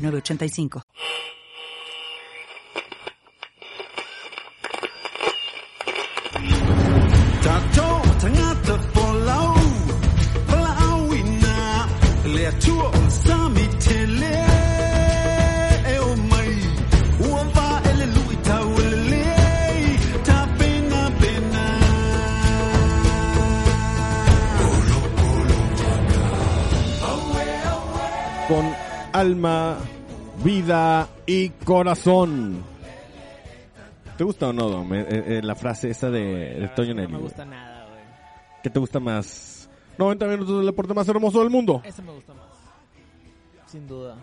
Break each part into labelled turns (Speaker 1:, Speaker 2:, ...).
Speaker 1: 985.
Speaker 2: Tato tangata polau palawina le tuo sami tele e mai uan va ele lui tau ele ta pena pena
Speaker 3: con alma, vida y corazón. ¿Te gusta o no, Dom? Eh, eh, eh, la frase esa de, de
Speaker 4: La verdad es
Speaker 3: Toño
Speaker 4: que
Speaker 3: Nelly.
Speaker 4: No me
Speaker 3: güey.
Speaker 4: gusta nada, güey.
Speaker 3: ¿Qué te gusta más? 90 minutos del deporte más hermoso del mundo.
Speaker 4: Ese me gusta más. Sin duda.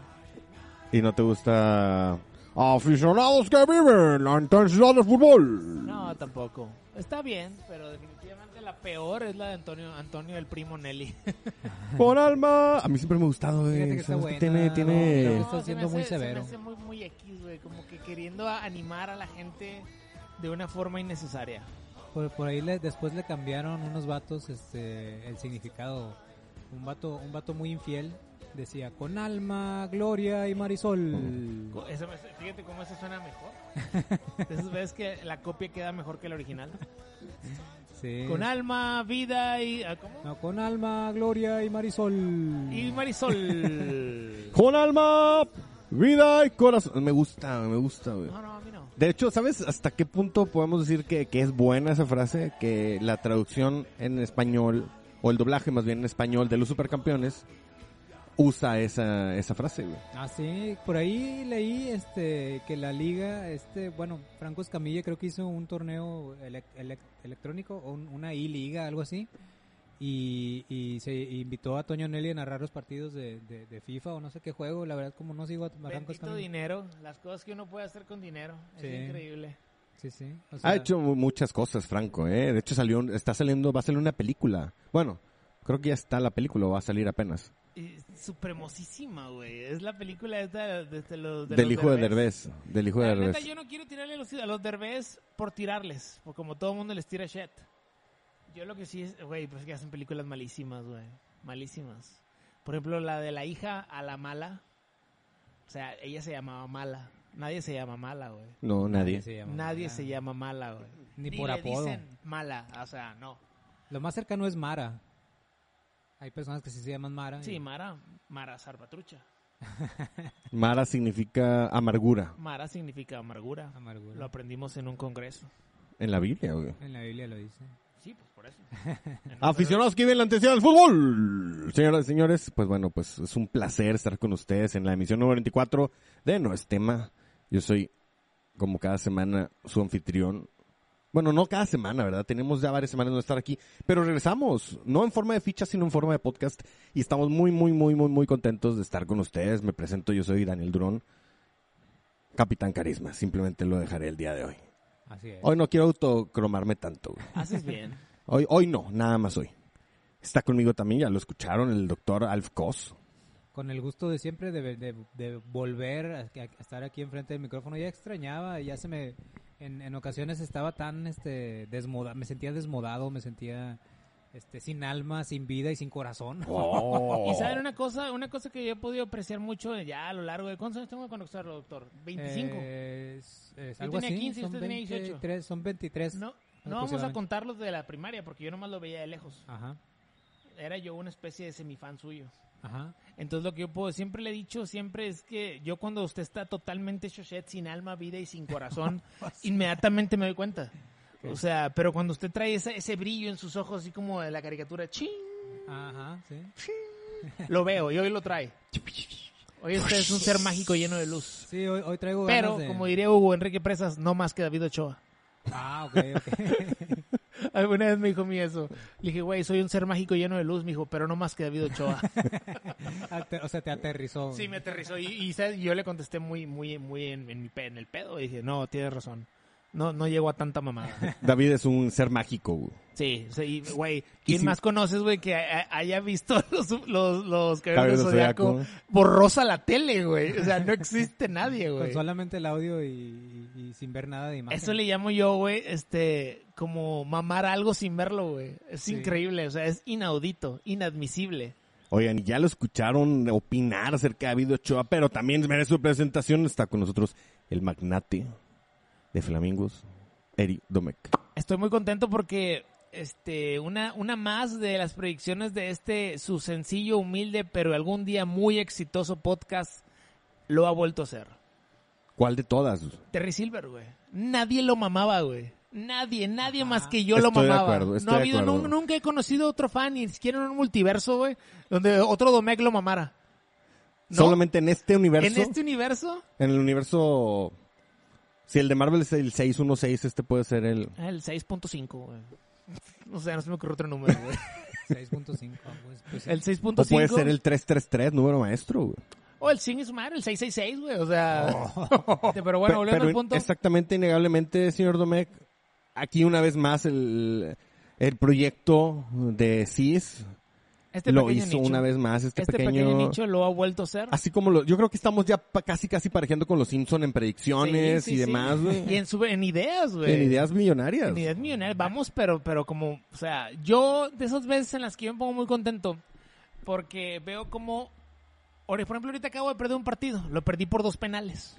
Speaker 3: Y no te gusta... Aficionados que viven la intensidad del fútbol.
Speaker 4: No, tampoco. Está bien, pero definitivamente la peor es la de Antonio, Antonio el primo Nelly.
Speaker 3: Por alma. A mí siempre me ha gustado. eh,
Speaker 5: Fíjate que
Speaker 3: o sea,
Speaker 5: está
Speaker 3: es que
Speaker 5: buena,
Speaker 3: tiene,
Speaker 5: ¿no?
Speaker 3: tiene...
Speaker 5: Creo que- está
Speaker 4: se
Speaker 5: siendo
Speaker 4: me hace-
Speaker 5: muy
Speaker 4: se me
Speaker 5: severo.
Speaker 4: hace muy, muy X, güey. Como que queriendo a- animar a la gente de una forma innecesaria.
Speaker 5: Por, por ahí le- después le cambiaron unos vatos este, el significado. Un vato, un vato muy infiel decía con alma, gloria y marisol.
Speaker 4: Co- eso me hace- fíjate cómo eso suena mejor. Entonces ves que la copia queda mejor que la original.
Speaker 5: Sí.
Speaker 4: Con alma, vida y... ah, ¿Cómo?
Speaker 5: No, con alma, gloria y marisol.
Speaker 4: Y Marisol.
Speaker 3: Con alma, vida y corazón. Me gusta, me gusta, güey.
Speaker 4: No, no, a mí no.
Speaker 3: De hecho, ¿sabes hasta qué punto podemos decir que, que es buena esa frase? Que la traducción en español, o el doblaje más bien en español de los supercampeones, usa esa, esa frase, güey.
Speaker 5: Ah, sí, por ahí leí este que la liga, este, bueno, Franco Escamilla creo que hizo un torneo elec- elec- electrónico o un- una I-Liga, algo así, y, y se invitó a Toño Nelly a narrar los partidos de, de- de FIFA o no sé qué juego, la verdad como no sigo a Franco
Speaker 4: Bendito
Speaker 5: Escamilla.
Speaker 4: dinero. Las cosas que uno puede hacer con dinero. Es
Speaker 5: Sí.
Speaker 4: increíble.
Speaker 5: Sí, sí. o sea,
Speaker 3: Ha hecho mu- muchas cosas, Franco, ¿eh? De hecho, salió, un- está saliendo, va a salir una película. Bueno, creo que ya está la película, o va a salir apenas.
Speaker 4: Y Supremosísima, güey. Es la película esta de, de los... de
Speaker 3: del
Speaker 4: los
Speaker 3: hijo de Derbez. Ah, Del hijo de
Speaker 4: La neta,
Speaker 3: Derbez.
Speaker 4: yo no quiero tirarle a los, a los Derbez por tirarles, porque como todo mundo les tira shit. Yo lo que sí es, güey, pues que hacen películas malísimas, güey. Malísimas. Por ejemplo, la de la hija a la mala. O sea, ella se llamaba mala. Nadie se llama mala, güey.
Speaker 3: No, nadie.
Speaker 5: se llama,
Speaker 4: Nadie
Speaker 5: ah,
Speaker 4: se llama mala, güey.
Speaker 5: Ni por
Speaker 4: le
Speaker 5: apodo.
Speaker 4: dicen mala, o sea, no.
Speaker 5: Lo más cercano es Mara. Hay personas que sí se llaman Mara.
Speaker 4: Sí,
Speaker 5: y-
Speaker 4: Mara, Mara Zarpatrucha.
Speaker 3: Mara significa amargura
Speaker 4: Mara significa amargura.
Speaker 5: Amargura.
Speaker 4: Lo aprendimos en un congreso.
Speaker 3: en la Biblia, güey.
Speaker 5: En la Biblia lo dice.
Speaker 4: Sí, pues por eso.
Speaker 3: Aficionados que viven la intensidad del fútbol. Señoras y señores, pues bueno, pues es un placer estar con ustedes en la emisión número 24 de No es tema. Yo soy, como cada semana, su anfitrión. Bueno, no cada semana, ¿verdad? Tenemos ya varias semanas de no estar aquí, pero regresamos, no en forma de ficha, sino en forma de podcast. Y estamos muy, muy, muy, muy, muy contentos de estar con ustedes. Me presento, yo soy Daniel Durón, Capitán Carisma. Simplemente lo dejaré el día de hoy.
Speaker 5: Así es.
Speaker 3: Hoy no quiero autocromarme tanto. güey.
Speaker 4: Haces bien.
Speaker 3: Hoy, hoy no, nada más hoy. Está conmigo también, ya lo escucharon, el doctor Alf Cos.
Speaker 5: Con el gusto de siempre de, de- de volver a, a estar aquí enfrente del micrófono. Ya extrañaba, ya se me... En, en ocasiones estaba tan este desmoda, me sentía desmodado, me sentía este sin alma, sin vida y sin corazón.
Speaker 4: Y saben una cosa, una cosa que yo he podido apreciar mucho ya a lo largo de cuántos años tengo cuando conocerlo, doctor. 25.
Speaker 5: Eh, es- es
Speaker 4: Yo
Speaker 5: algo
Speaker 4: tenía
Speaker 5: así,
Speaker 4: 15,
Speaker 5: son
Speaker 4: usted tenía 18.
Speaker 5: 23, son 23.
Speaker 4: no, no vamos a
Speaker 5: aproximadamente.
Speaker 4: contar los de la primaria porque yo nomás lo veía de lejos.
Speaker 5: Ajá.
Speaker 4: Era yo una especie de semifan suyo.
Speaker 5: Ajá.
Speaker 4: Entonces lo que yo puedo, siempre le he dicho, siempre es que yo cuando usted está totalmente chochet, sin alma, vida y sin corazón,
Speaker 5: Ah,
Speaker 4: inmediatamente me doy cuenta. O sea, pero cuando usted trae ese, ese brillo en sus ojos, así como de la caricatura, ching,
Speaker 5: Ajá, sí.
Speaker 4: lo veo y hoy lo trae. Hoy usted es un ser mágico lleno de luz.
Speaker 5: Sí, hoy, hoy traigo ganas
Speaker 4: Pero,
Speaker 5: de-
Speaker 4: como diría Hugo Enrique Presas, no más que David Ochoa.
Speaker 5: Ah, ok, ok.
Speaker 4: Alguna vez me dijo a mí eso. Le dije, güey, soy un ser mágico lleno de luz, me dijo, pero no más que David Ochoa.
Speaker 5: Ate- O sea, te aterrizó.
Speaker 4: sí, me aterrizó. Y, y, ¿sabes? yo le contesté muy, muy, muy en, en mi pe- en el pedo. Y dije, no, tienes razón. No, no llego a tanta mamada.
Speaker 3: David es un ser mágico, güey.
Speaker 4: Sí, sí, güey. ¿Quién
Speaker 3: si-
Speaker 4: más conoces, güey, que a- a- haya visto los, los,
Speaker 3: Caballeros
Speaker 4: los caballeros
Speaker 3: del
Speaker 4: del Zodiaco
Speaker 3: Zodiaco.
Speaker 4: borrosa la tele, güey? O sea, no existe nadie, güey.
Speaker 5: Con solamente el audio y, y- y sin ver nada de imagen.
Speaker 4: Eso le llamo yo, güey, este, como mamar algo sin verlo, güey. Es
Speaker 5: Sí.
Speaker 4: increíble, o sea, es inaudito, inadmisible.
Speaker 3: Oigan, ya lo escucharon opinar acerca de David Ochoa, pero también merece su presentación. Está con nosotros el magnate de Flamingos, Eri Domecq.
Speaker 4: Estoy muy contento porque, este, una, una más de las predicciones de este, su sencillo, humilde, pero algún día muy exitoso podcast, lo ha vuelto a hacer.
Speaker 3: ¿Cuál de todas?
Speaker 4: Terry Silver, güey. Nadie lo mamaba, güey. Nadie, nadie más que yo lo
Speaker 3: Estoy de
Speaker 4: mamaba.
Speaker 3: acuerdo, estoy
Speaker 4: no ha
Speaker 3: de
Speaker 4: habido,
Speaker 3: acuerdo.
Speaker 4: nun- nunca he conocido otro fan, ni siquiera en un multiverso, güey, donde otro Domecq lo mamara. ¿No?
Speaker 3: Solamente en este universo.
Speaker 4: En este universo,
Speaker 3: En el universo. Si el de Marvel es el 616, este puede ser el.
Speaker 4: Ah, el 6.5, güey. O sea, no se me ocurrió otro número, güey.
Speaker 5: 6.5. pues, pues sí.
Speaker 4: El
Speaker 3: O
Speaker 4: 6.5.
Speaker 3: puede ser el 333, número maestro, güey.
Speaker 4: O Oh, el sin es madre, el 666, güey. O sea. Este, Pero bueno,
Speaker 3: Oh. Pe-
Speaker 4: volviendo
Speaker 3: pero
Speaker 4: al punto.
Speaker 3: Exactamente, innegablemente, señor Domecq. Aquí una vez más el, el proyecto de CIS
Speaker 4: Este
Speaker 3: lo
Speaker 4: pequeño
Speaker 3: hizo
Speaker 4: nicho,
Speaker 3: una vez más. Este,
Speaker 4: Este pequeño... nicho lo ha vuelto a ser.
Speaker 3: Así como lo, yo creo que estamos ya pa- casi casi parejando con los Simpson en predicciones
Speaker 4: Sí, sí,
Speaker 3: y
Speaker 4: sí.
Speaker 3: demás, güey.
Speaker 4: Y en, su- en ideas, güey.
Speaker 3: En ideas millonarias.
Speaker 4: En ideas millonarias. Vamos, pero, pero como. O sea, yo de esas veces en las que yo me pongo muy contento. Porque veo como. Ahora, Por ejemplo, ahorita acabo de perder un partido. Lo perdí por dos penales.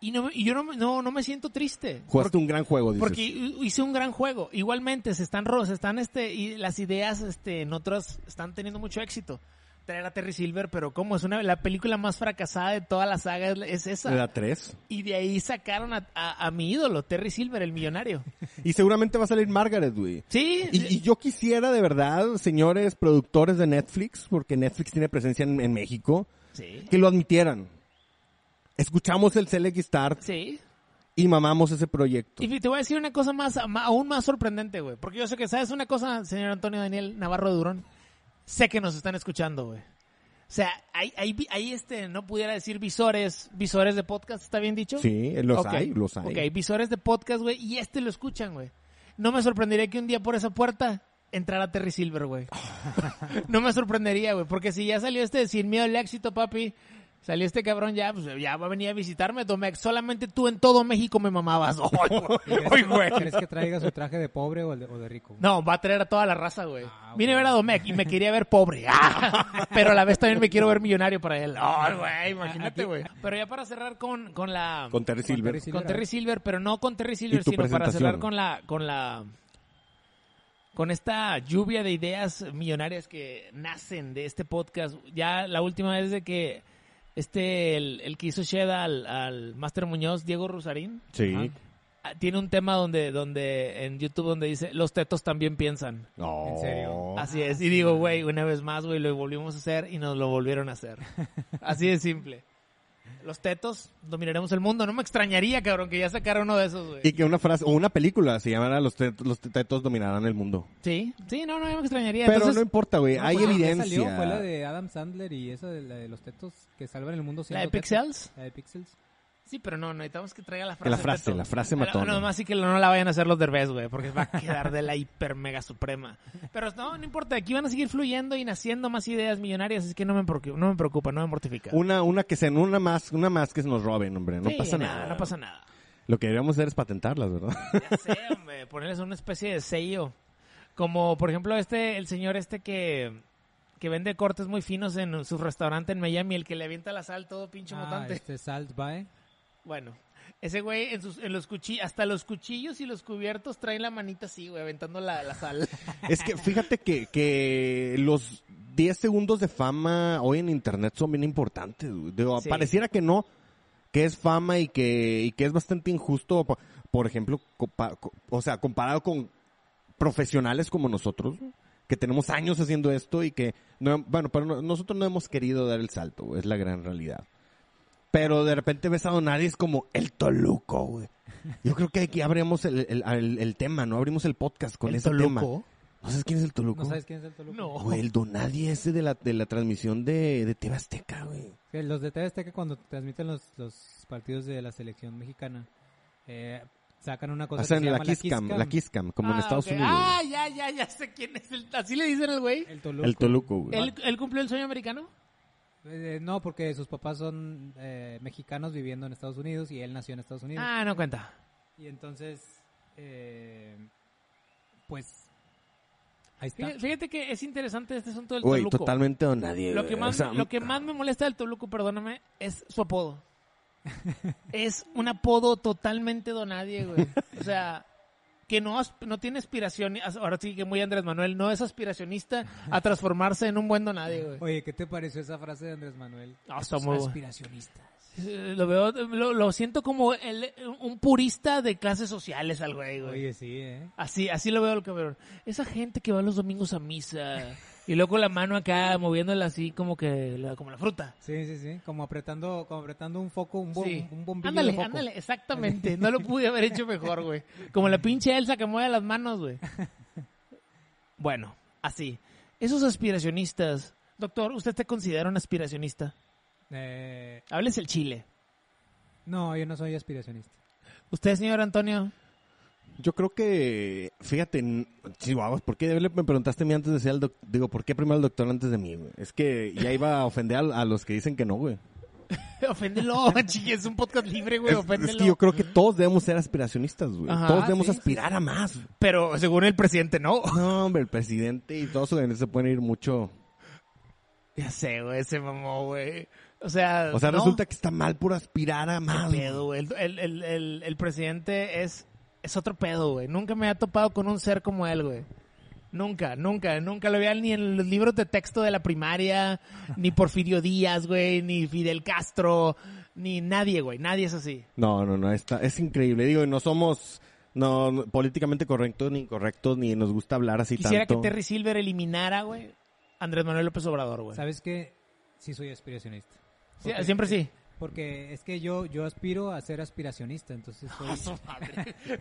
Speaker 4: Y, no, me- y yo no, me- no, no me siento triste.
Speaker 3: Jugaste un gran juego, dices.
Speaker 4: Porque hi- hice un gran juego. Igualmente, se están ro- se están este, y las ideas este, en otras están teniendo mucho éxito. Traer a Terry Silver, pero ¿cómo? Es una, la película más fracasada de toda la saga, es, es esa.
Speaker 3: Era tres.
Speaker 4: Y de ahí sacaron a, a- a mi ídolo, Terry Silver, el millonario.
Speaker 3: Y seguramente va a salir Margaret, güey.
Speaker 4: Sí,
Speaker 3: Y, y yo quisiera de verdad, señores productores de Netflix, porque Netflix tiene presencia en, en México,
Speaker 4: sí,
Speaker 3: que lo admitieran. Escuchamos el Select Star
Speaker 4: sí.
Speaker 3: y mamamos ese proyecto.
Speaker 4: Y te voy a decir una cosa más, ma- aún más sorprendente, güey. Porque yo sé que, ¿sabes una cosa, señor Antonio Daniel Navarro Durón? Sé que nos están escuchando, güey. O sea, hay, hay, vi- hay este, no pudiera decir visores, visores de podcast, ¿está bien dicho?
Speaker 3: Sí, los
Speaker 4: Ok.
Speaker 3: hay, los hay.
Speaker 4: Ok, visores de podcast, güey, y este lo escuchan, güey. No me sorprendería que un día por esa puerta entrara Terry Silver, güey. no me sorprendería, güey, porque si ya salió este de Sin Miedo al Éxito, papi, salió este cabrón ya, pues ya va a venir a visitarme, Domecq. Solamente tú en todo México me mamabas. Ay, güey. Ay, güey.
Speaker 5: ¿Crees que traiga su traje de pobre o el de, o de rico?
Speaker 4: No, va a traer a toda la raza, güey.
Speaker 5: Ah,
Speaker 4: Vine a ver a Domecq y me quería ver pobre. Ah, pero a la vez también me quiero ver millonario para él. Ay, güey,
Speaker 3: Ah,
Speaker 4: imagínate, güey. Pero ya para cerrar con, con la...
Speaker 3: Con Terry
Speaker 5: Con
Speaker 3: Silver.
Speaker 5: Terry Silver.
Speaker 4: Con Terry Silver, pero no con Terry Silver,
Speaker 3: tu
Speaker 4: sino para
Speaker 3: presentación.
Speaker 4: cerrar con la, con la, con esta lluvia de ideas millonarias que nacen de este podcast. Ya la última vez de que este, el, el que hizo Shed al, al Master Muñoz, Diego Rusarín,
Speaker 3: Sí.
Speaker 5: Ajá.
Speaker 4: ah, tiene un tema donde, donde, en YouTube donde dice, los tetos también piensan.
Speaker 3: No.
Speaker 5: ¿En
Speaker 3: Oh.
Speaker 5: serio?
Speaker 4: Así es, y digo, güey, una vez más, güey, lo volvimos a hacer y nos lo volvieron a hacer. Así de simple. Los tetos dominaremos el mundo. No me extrañaría, cabrón, que ya sacaron uno de esos, güey.
Speaker 3: Y que una frase, o una película se llamara Los, tet- los tetos dominarán el mundo.
Speaker 4: Sí, sí, no, no me extrañaría.
Speaker 3: Pero
Speaker 4: Entonces,
Speaker 3: no importa, güey,
Speaker 5: No,
Speaker 3: hay
Speaker 5: pues, la que
Speaker 3: evidencia.
Speaker 5: Salió, fue la de Adam Sandler y esa de la de los tetos que salvan el mundo.
Speaker 4: ¿La
Speaker 5: siendo
Speaker 4: de
Speaker 5: tetos.
Speaker 4: Pixels?
Speaker 5: La de Pixels.
Speaker 4: Sí, pero no, necesitamos que traiga la
Speaker 3: Que
Speaker 4: frase.
Speaker 3: la frase,
Speaker 4: teto.
Speaker 3: la frase
Speaker 4: Pero
Speaker 3: matona.
Speaker 4: No, más sí que no la vayan a hacer los derbés, güey, porque va a quedar de la hiper mega suprema. Pero no, no importa, aquí van a seguir fluyendo y naciendo más ideas millonarias, así que no me preocupa, no me, preocupa, no me mortifica.
Speaker 3: Una, una que se, una más, una más que se nos roben, hombre, no
Speaker 4: Sí,
Speaker 3: pasa
Speaker 4: nada,
Speaker 3: nada.
Speaker 4: No pasa nada.
Speaker 3: Lo que deberíamos hacer es patentarlas, ¿verdad?
Speaker 4: Ya sé, hombre, ponerles una especie de sello. Como, por ejemplo, este, el señor este que, que vende cortes muy finos en su restaurante en Miami, el que le avienta la sal todo pinche
Speaker 5: Ah,
Speaker 4: mutante.
Speaker 5: este Salt Bae.
Speaker 4: Bueno, ese güey en sus, en los cuchillos, hasta los cuchillos y los cubiertos traen la manita así, güey, aventando la, la sal.
Speaker 3: Es que fíjate que, que los 10 segundos de fama hoy en internet son bien importantes. güey. Digo,
Speaker 4: Sí.
Speaker 3: Pareciera que no, que es fama y que, y que es bastante injusto, po- por ejemplo, compa- co- o sea, comparado con profesionales como nosotros, que tenemos años haciendo esto y que, no, bueno, pero no- nosotros no hemos querido dar el salto, güey, es la gran realidad. Pero de repente ves a Donaris como el Toluco, güey. Yo creo que aquí abrimos el, el, el- el tema, ¿no? Abrimos el podcast con ese tema. ¿No sabes quién es el Toluco?
Speaker 5: ¿No sabes quién es el Toluca?
Speaker 4: No.
Speaker 3: Güey, el Donadie ese de la, de la transmisión de, de TV Azteca, güey.
Speaker 5: Que los de TV Azteca cuando transmiten los, los partidos de la selección mexicana, eh, sacan una
Speaker 4: Pues
Speaker 5: cosa que
Speaker 3: Hacen
Speaker 5: se
Speaker 3: Ah, la
Speaker 5: llama
Speaker 3: Kiss Cam, la Kiss Cam, como en
Speaker 4: Ah,
Speaker 3: Estados
Speaker 4: ok.
Speaker 3: Unidos. güey.
Speaker 4: Ah, ya, ya, ya sé quién es. El, así le dicen al güey.
Speaker 5: El Toluca.
Speaker 3: El Toluco, güey.
Speaker 4: ¿Él, él cumplió el sueño americano?
Speaker 5: Eh, no, porque sus papás son eh, mexicanos viviendo en Estados Unidos y él nació en Estados Unidos.
Speaker 4: Ah, no cuenta.
Speaker 5: Y entonces, eh, pues, ahí está.
Speaker 4: Fíjate, fíjate que es interesante este asunto del
Speaker 3: Güey,
Speaker 4: Toluco.
Speaker 3: totalmente Donadie,
Speaker 4: Lo
Speaker 3: güey.
Speaker 4: que,
Speaker 3: Eh, O
Speaker 4: más,
Speaker 3: sea,
Speaker 4: lo que más me molesta del Toluco, perdóname, es su apodo. es un apodo totalmente donadie, güey. O sea, que no, asp- no tiene aspiración. Ahora sí que muy Andrés Manuel, no es aspiracionista a transformarse en un buen donadie, güey.
Speaker 5: Oye, ¿qué te pareció esa frase de Andrés Manuel?
Speaker 4: Ah, está
Speaker 5: Son
Speaker 4: muy bueno.
Speaker 5: aspiracionistas.
Speaker 4: Eh, Lo veo, lo, lo siento como el- un purista de clases sociales al güey, güey.
Speaker 5: Oye, sí, ¿eh?
Speaker 4: Así, así lo veo al cabrón. Esa gente que va los domingos a misa y luego con la mano acá moviéndola así como que la- como la fruta.
Speaker 5: Sí, sí, sí. Como apretando, como apretando un foco, un, bo-
Speaker 4: Sí.
Speaker 5: un bombillo de
Speaker 4: Ándale,
Speaker 5: foco.
Speaker 4: ándale, exactamente. No lo pude haber hecho mejor, güey. Como la pinche Elsa que mueve las manos, güey. Bueno, así. Esos aspiracionistas. Doctor, ¿usted te considera un aspiracionista?
Speaker 5: Eh,
Speaker 4: Hables el chile.
Speaker 5: no, yo no soy aspiracionista.
Speaker 4: ¿Usted, señor Antonio?
Speaker 3: Yo creo que, fíjate, n- chihuahuas, ¿por qué le- me preguntaste a mí antes de ser el doctor? Digo, ¿por qué primero el doctor antes de mí? güey? Es que ya iba a ofender al- a, los que dicen que no, güey.
Speaker 4: Oféndelo, chique, es un podcast libre, güey,
Speaker 3: Es, es
Speaker 4: oféndelo.
Speaker 3: que yo creo que todos debemos ser aspiracionistas, güey.
Speaker 4: Ajá,
Speaker 3: Todos debemos
Speaker 4: sí,
Speaker 3: aspirar a más. güey.
Speaker 4: Pero según el presidente, no.
Speaker 3: No, hombre, el presidente y todos sus se pueden ir mucho.
Speaker 4: Ya sé, güey, se mamó, güey. O sea,
Speaker 3: O sea,
Speaker 4: no.
Speaker 3: resulta que está mal por aspirar a más. Ah, güey.
Speaker 4: pedo, güey. El, el- el- el presidente es, es otro pedo, güey. Nunca me ha topado con un ser como él, güey. Nunca, nunca, nunca lo veía ni en los libros de texto de la primaria, ni Porfirio Díaz, güey, ni Fidel Castro, ni nadie, güey. Nadie es así.
Speaker 3: No, no, no, está, es increíble. Digo, no somos no, no, políticamente correctos ni incorrectos, ni nos gusta hablar así
Speaker 4: Quisiera
Speaker 3: tanto.
Speaker 4: que Terry Silver eliminara, güey, a Andrés Manuel López Obrador, güey.
Speaker 5: ¿Sabes qué? Sí soy aspiracionista.
Speaker 4: Sí,
Speaker 5: Porque-
Speaker 4: siempre sí.
Speaker 5: Porque es que yo, yo aspiro a ser aspiracionista, entonces soy...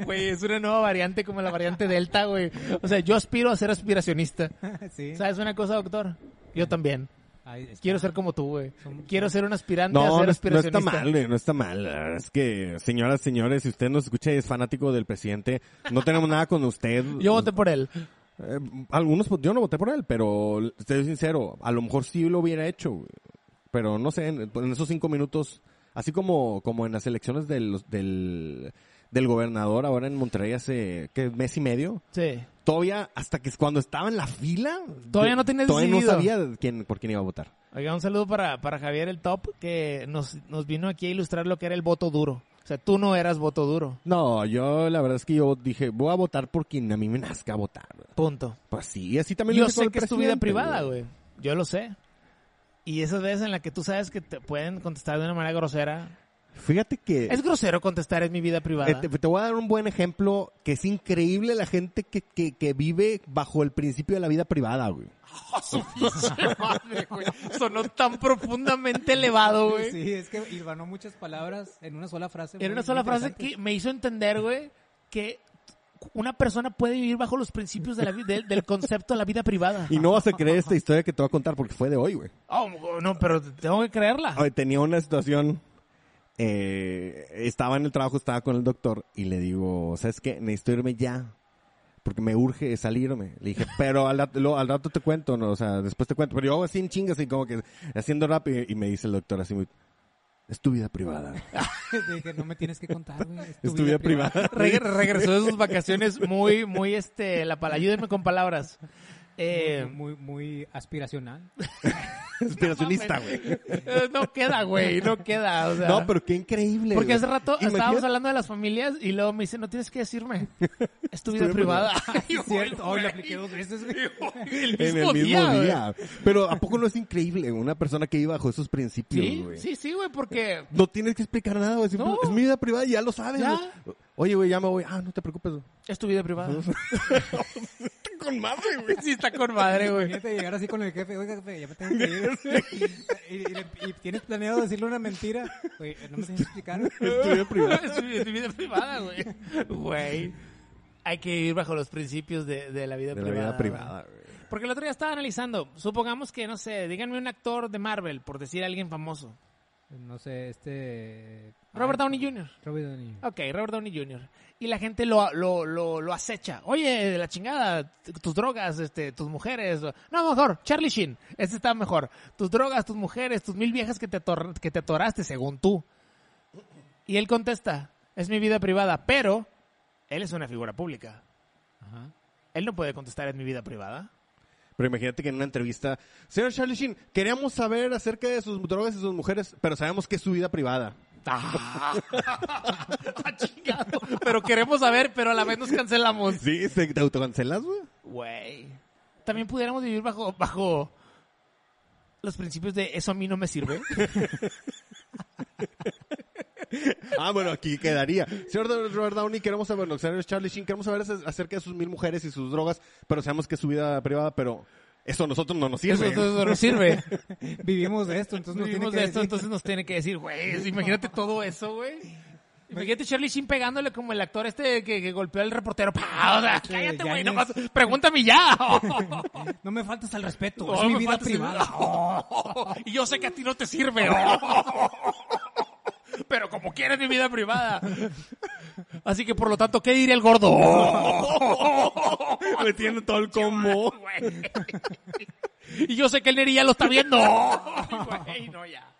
Speaker 4: Güey, es una nueva variante como la variante Delta, güey. O sea, yo aspiro a ser aspiracionista.
Speaker 5: sí.
Speaker 4: ¿Sabes una cosa, doctor? Yo también.
Speaker 5: Ahí está.
Speaker 4: Quiero ser como tú, güey.
Speaker 5: Son-
Speaker 4: Quiero ser un aspirante a
Speaker 3: No,
Speaker 4: ser
Speaker 3: no, es- no
Speaker 4: aspiracionista.
Speaker 3: está mal, güey, no está mal. La verdad Es que, señoras, señores, si usted nos escucha y es fanático del presidente, no tenemos nada con usted.
Speaker 4: Yo voté por él.
Speaker 3: Eh, algunos, yo no voté por él, pero estoy sincero, a lo mejor sí lo hubiera hecho. güey. Pero no sé, en, en esos cinco minutos, así como, como en las elecciones del, del, del gobernador ahora en Monterrey hace, ¿qué? Mes y medio.
Speaker 4: Sí.
Speaker 3: Todavía, hasta que cuando estaba en la fila,
Speaker 4: Todavía
Speaker 3: yo-
Speaker 4: no tenías
Speaker 3: todavía no
Speaker 4: decidido.
Speaker 3: sabía de quién, por quién iba a votar.
Speaker 4: Oiga, un saludo para, para Javier el Top, que nos, nos vino aquí a ilustrar lo que era el voto duro. O sea, tú no eras voto duro.
Speaker 3: No, yo la verdad es que yo dije, voy a votar por quien a mí me nazca votar.
Speaker 4: Punto.
Speaker 3: Pues sí, y así también
Speaker 4: Yo
Speaker 3: hice con
Speaker 4: sé
Speaker 3: el
Speaker 4: que es tu vida
Speaker 3: presidente,
Speaker 4: privada, güey. Yo lo sé. Y esas veces en las que tú sabes que te pueden contestar de una manera grosera.
Speaker 3: Fíjate que...
Speaker 4: Es grosero contestar es mi vida privada.
Speaker 3: Eh, te, te voy a dar un buen ejemplo que es increíble la gente que, que, que vive bajo el principio de la vida privada, güey.
Speaker 4: Sonó tan profundamente elevado, güey.
Speaker 5: Sí, es que hilvanó muchas palabras en una sola frase.
Speaker 4: Era
Speaker 5: muy-
Speaker 4: una sola
Speaker 5: muy
Speaker 4: frase que
Speaker 5: interesante.
Speaker 4: me hizo entender, güey, que una persona puede vivir bajo los principios de la vi- del- del concepto de la vida privada.
Speaker 3: Y no vas a creer esta historia que te voy a contar porque fue de hoy, güey.
Speaker 4: Oh, no, pero tengo que
Speaker 3: A
Speaker 4: creerla.
Speaker 3: ver, tenía una situación, eh, estaba en el trabajo, estaba con el doctor y le digo, ¿sabes qué? Necesito irme ya. Porque me urge salirme. Le dije, pero al, rat- lo- al rato te cuento, ¿no? o sea, después te cuento. Pero yo hago así en chingas y como que haciendo rápido. Y me dice el doctor así muy, es tu vida privada.
Speaker 5: Dije, no me tienes que contar, güey. Es
Speaker 3: Es tu vida privada.
Speaker 4: Reg- regresó de sus vacaciones muy, muy, este, la pala, ayúdenme con palabras. Eh,
Speaker 5: Muy, muy aspiracional.
Speaker 3: Inspiracionista, güey.
Speaker 4: eh, no queda, güey, no queda, o sea.
Speaker 3: No, pero qué increíble.
Speaker 4: Porque
Speaker 3: güey.
Speaker 4: hace rato estábamos
Speaker 3: Imagínate-
Speaker 4: hablando de las familias y luego me dice, no tienes que decirme, es tu vida
Speaker 3: Estuve
Speaker 4: privada.
Speaker 5: Es cierto, hoy lo apliqué dos veces, güey.
Speaker 4: El
Speaker 3: en el mismo día. Pero ¿a poco no es increíble güey? una persona que vive bajo esos principios,
Speaker 4: Sí,
Speaker 3: güey?
Speaker 4: sí, sí, güey, porque
Speaker 3: No tienes que explicar nada, güey. Simple-
Speaker 4: No.
Speaker 3: Es mi vida privada y ya lo sabes.
Speaker 4: Ya.
Speaker 3: güey. Oye, güey, ya me voy. Ah, no te preocupes. güey.
Speaker 4: es tu vida privada.
Speaker 3: con madre, güey.
Speaker 4: Sí, está con madre, güey.
Speaker 5: Imagínate llegar así con el jefe, oiga jefe, ya me tengo que ir. y, y le- y tienes planeado decirle una mentira. Oye, no me tienes que explicar.
Speaker 4: Es mi- es mi vida privada, güey. Güey. Hay que ir bajo los principios de, de la vida
Speaker 3: De la
Speaker 4: privada.
Speaker 3: vida
Speaker 4: güey.
Speaker 3: privada, güey.
Speaker 4: Porque el otro día estaba analizando. Supongamos que, no sé, díganme un actor de Marvel, por decir a alguien famoso.
Speaker 5: No sé, este...
Speaker 4: Robert
Speaker 5: ah,
Speaker 4: Downey Jr.
Speaker 5: Robert Downey Jr.
Speaker 4: Ok, Robert Downey Jr. Y la gente lo, lo, lo, lo acecha. Oye, de la chingada, t- tus drogas, este, tus mujeres. No, mejor, Charlie Sheen. Este está mejor. Tus drogas, tus mujeres, tus mil viejas que te, ator- que te atoraste, según tú. Y él contesta, es mi vida privada, pero él es una figura pública.
Speaker 5: Ajá.
Speaker 4: Él no puede contestar, es mi vida privada.
Speaker 3: Pero imagínate que en una entrevista, señor Charlie Sheen, queríamos saber acerca de sus drogas y sus mujeres, pero sabemos que es su vida privada.
Speaker 4: Ah, chingado. Pero queremos saber, pero a la vez nos cancelamos.
Speaker 3: Sí, ¿te te autocancelas, güey?
Speaker 4: Güey. También pudiéramos vivir bajo, bajo los principios de eso a mí no me sirve.
Speaker 3: Ah, bueno, aquí quedaría. Señor Do- Robert Downey, queremos saber, no, señor Charlie Sheen, queremos saber ac- acerca de sus mil mujeres y sus drogas, pero sabemos que es su vida privada, pero eso a nosotros no nos
Speaker 4: eso,
Speaker 3: sirve.
Speaker 4: eso no sirve.
Speaker 5: Vivimos de esto, entonces nos
Speaker 4: Vivimos
Speaker 5: tiene
Speaker 4: de
Speaker 5: que
Speaker 4: esto,
Speaker 5: decir.
Speaker 4: entonces nos tiene que decir, güey, imagínate todo eso, güey. Imagínate Charlie Sheen pegándole como el actor este que, que golpeó al reportero. ¡Pah! O sea, cállate, güey,
Speaker 5: Yáñez.
Speaker 4: nomás pregúntame ya.
Speaker 5: No me faltas al respeto,
Speaker 4: No,
Speaker 5: es mi
Speaker 4: me
Speaker 5: vida
Speaker 4: falta ese-
Speaker 5: privada.
Speaker 4: y yo sé que a ti no te sirve. Pero como quieres mi vida privada. Así que por lo tanto, ¿qué diría el gordo?
Speaker 3: Metiendo todo el combo.
Speaker 4: y yo sé que el Neri ya lo está viendo. Güey, no ya.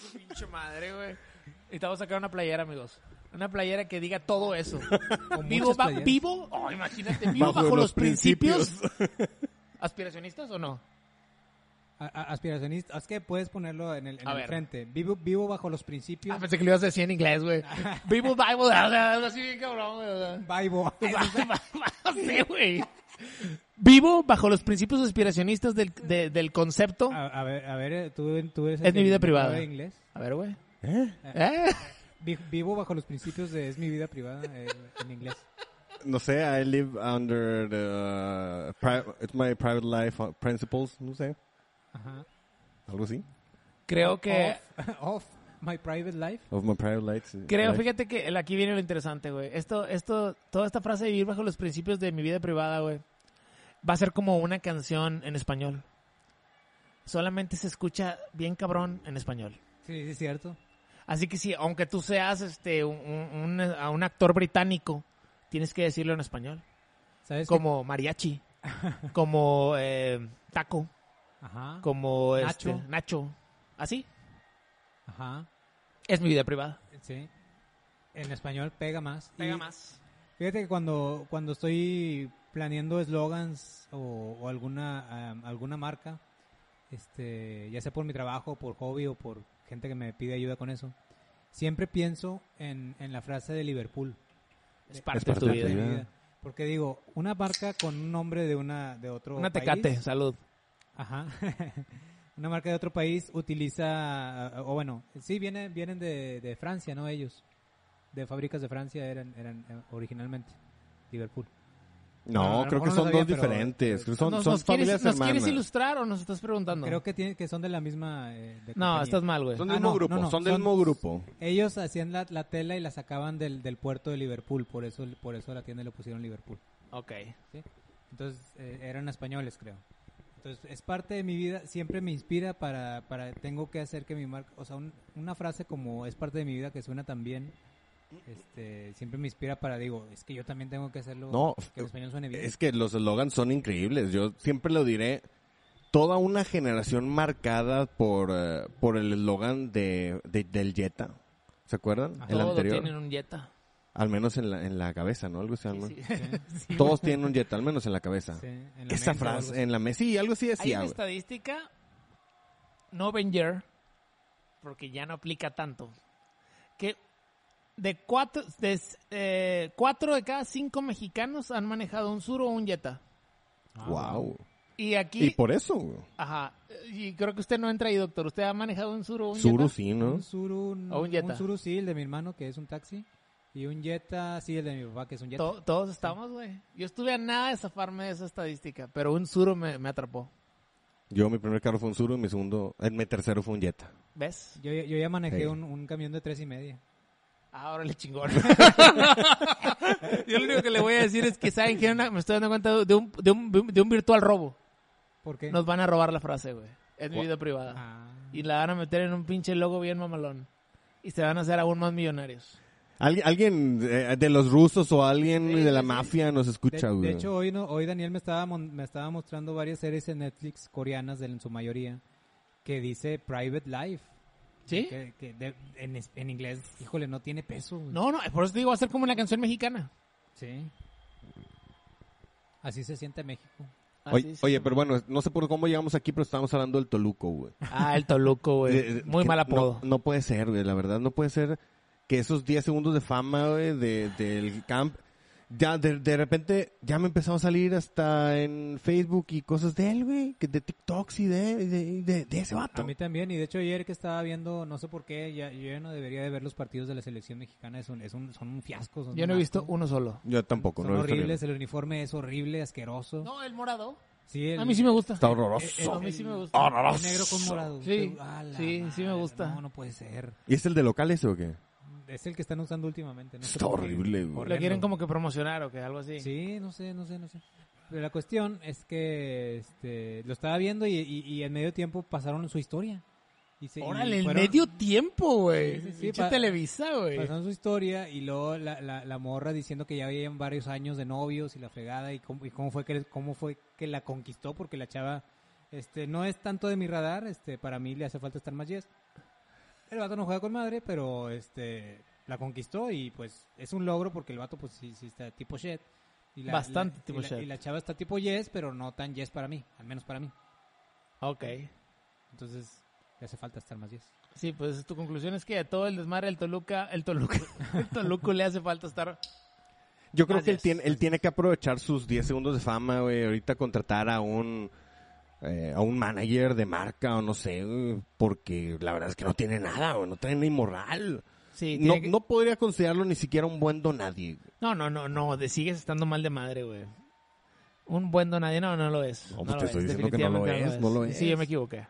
Speaker 4: Su Pinche madre, güey. Necesitamos sacar una playera, amigos. Una playera que diga todo eso.
Speaker 5: Con
Speaker 4: Vivo,
Speaker 5: muchas
Speaker 4: ba-
Speaker 5: playeras.
Speaker 4: vivo, oh, imagínate, vivo bajo, los, principios. ¿Aspiracionistas o no?
Speaker 5: A- a- Aspiracionista, es que puedes ponerlo en el, en
Speaker 4: A
Speaker 5: el
Speaker 4: ver.
Speaker 5: frente. Vivo, vivo bajo los principios.
Speaker 4: Ah, pensé que lo ibas a decir en inglés, güey. Vivo, Bible, algo así bien cabrón, güey. o sea.
Speaker 5: Vivo.
Speaker 4: Sí, güey. Vivo bajo los principios aspiracionistas del, de- del concepto.
Speaker 5: A, a ver, a ver, eh, tú, tú eres
Speaker 4: Es
Speaker 5: el
Speaker 4: mi
Speaker 5: que
Speaker 4: vida
Speaker 5: sabe
Speaker 4: privada.
Speaker 5: inglés.
Speaker 4: A ver, güey.
Speaker 3: ¿Eh?
Speaker 4: ¿Eh?
Speaker 5: Vi- Vivo bajo los principios de es mi vida privada eh, en inglés.
Speaker 3: No sé, I live under the uh, pri- it's my private life uh, principles, no sé,
Speaker 5: Ajá.
Speaker 3: algo así.
Speaker 4: Creo que.
Speaker 5: Off, off my private life.
Speaker 3: Of my private lights.
Speaker 4: Creo,
Speaker 3: life.
Speaker 4: fíjate que el- aquí viene lo interesante, güey. Esto, esto, toda esta frase de vivir bajo los principios de mi vida privada, güey, va a ser como una canción en español. Solamente se escucha bien cabrón en español.
Speaker 5: Sí, sí, es cierto.
Speaker 4: Así que sí, aunque tú seas este un, un- un- a un actor británico, tienes que decirlo en español.
Speaker 5: ¿Sabes qué?
Speaker 4: como mariachi, como eh, taco,
Speaker 5: Ajá.
Speaker 4: como
Speaker 5: Nacho.
Speaker 4: este, nacho. Así
Speaker 5: Ajá.
Speaker 4: es mi vida privada.
Speaker 5: Sí. En español pega más. Y
Speaker 4: más.
Speaker 5: Fíjate que cuando, cuando estoy planeando eslogans o, o alguna, am, alguna marca, este, ya sea por mi trabajo, por hobby o por gente que me pide ayuda con eso, siempre pienso en, en la frase de Liverpool.
Speaker 4: Es parte,
Speaker 3: Es parte
Speaker 4: de
Speaker 3: de
Speaker 4: tu vida.
Speaker 5: de mi
Speaker 3: vida.
Speaker 5: vida. Porque digo, una marca con un nombre de una de otro
Speaker 4: Una
Speaker 5: país,
Speaker 4: tecate, salud.
Speaker 5: Ajá. una marca de otro país utiliza, o bueno, sí, vienen, vienen de, de Francia, ¿no? Ellos. De fábricas de Francia eran, eran eh, originalmente. Liverpool.
Speaker 3: No,
Speaker 5: No,
Speaker 3: creo
Speaker 5: no,
Speaker 3: que
Speaker 5: no
Speaker 3: son
Speaker 5: sabía,
Speaker 3: dos
Speaker 5: pero-
Speaker 3: diferentes. Creo que son,
Speaker 4: ¿Nos,
Speaker 3: son
Speaker 4: nos
Speaker 3: familias
Speaker 4: quieres, nos quieres
Speaker 3: hermanas.
Speaker 4: ilustrar o nos estás preguntando?
Speaker 5: Creo que, tienen, que son de la misma... eh, de
Speaker 4: No,
Speaker 5: compañía.
Speaker 4: estás mal, güey.
Speaker 3: Son
Speaker 5: Ah,
Speaker 3: del mismo
Speaker 5: no,
Speaker 3: grupo,
Speaker 5: no, no,
Speaker 3: son del
Speaker 5: son-
Speaker 3: mismo grupo.
Speaker 5: Ellos hacían la, la tela y la sacaban del, del puerto de Liverpool, por eso, por eso la tienda le pusieron Liverpool.
Speaker 4: Ok.
Speaker 5: ¿sí? Entonces eh, eran españoles, creo. Entonces es parte de mi vida, siempre me inspira para, para tengo que hacer que mi marca, o sea, un- una frase como es parte de mi vida que suena tan bien, este, siempre me inspira para, digo, es que yo también tengo que hacerlo,
Speaker 3: No,
Speaker 5: que el español suene bien.
Speaker 3: Es que los eslogans son increíbles. Yo siempre lo diré. Toda una generación marcada por, eh, por el eslogan de, de- del Jetta. ¿Se acuerdan?
Speaker 5: Ah,
Speaker 3: el
Speaker 4: Todos
Speaker 3: anterior.
Speaker 4: tienen un Jetta.
Speaker 3: Al menos en la, en la cabeza, ¿no? Algo así. ¿no?
Speaker 4: Sí.
Speaker 3: Todos tienen un Jetta, al menos en la cabeza.
Speaker 5: Sí, en la
Speaker 3: Esa
Speaker 5: mente o algo
Speaker 3: frase, en la mesa. Sí, algo así
Speaker 4: Hay
Speaker 3: decía.
Speaker 4: una
Speaker 3: güey.
Speaker 4: estadística, no Venger, porque ya no aplica tanto, que de cuatro de, s- eh, cuatro de cada cinco mexicanos han manejado un Sur o un Jetta.
Speaker 5: así.
Speaker 3: Wow.
Speaker 4: Y aquí,
Speaker 3: Y por eso. güey.
Speaker 4: ajá, y creo que usted no entra ahí, doctor. ¿Usted ha manejado un Sur o un
Speaker 3: Suru
Speaker 4: Jetta?
Speaker 3: sí,
Speaker 5: Ah,
Speaker 3: ¿no?
Speaker 5: Un suru, un,
Speaker 4: O un Jetta.
Speaker 5: un Suru sí, el de mi hermano que es un taxi. Y un Jetta, sí, el de mi papá, que es un Jetta.
Speaker 4: To- todos estamos, güey. Yo estuve a nada de zafarme de esa estadística, pero un suro me, me atrapó.
Speaker 3: Yo, mi primer carro fue un Zuru y mi segundo, eh, mi tercero fue un Jetta.
Speaker 4: ¿Ves?
Speaker 5: Yo, yo ya manejé
Speaker 3: Sí.
Speaker 5: un, un camión de tres y media.
Speaker 4: Ahora le Ah, chingón. Yo lo único que le voy a decir es que saben que me estoy dando cuenta de un, de un, de un virtual robo.
Speaker 5: ¿Por qué?
Speaker 4: Nos van a robar la frase, güey. Es mi vida privada.
Speaker 5: Ah.
Speaker 4: Y la van a meter en un pinche logo bien mamalón. Y se van a hacer aún más millonarios.
Speaker 3: Alguien, alguien eh, de los rusos o alguien
Speaker 4: Sí,
Speaker 3: de la
Speaker 4: sí, sí.
Speaker 3: mafia nos
Speaker 5: De,
Speaker 3: escucha,
Speaker 5: de
Speaker 3: güey.
Speaker 5: hecho, hoy, no, hoy Daniel me estaba, mon- me estaba mostrando varias series en Netflix coreanas, de- en su mayoría, que dice Private Life.
Speaker 4: ¿Sí?
Speaker 5: Que, que de- en, es- en inglés, híjole, no tiene peso. güey.
Speaker 4: No, no, por eso te digo, va a ser como una canción mexicana.
Speaker 5: Sí. Así se siente México.
Speaker 3: Oye,
Speaker 4: Así es.
Speaker 3: oye, pero bueno, no sé por cómo llegamos aquí, pero estábamos hablando del Toluco, güey.
Speaker 4: Ah, el Toluco,
Speaker 3: Eh,
Speaker 5: Pues,
Speaker 4: güey.
Speaker 3: eh,
Speaker 4: Muy
Speaker 3: que
Speaker 4: mal
Speaker 3: no-
Speaker 4: apodo.
Speaker 3: No, puede ser, güey, la verdad, no puede ser que esos 10 segundos de fama, güey, de- del camp, ya de, de repente ya me empezaron a salir hasta en Facebook y cosas de él, güey, que de TikToks y de, de, de- de ese
Speaker 5: A
Speaker 3: vato.
Speaker 5: mí también, y de hecho ayer que estaba viendo, no sé por qué, ya, yo ya no debería de ver los partidos de la selección mexicana, es un, es un, son un fiasco. son
Speaker 4: Yo no he
Speaker 5: un
Speaker 4: visto
Speaker 5: asco.
Speaker 4: uno solo.
Speaker 3: Yo tampoco,
Speaker 5: Son
Speaker 3: no he visto
Speaker 5: horribles,
Speaker 3: ni uno.
Speaker 5: el uniforme es horrible, asqueroso.
Speaker 4: No, el morado.
Speaker 5: Sí, el-
Speaker 4: A mí sí me gusta. Eh,
Speaker 3: Está Ah,
Speaker 5: el-
Speaker 3: horroroso.
Speaker 4: A mí sí me gusta.
Speaker 5: el
Speaker 3: horroroso.
Speaker 5: negro con morado.
Speaker 4: Sí,
Speaker 5: Pero, a la
Speaker 4: sí, sí me
Speaker 5: madre,
Speaker 4: gusta.
Speaker 5: No, no puede ser.
Speaker 3: ¿Y es el de local ese o qué?
Speaker 5: Es el que están usando últimamente. No sé
Speaker 3: Está
Speaker 5: por qué.
Speaker 3: horrible, güey.
Speaker 4: Lo
Speaker 5: Horrendo.
Speaker 4: quieren como que promocionar o que algo así.
Speaker 5: Sí, no sé, no sé, no sé. Pero la cuestión es que este, lo estaba viendo y, y, y en medio tiempo pasaron su historia. Y se- Este, y
Speaker 4: Órale, el
Speaker 5: fueron-
Speaker 4: medio tiempo, güey.
Speaker 5: Sí, sí, sí,
Speaker 4: Pinche
Speaker 5: pa-
Speaker 4: Televisa, güey.
Speaker 5: Pasaron su historia y luego la, la, la morra diciendo que ya habían varios años de novios y la fregada y cómo, y cómo fue que cómo fue que la conquistó porque la chava este no es tanto de mi radar, este para mí le hace falta estar más yes. El vato no juega con madre, pero este la conquistó y pues es un logro porque el vato pues sí, sí está tipo shit. Y
Speaker 4: Bastante tipo
Speaker 5: y la-
Speaker 4: shit.
Speaker 5: Y la chava está tipo yes, pero no tan yes para mí, al menos para mí.
Speaker 4: Ok.
Speaker 5: Entonces le hace falta estar más yes.
Speaker 4: Sí, pues tu conclusión es que a todo el desmadre del Toluca, el Toluca, el Toluco le hace falta estar.
Speaker 3: Yo creo que él
Speaker 4: Adiós.
Speaker 3: tiene, él tiene que aprovechar sus 10 segundos de fama, güey. Ahorita contratar a un, eh, a un manager de marca o no sé, güey, porque la verdad es que no tiene nada, güey. No tiene ni moral.
Speaker 4: Sí, tiene
Speaker 3: No,
Speaker 4: que-
Speaker 3: no podría considerarlo ni siquiera un buen donadie. güey.
Speaker 4: no, no, no, no, de- sigues estando mal de madre, güey. Un buen donadie, no, no lo es.
Speaker 3: No,
Speaker 4: No,
Speaker 3: pues
Speaker 4: lo
Speaker 3: te
Speaker 4: es,
Speaker 3: estoy diciendo que no lo
Speaker 4: definitivamente
Speaker 3: es, no lo
Speaker 4: Sí, yo
Speaker 3: es.
Speaker 4: me equivoqué.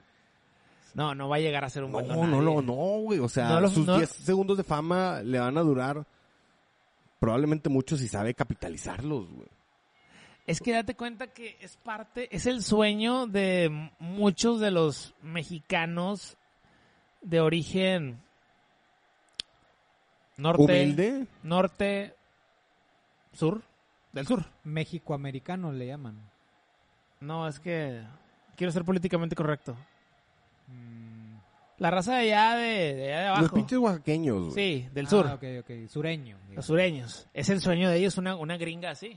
Speaker 4: No, no va a llegar a ser un
Speaker 3: No,
Speaker 4: buen
Speaker 3: no,
Speaker 4: donadie.
Speaker 3: no, no, güey. O sea,
Speaker 4: No lo-
Speaker 3: sus
Speaker 4: no-
Speaker 3: 10 segundos de fama le van a durar probablemente mucho si sabe capitalizarlos, güey.
Speaker 4: Es que date cuenta que es parte, es el sueño de m- muchos de los mexicanos de origen norte,
Speaker 3: Humilde.
Speaker 4: norte, sur, del sur.
Speaker 5: México-americano le llaman.
Speaker 4: No, es que quiero ser políticamente correcto.
Speaker 5: Mm,
Speaker 4: La raza de allá de, de, allá de
Speaker 3: Los
Speaker 4: abajo.
Speaker 3: pinches oaxaqueños, güey.
Speaker 4: Sí, del
Speaker 5: ah,
Speaker 4: sur,
Speaker 5: ok, ok, Sureño.
Speaker 4: los
Speaker 5: digamos.
Speaker 4: sureños. Es el sueño de ellos una, una gringa así.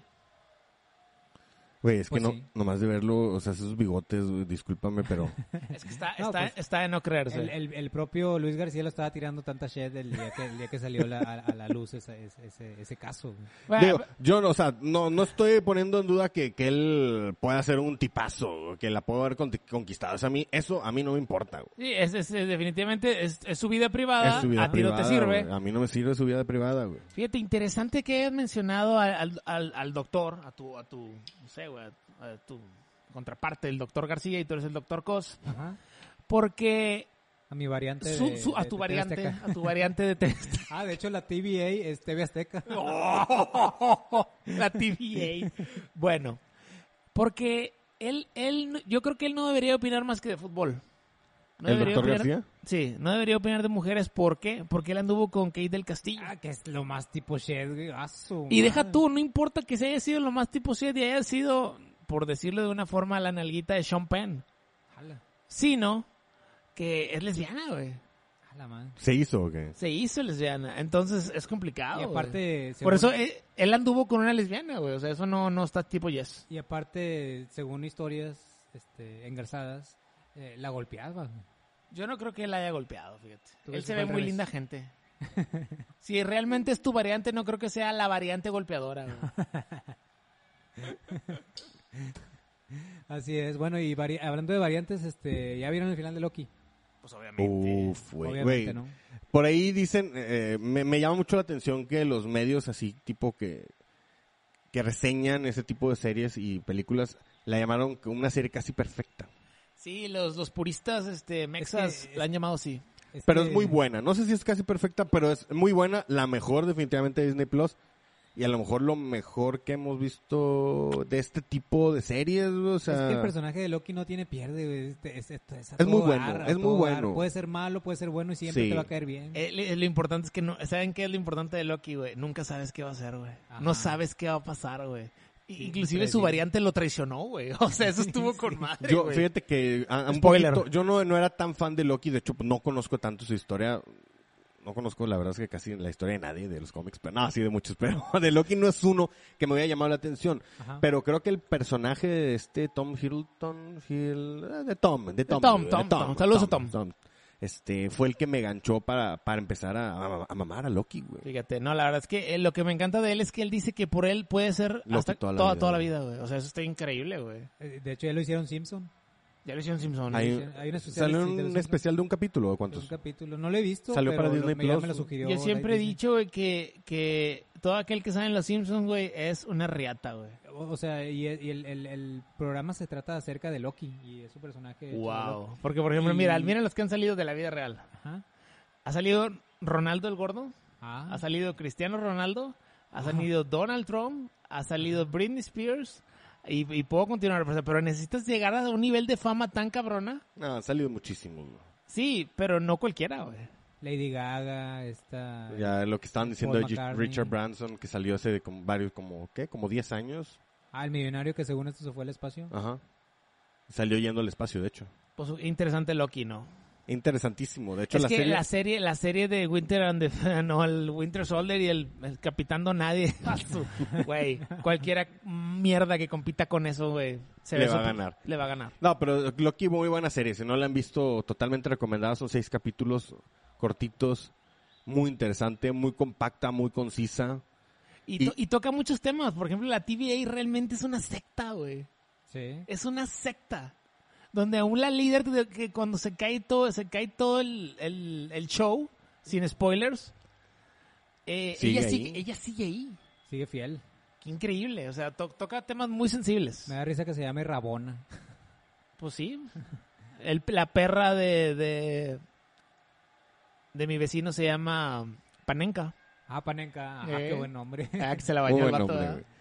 Speaker 3: Güey, es
Speaker 5: Pues
Speaker 3: que no,
Speaker 5: sí.
Speaker 3: nomás de verlo, o sea, esos bigotes, güey, discúlpame, pero...
Speaker 4: Es que está,
Speaker 5: No,
Speaker 4: está,
Speaker 5: pues,
Speaker 4: está de no creerse.
Speaker 5: El, el- el propio Luis García lo estaba tirando tanta shit el día que, el día que salió la- a, a la luz esa- ese, ese- ese caso. güey.
Speaker 4: Bueno,
Speaker 3: Digo, yo no, o sea, no, no estoy poniendo en duda que, que él pueda ser un tipazo, que la pueda haber conti- conquistado. O sea, a mí, eso a mí no me importa, güey.
Speaker 4: Sí, es, es- es definitivamente es, es su vida privada,
Speaker 3: Es su vida
Speaker 4: Ah, a ti no te
Speaker 3: privada,
Speaker 4: sirve.
Speaker 3: güey. A mí no me sirve su vida privada, güey.
Speaker 4: Fíjate, interesante que hayas mencionado al, al- al- al doctor, a tu, a tu, no sé, güey, a, a tu contraparte, el doctor García, y tú eres el doctor Cos,
Speaker 5: Ajá.
Speaker 4: porque
Speaker 5: A mi variante.
Speaker 4: su-
Speaker 5: de-
Speaker 4: su- a
Speaker 5: de-
Speaker 4: tu
Speaker 5: de
Speaker 4: variante,
Speaker 5: TV Azteca.
Speaker 4: a tu variante de te-
Speaker 5: Ah, de hecho la TVA es TV Azteca.
Speaker 4: la TVA. Bueno, porque él, él, no- yo creo que él no debería opinar más que de fútbol. No
Speaker 3: ¿El
Speaker 4: debería
Speaker 3: doctor
Speaker 4: opinar-
Speaker 3: García?
Speaker 4: Sí, no debería opinar de mujeres. ¿Por qué? Porque él anduvo con Kate del Castillo.
Speaker 5: Ah, que es lo más tipo shit, güey. Ah, su
Speaker 4: Y deja
Speaker 5: madre.
Speaker 4: tú, no importa que se haya sido lo más tipo 7 y haya sido, por decirlo de una forma, la nalguita de Sean Penn,
Speaker 5: Jala,
Speaker 4: sino que es lesbiana, güey.
Speaker 5: jala, man.
Speaker 3: ¿Se hizo o qué?
Speaker 4: Se hizo lesbiana, entonces es complicado.
Speaker 5: Y aparte,
Speaker 4: Ah, güey. por eso
Speaker 5: según-
Speaker 4: eh, él anduvo con una lesbiana, güey. O sea, eso no, no está tipo yes.
Speaker 5: Y aparte, según historias este, engarzadas, eh, la golpeaba. güey.
Speaker 4: Yo no creo que él haya golpeado, fíjate.
Speaker 5: Tú
Speaker 4: Él
Speaker 5: ves
Speaker 4: se
Speaker 5: que fue
Speaker 4: ve
Speaker 5: al
Speaker 4: muy
Speaker 5: revés.
Speaker 4: linda gente. si realmente es tu variante, no creo que sea la variante golpeadora, güey.
Speaker 5: Así es. Bueno, y vari- hablando de variantes, este, ya vieron el final de Loki.
Speaker 4: Pues obviamente.
Speaker 3: Uf, güey.
Speaker 5: Obviamente,
Speaker 3: güey.
Speaker 5: ¿no?
Speaker 3: Por ahí dicen, eh, me, me llama mucho la atención que los medios así tipo que, que reseñan ese tipo de series y películas la llamaron que una serie casi perfecta.
Speaker 4: Sí, los, los puristas este, mexas
Speaker 5: que-
Speaker 4: la han llamado así.
Speaker 3: Pero
Speaker 5: que-
Speaker 3: es muy buena. No sé si es casi perfecta, pero es muy buena. La mejor definitivamente de Disney Plus. Y a lo mejor lo mejor que hemos visto de este tipo de series. O sea,
Speaker 5: Es que el personaje de Loki no tiene pierde, güey. Este- este- este- a
Speaker 3: Es muy
Speaker 5: todo
Speaker 3: bueno,
Speaker 5: a
Speaker 3: es muy
Speaker 5: todo
Speaker 3: bueno.
Speaker 5: dar. Puede ser malo, puede ser bueno y siempre
Speaker 3: Sí.
Speaker 5: te va a caer bien.
Speaker 4: Eh, le- lo importante es que no. ¿Saben qué es lo importante de Loki, güey? Nunca sabes qué va a hacer, güey. No
Speaker 5: Ajá.
Speaker 4: sabes qué va a pasar, güey. Y-
Speaker 5: Sí,
Speaker 4: Inclusive su
Speaker 5: predecible.
Speaker 4: variante lo traicionó, güey. O sea, eso estuvo con madre.
Speaker 3: yo,
Speaker 4: güey.
Speaker 3: fíjate que a- a un
Speaker 4: Spoiler.
Speaker 3: poquito- yo no, no era tan fan de Loki, de hecho pues, no conozco tanto su historia, no conozco la verdad es que casi la historia de nadie de los cómics, pero no, sí de muchos, pero de Loki no es uno que me hubiera llamado la atención,
Speaker 5: Ajá.
Speaker 3: pero creo que el personaje de este Tom Hiddleston, Hill- eh, de Tom, de Tom,
Speaker 4: Tom,
Speaker 3: de
Speaker 4: Tom, Tom. Saludos a Tom.
Speaker 3: Este, fue el que me ganchó para, para empezar a, a- a mamar a Loki, güey.
Speaker 4: Fíjate, no, la verdad es que eh, lo que me encanta de él es que él dice que por él puede ser
Speaker 3: Loki
Speaker 4: hasta
Speaker 3: toda
Speaker 4: toda
Speaker 3: la
Speaker 4: la toda,
Speaker 3: vida,
Speaker 4: vida, toda la vida, güey. O sea, eso está increíble, güey.
Speaker 5: Eh, De hecho, ya lo hicieron Simpson.
Speaker 4: Ya lo hicieron Simpson.
Speaker 3: Hay-
Speaker 5: sí, hay un especial,
Speaker 3: salió
Speaker 5: sí, de los
Speaker 3: un
Speaker 5: Simpsons.
Speaker 3: especial de un capítulo, ¿o
Speaker 5: Es un
Speaker 3: ¿cuántos?
Speaker 5: capítulo. No lo he visto.
Speaker 3: Salió
Speaker 5: pero
Speaker 3: para
Speaker 5: lo-
Speaker 3: Disney
Speaker 5: me- ya
Speaker 3: Plus.
Speaker 5: me lo sugirió.
Speaker 4: Yo siempre he
Speaker 5: Disney.
Speaker 4: dicho, güey, que, que todo aquel que sale en los Simpsons, güey, es una riata, güey.
Speaker 5: O o sea, y, e, y el, el- el programa se trata acerca de Loki y es su personaje. hecho de Loki.
Speaker 4: Wow. Porque, por ejemplo,
Speaker 5: Y-
Speaker 4: mira, mira los que han salido de la vida real.
Speaker 5: Ajá.
Speaker 4: Ha salido Ronaldo el Gordo,
Speaker 5: Ah,
Speaker 4: ha salido Cristiano Ronaldo, ha salido Donald Trump, ha salido Britney Spears. Y, y puedo continuar, pues, pero- pero necesitas llegar a un nivel de fama tan cabrona.
Speaker 3: No, Ah, ha salido muchísimo, güey.
Speaker 4: Sí, pero no cualquiera, güey.
Speaker 5: Lady Gaga, esta...
Speaker 3: Ya lo que estaban diciendo
Speaker 5: Paul
Speaker 3: de Gi-
Speaker 5: McCartney.
Speaker 3: Richard Branson, que salió hace de como varios, como, ¿qué? Como 10 años.
Speaker 5: Ah, el millonario que según esto se fue al espacio.
Speaker 3: Ajá. Salió yendo al espacio, de hecho.
Speaker 4: Pues interesante Loki, ¿no?
Speaker 3: Interesantísimo. De hecho,
Speaker 4: es
Speaker 3: la
Speaker 4: que
Speaker 3: serie...
Speaker 4: la serie, la serie de Winter and the, no, el Winter Soldier y el, el Capitán Nadie, güey, cualquiera mierda que compita con eso, güey, se
Speaker 3: Le
Speaker 4: ve
Speaker 3: va a
Speaker 4: súper-
Speaker 3: ganar.
Speaker 4: le va a ganar.
Speaker 3: No, pero Loki, muy buena serie. Si no la han visto, totalmente recomendada. Son seis capítulos cortitos. Muy interesante, muy compacta, muy concisa.
Speaker 4: Y, to-
Speaker 3: Y-
Speaker 4: y toca muchos temas, por ejemplo, la TVA realmente es una secta, güey,
Speaker 5: Sí.
Speaker 4: es una secta donde aún la líder de- que cuando se cae todo, se cae todo el, el- el show sin spoilers, eh,
Speaker 3: Sigue
Speaker 4: ella
Speaker 3: ahí.
Speaker 4: sigue, ella sigue ahí.
Speaker 5: Sigue fiel.
Speaker 4: Qué increíble, o sea, to- toca temas muy sensibles.
Speaker 5: Me da risa que se llame Rabona.
Speaker 4: Pues sí. El- la perra de, de de mi vecino se llama Panenka.
Speaker 5: Ah, Panenka. Ajá,
Speaker 4: Eh.
Speaker 5: qué buen nombre.
Speaker 4: Ah, que se la
Speaker 3: Muy
Speaker 4: bañó el
Speaker 3: buen
Speaker 4: vato,
Speaker 3: hombre,
Speaker 4: ¿verdad?
Speaker 3: güey.